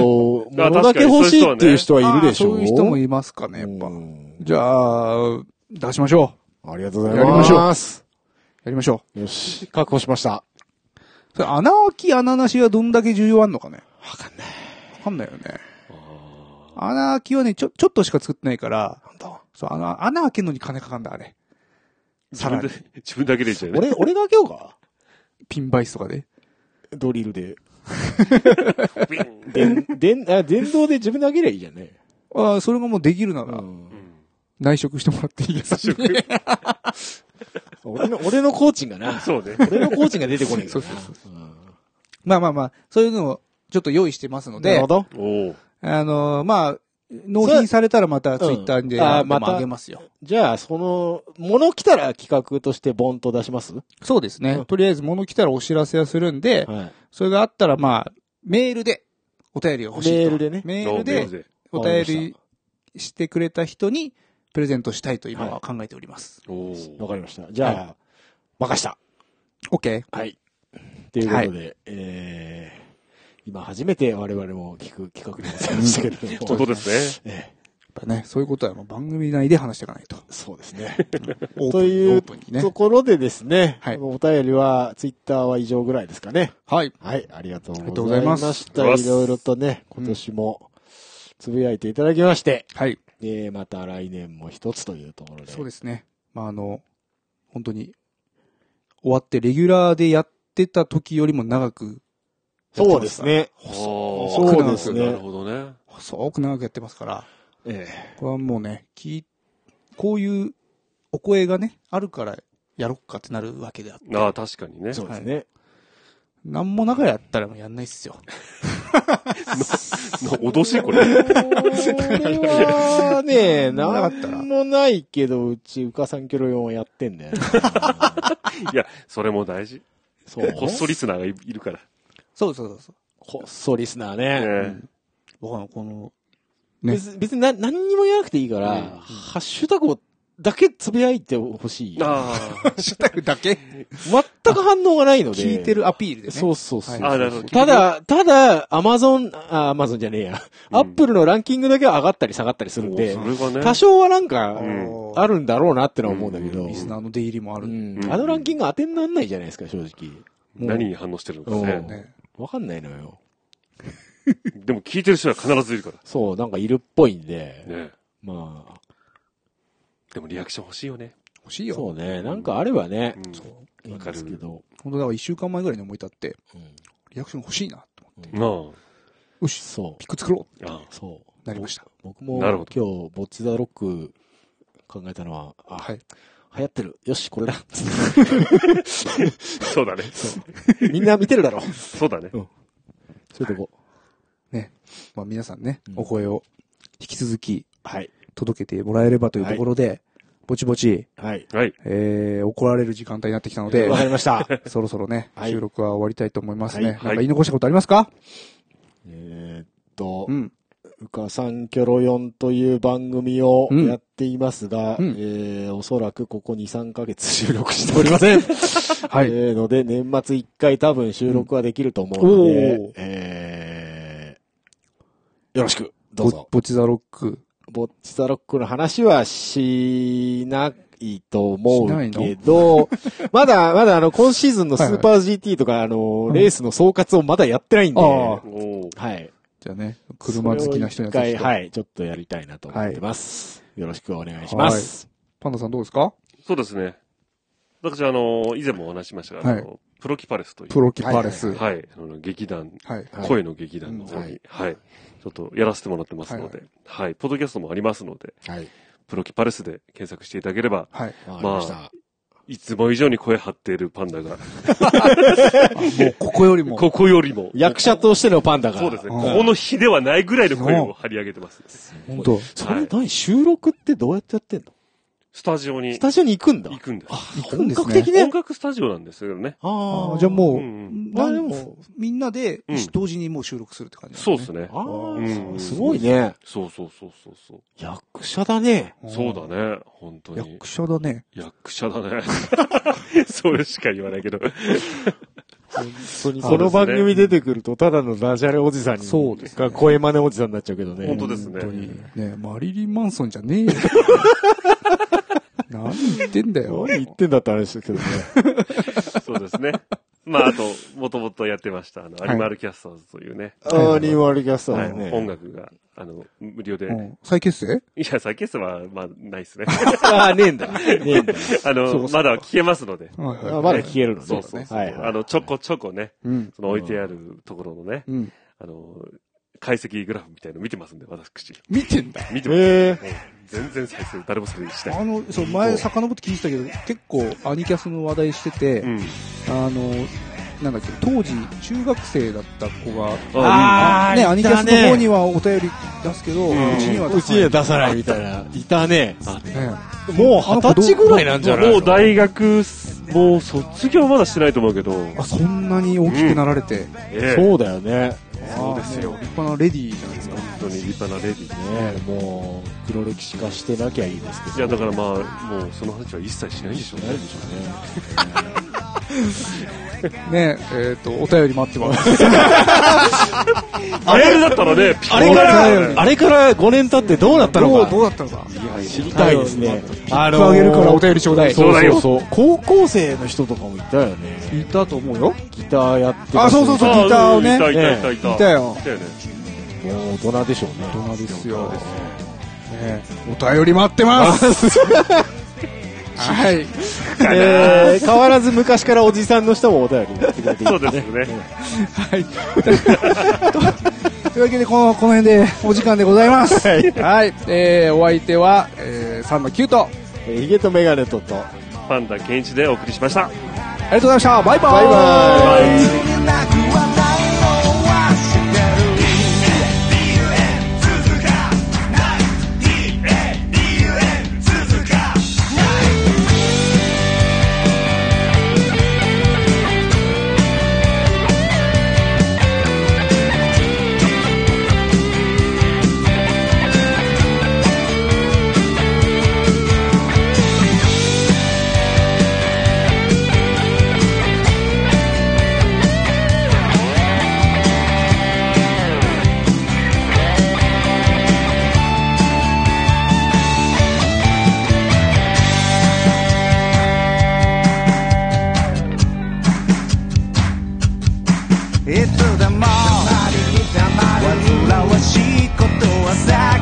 S3: ものだけ欲しいっていう人はいるでし
S1: あー
S3: ょ
S1: そういう人もいますかね、やっぱ
S3: う。ん
S1: じゃあ、出しましょ
S3: ありがとうござい
S1: やりまし
S3: ます。
S1: う。やりましょ
S3: よし、確保しました。
S1: う。それ、穴あき、穴なしはどんだけ重要あんのかねわかんない。わかんないよね。穴あきはね、ちょ、ちょっとしか作ってないから、そう、あの、穴開けるのに金かかんだ、あれ。
S2: 自
S1: さ
S2: 分
S1: ら
S2: で
S1: に、
S2: 自分だけでいいじゃんね。
S3: 俺、俺が今日か
S1: ピンバイスとかで。
S3: ドリルで。
S2: ビン
S3: でん、でん、あ、電動で自分であげりゃいいじゃんね。
S1: ああ、それがもうできるな
S3: う
S1: ら、
S3: ん。
S1: 内職してもらっていいですか
S3: 俺の、俺のコーチンがな。
S2: そうね。
S3: 俺のコーチンが出てこねえからな。
S1: そうそ
S3: うん
S1: まあまあまあ、そういうのをちょっと用意してますの
S3: なる
S1: で
S3: ほ、ど。
S2: おお。
S1: あのーまあ、納品されたらまたツイッターで、
S3: うんあー
S1: あま
S3: また
S1: あげますよ。
S3: じゃあ、その、物来たら企画としてボンと出しますは
S1: そうですね。
S3: うん
S1: とりあえず物来たらお知らせはするんで、
S3: い。
S1: それがあったらまあ、メールでお便りが欲しいと。
S3: メールでね
S1: メール
S2: メール
S1: で
S2: で。
S1: お便りしてくれた人にプレゼントしたいと今は考えております。
S2: おお。
S3: わかりました。じゃあ、任した。
S1: OK?
S3: はい。ということで、えー、今初めて我々も聞く企画でございましたけれども。
S2: ことですね。
S3: ええ
S1: やっぱね、そういうことはもう番組内で話していかないと。
S3: そうですね。
S1: オープ
S3: と
S1: ン
S3: い
S1: オ
S3: う
S1: ープンにね
S3: と。ころでですね、
S1: はい
S3: あのお便りは、ツイッターは以上ぐらいですかね。
S1: はい。
S3: はい、ありがと
S1: ありがと
S3: う
S1: うご
S3: ござ
S1: ざい
S3: いま
S1: ます
S3: した。
S2: ありがとうございます
S3: いろいろとね、今年もつぶやいていただきまして、
S1: はい。
S3: えーまた来年も一つというところで。
S1: そうですね。まあ、あの、本当に、終わってレギュラーでやってた時よりも長く、
S3: そうですね。
S2: お
S3: そう
S1: です
S3: ね
S2: なるほどね。
S1: 細く長くやってますから、
S3: え
S1: これはもうね、聞いこういうお声がね、あるからやろっかってなるわけであって、
S2: ああ、確かにね
S3: え。そうですね。
S1: なんもなかやったらもうやんないっすよ。
S2: な脅 しいこれ。
S3: これはね、
S1: なか
S3: な
S1: ったら
S3: んもないけど、うち、うかさんキョロヨンをやってんだよね。
S2: いや、それも大事。
S3: そう。
S2: こっそリスナーがいいるから。
S1: そうそうそうそ
S3: こっそリスナーね。
S2: ね
S1: う。わかんない、この、ね
S3: 別別にな何にもやらなくていいから、
S2: うん
S3: ハッシュタグをだけつぶやいてほしい。
S2: あ
S1: シュタグだけ
S3: 全く反応がないの で。
S1: 聞いてるアピールでね。
S3: そうそうそう。
S2: あ。ああ、なるほど。
S3: ただ、ただ、アマゾン、あ、アマゾンじゃねえや。
S2: うん
S3: アップルのランキングだけは上がったり下がったりするん
S2: お
S3: で、
S2: それがね。
S3: 多少はなんか
S2: う、ん
S1: おー
S3: あるんだろうなってのは思うんだけど、
S1: リスナーの出入りもある。
S3: うんあのランキング当てにならないじゃないですか、正直。もう
S2: 何に反応してるのか
S3: うん
S2: ね。
S1: ね、
S3: わかんないのよ。
S2: でも聞いてる人は必ずいるか
S3: そう、なんかいるっぽいんで、
S2: ら。ね。
S3: まあ、
S2: でもリアクション欲しいよね。
S1: 欲しいよ。
S3: そうね、なんかあればね、
S2: うん
S3: いいんですけど、
S1: 本当だから一週間前ぐらいに思い立って、
S3: うん
S1: リアクション欲しいな、と思って。
S2: なあ。
S1: よし、
S3: そ
S1: ピック作ろう
S2: ああ
S3: う、そう。
S1: なりました。
S3: 僕も
S2: なる
S3: 今
S2: ほど
S3: 日、ボッチザロック考えたのは、あ、
S1: はい
S3: 流行ってる。よし、これだ。
S2: そうだね。
S3: みんな 見てるだろう。
S2: そうだね。
S3: そういうとこ。
S1: まあ皆さんね、
S3: うん
S1: お声を引き続き
S3: はい。
S1: 届けてもらえればというところで、ぼちぼち、
S3: はい。
S2: はい。
S1: えー、怒られる時間帯になってきたので
S3: わ、かりました。
S1: そろそろね、
S3: はい
S1: 収録は終わりたいと思いますね。
S3: はい
S1: なんか言い残したことありますか、
S3: えーっと
S1: う、ん。
S3: うルカサンキョロ4という番組を
S1: うん
S3: やっていますが、
S1: うん
S3: えーおそらくここ2、3ヶ月収録しておりません。はい。えーので、年末1回多分収録はできると思うので、
S1: うんおー
S3: えーよろしく、どうぞ。
S1: ぼちザロック。
S3: ボッチザロックの話はしないと思う
S1: しな
S3: けど、 まだ、まだあの、今シーズンのスーパー GT とか、あの、レースの総括をまだやってないんで、
S1: あ
S2: おお
S3: はい。
S1: じゃあね、車好きな人には
S3: そ
S1: ぜ
S3: れ
S1: ひ
S3: を一
S1: と
S3: 回、はい、ちょっとやりたいなと思ってます。よろしくお願いします。
S1: パンダさんどうですか
S2: そうですね。私、あの、以前もお話ししましたが、あのプロキパレスという。
S1: プロキパレス。はい。
S2: はい。あの劇団、
S1: はい。
S3: はい
S2: 声の劇団の方に、
S3: は
S2: はいい、ちょっとやらせてもらってますので、はい、ポッドキャストもありますので、
S3: はい。
S2: プロキパレスで検索していただければ、
S1: はい。
S3: わかりました。
S2: いつも以上に声張っているパンダが、
S1: もうここよりも。
S2: ここよりも、
S3: 役者としてのパンダが。
S2: そうですね、
S1: うん
S2: ここの比ではないぐらいの声を張り上げてます。
S1: 本当。
S3: それ何収録ってどうやってやってんの
S2: スタジオに
S3: スタジオに行くんだ
S2: 行。くんです。
S1: 行くんですね
S3: 本格的ね
S2: 音。楽スタジオなんですけどね。
S3: あ
S1: あ
S3: あ、
S1: ーじゃあもう、
S2: うんうん
S1: な
S3: あ
S1: ん
S3: でも
S1: みんなで、
S2: うん
S1: 同時にもう収録するって感じ、
S2: そうです。ね。
S3: あ
S2: う
S3: あ、
S2: ん
S3: すごいね。
S2: そうそうそうそうそう。
S3: 役者だね。
S1: うん
S2: そうだね。本当に
S1: 役。者だね。
S2: 役者だね。それしか言わないけど。
S3: この番組出てくると、ただのダジャレおじさんに、
S1: そうです
S3: が声真似おじさんになっちゃうけどね。
S2: 本当です
S1: 本
S2: ね。
S1: 当に。ねマリリン・マンソンじゃねえよ。何言ってんだよ。
S3: 何言ってんだって話ですけどね。
S2: そうですね。まあ、あと、もともとやってました、あの、アニマルキャスターズというね、
S3: ああ、ニワリキャスタ
S2: は
S3: ー
S2: い
S3: だね。
S2: 音楽が、あの、無料で。
S1: うん再結成
S2: いや、再結成は、まあ、ないですね。
S3: ああ、ねえんだ。ねえんだ。
S2: あ
S1: そう
S2: の、
S1: そう
S2: まだ聞けますので。
S1: はい
S3: あ
S1: は
S3: ま
S1: い。
S3: だ消えるのね。
S2: そうそうそう。
S3: はいはい。
S2: あの、ちょこちょこね、
S1: うん。
S2: その置いてあるところのね、
S1: うん。
S2: あの、解析グラフみたいの見てますんで、私。
S1: 見てんだ。
S2: 見てます。
S3: え
S2: もう全然再生、誰もそれしない。
S1: あの、そう、前、遡って聞いてたけど、結構、アニキャスの話題してて、
S2: うん。
S1: あの、なんだっけ、当時、中学生だった子が、
S3: あー
S1: ね、
S3: いたね
S1: アニキャスの方にはお便り出すけど、うち
S2: ん
S1: には
S3: ー、うちには出さないみたいな。いた
S1: ね
S3: ね。もう二十歳ぐらいなんじゃない
S2: も
S3: の
S2: う大学、もう卒業はまだしてないと思うけど、
S1: あ、そんなに大きくなられて、
S2: ええ
S3: そうだよね。
S1: そうですよ。立派なレディーじゃないですか。
S2: 本当に立派なレディー。
S3: ねえ、もう、黒歴史化してなきゃいいですけど。
S2: いや、だからまあ、もうその話は一切しないでしょうね
S3: ない。でしょうね。
S1: ねえ、っ、と、お便り待ってます。
S2: あれだったらね、ピコ
S3: あれか
S2: だね
S3: ら、あれから5年経ってどうなったの
S1: どう、
S3: か。
S1: どうだったのか。
S3: 知りたいですね。あ
S1: あげるからお便りちょうだい。
S3: そう
S2: だ
S3: そう
S2: よ
S3: そう。高校生の人とかもいたよね。
S1: いたと思うよ。
S3: ギターやって
S1: あそうそうそう
S3: も
S1: ギターをね
S2: いたいたいたいた。
S1: いたよ
S2: いたよね。
S3: う大人でしょうね。
S1: 大人ですよ。ねえお便り待ってます。はい。
S3: えー変わらず昔からおじさんの人もお便り送ってくれていい
S2: そうですね。
S1: はい。とというわけで、この、この辺でお時間でございます。はい。えー、お相手は、えー、3の9と、
S3: えーヒゲとメガネとと。
S2: パンダケンイチでお送りしました。
S1: ありがとうございました。バイバ
S3: バイバイ。
S6: いつでも煩わしいことはさ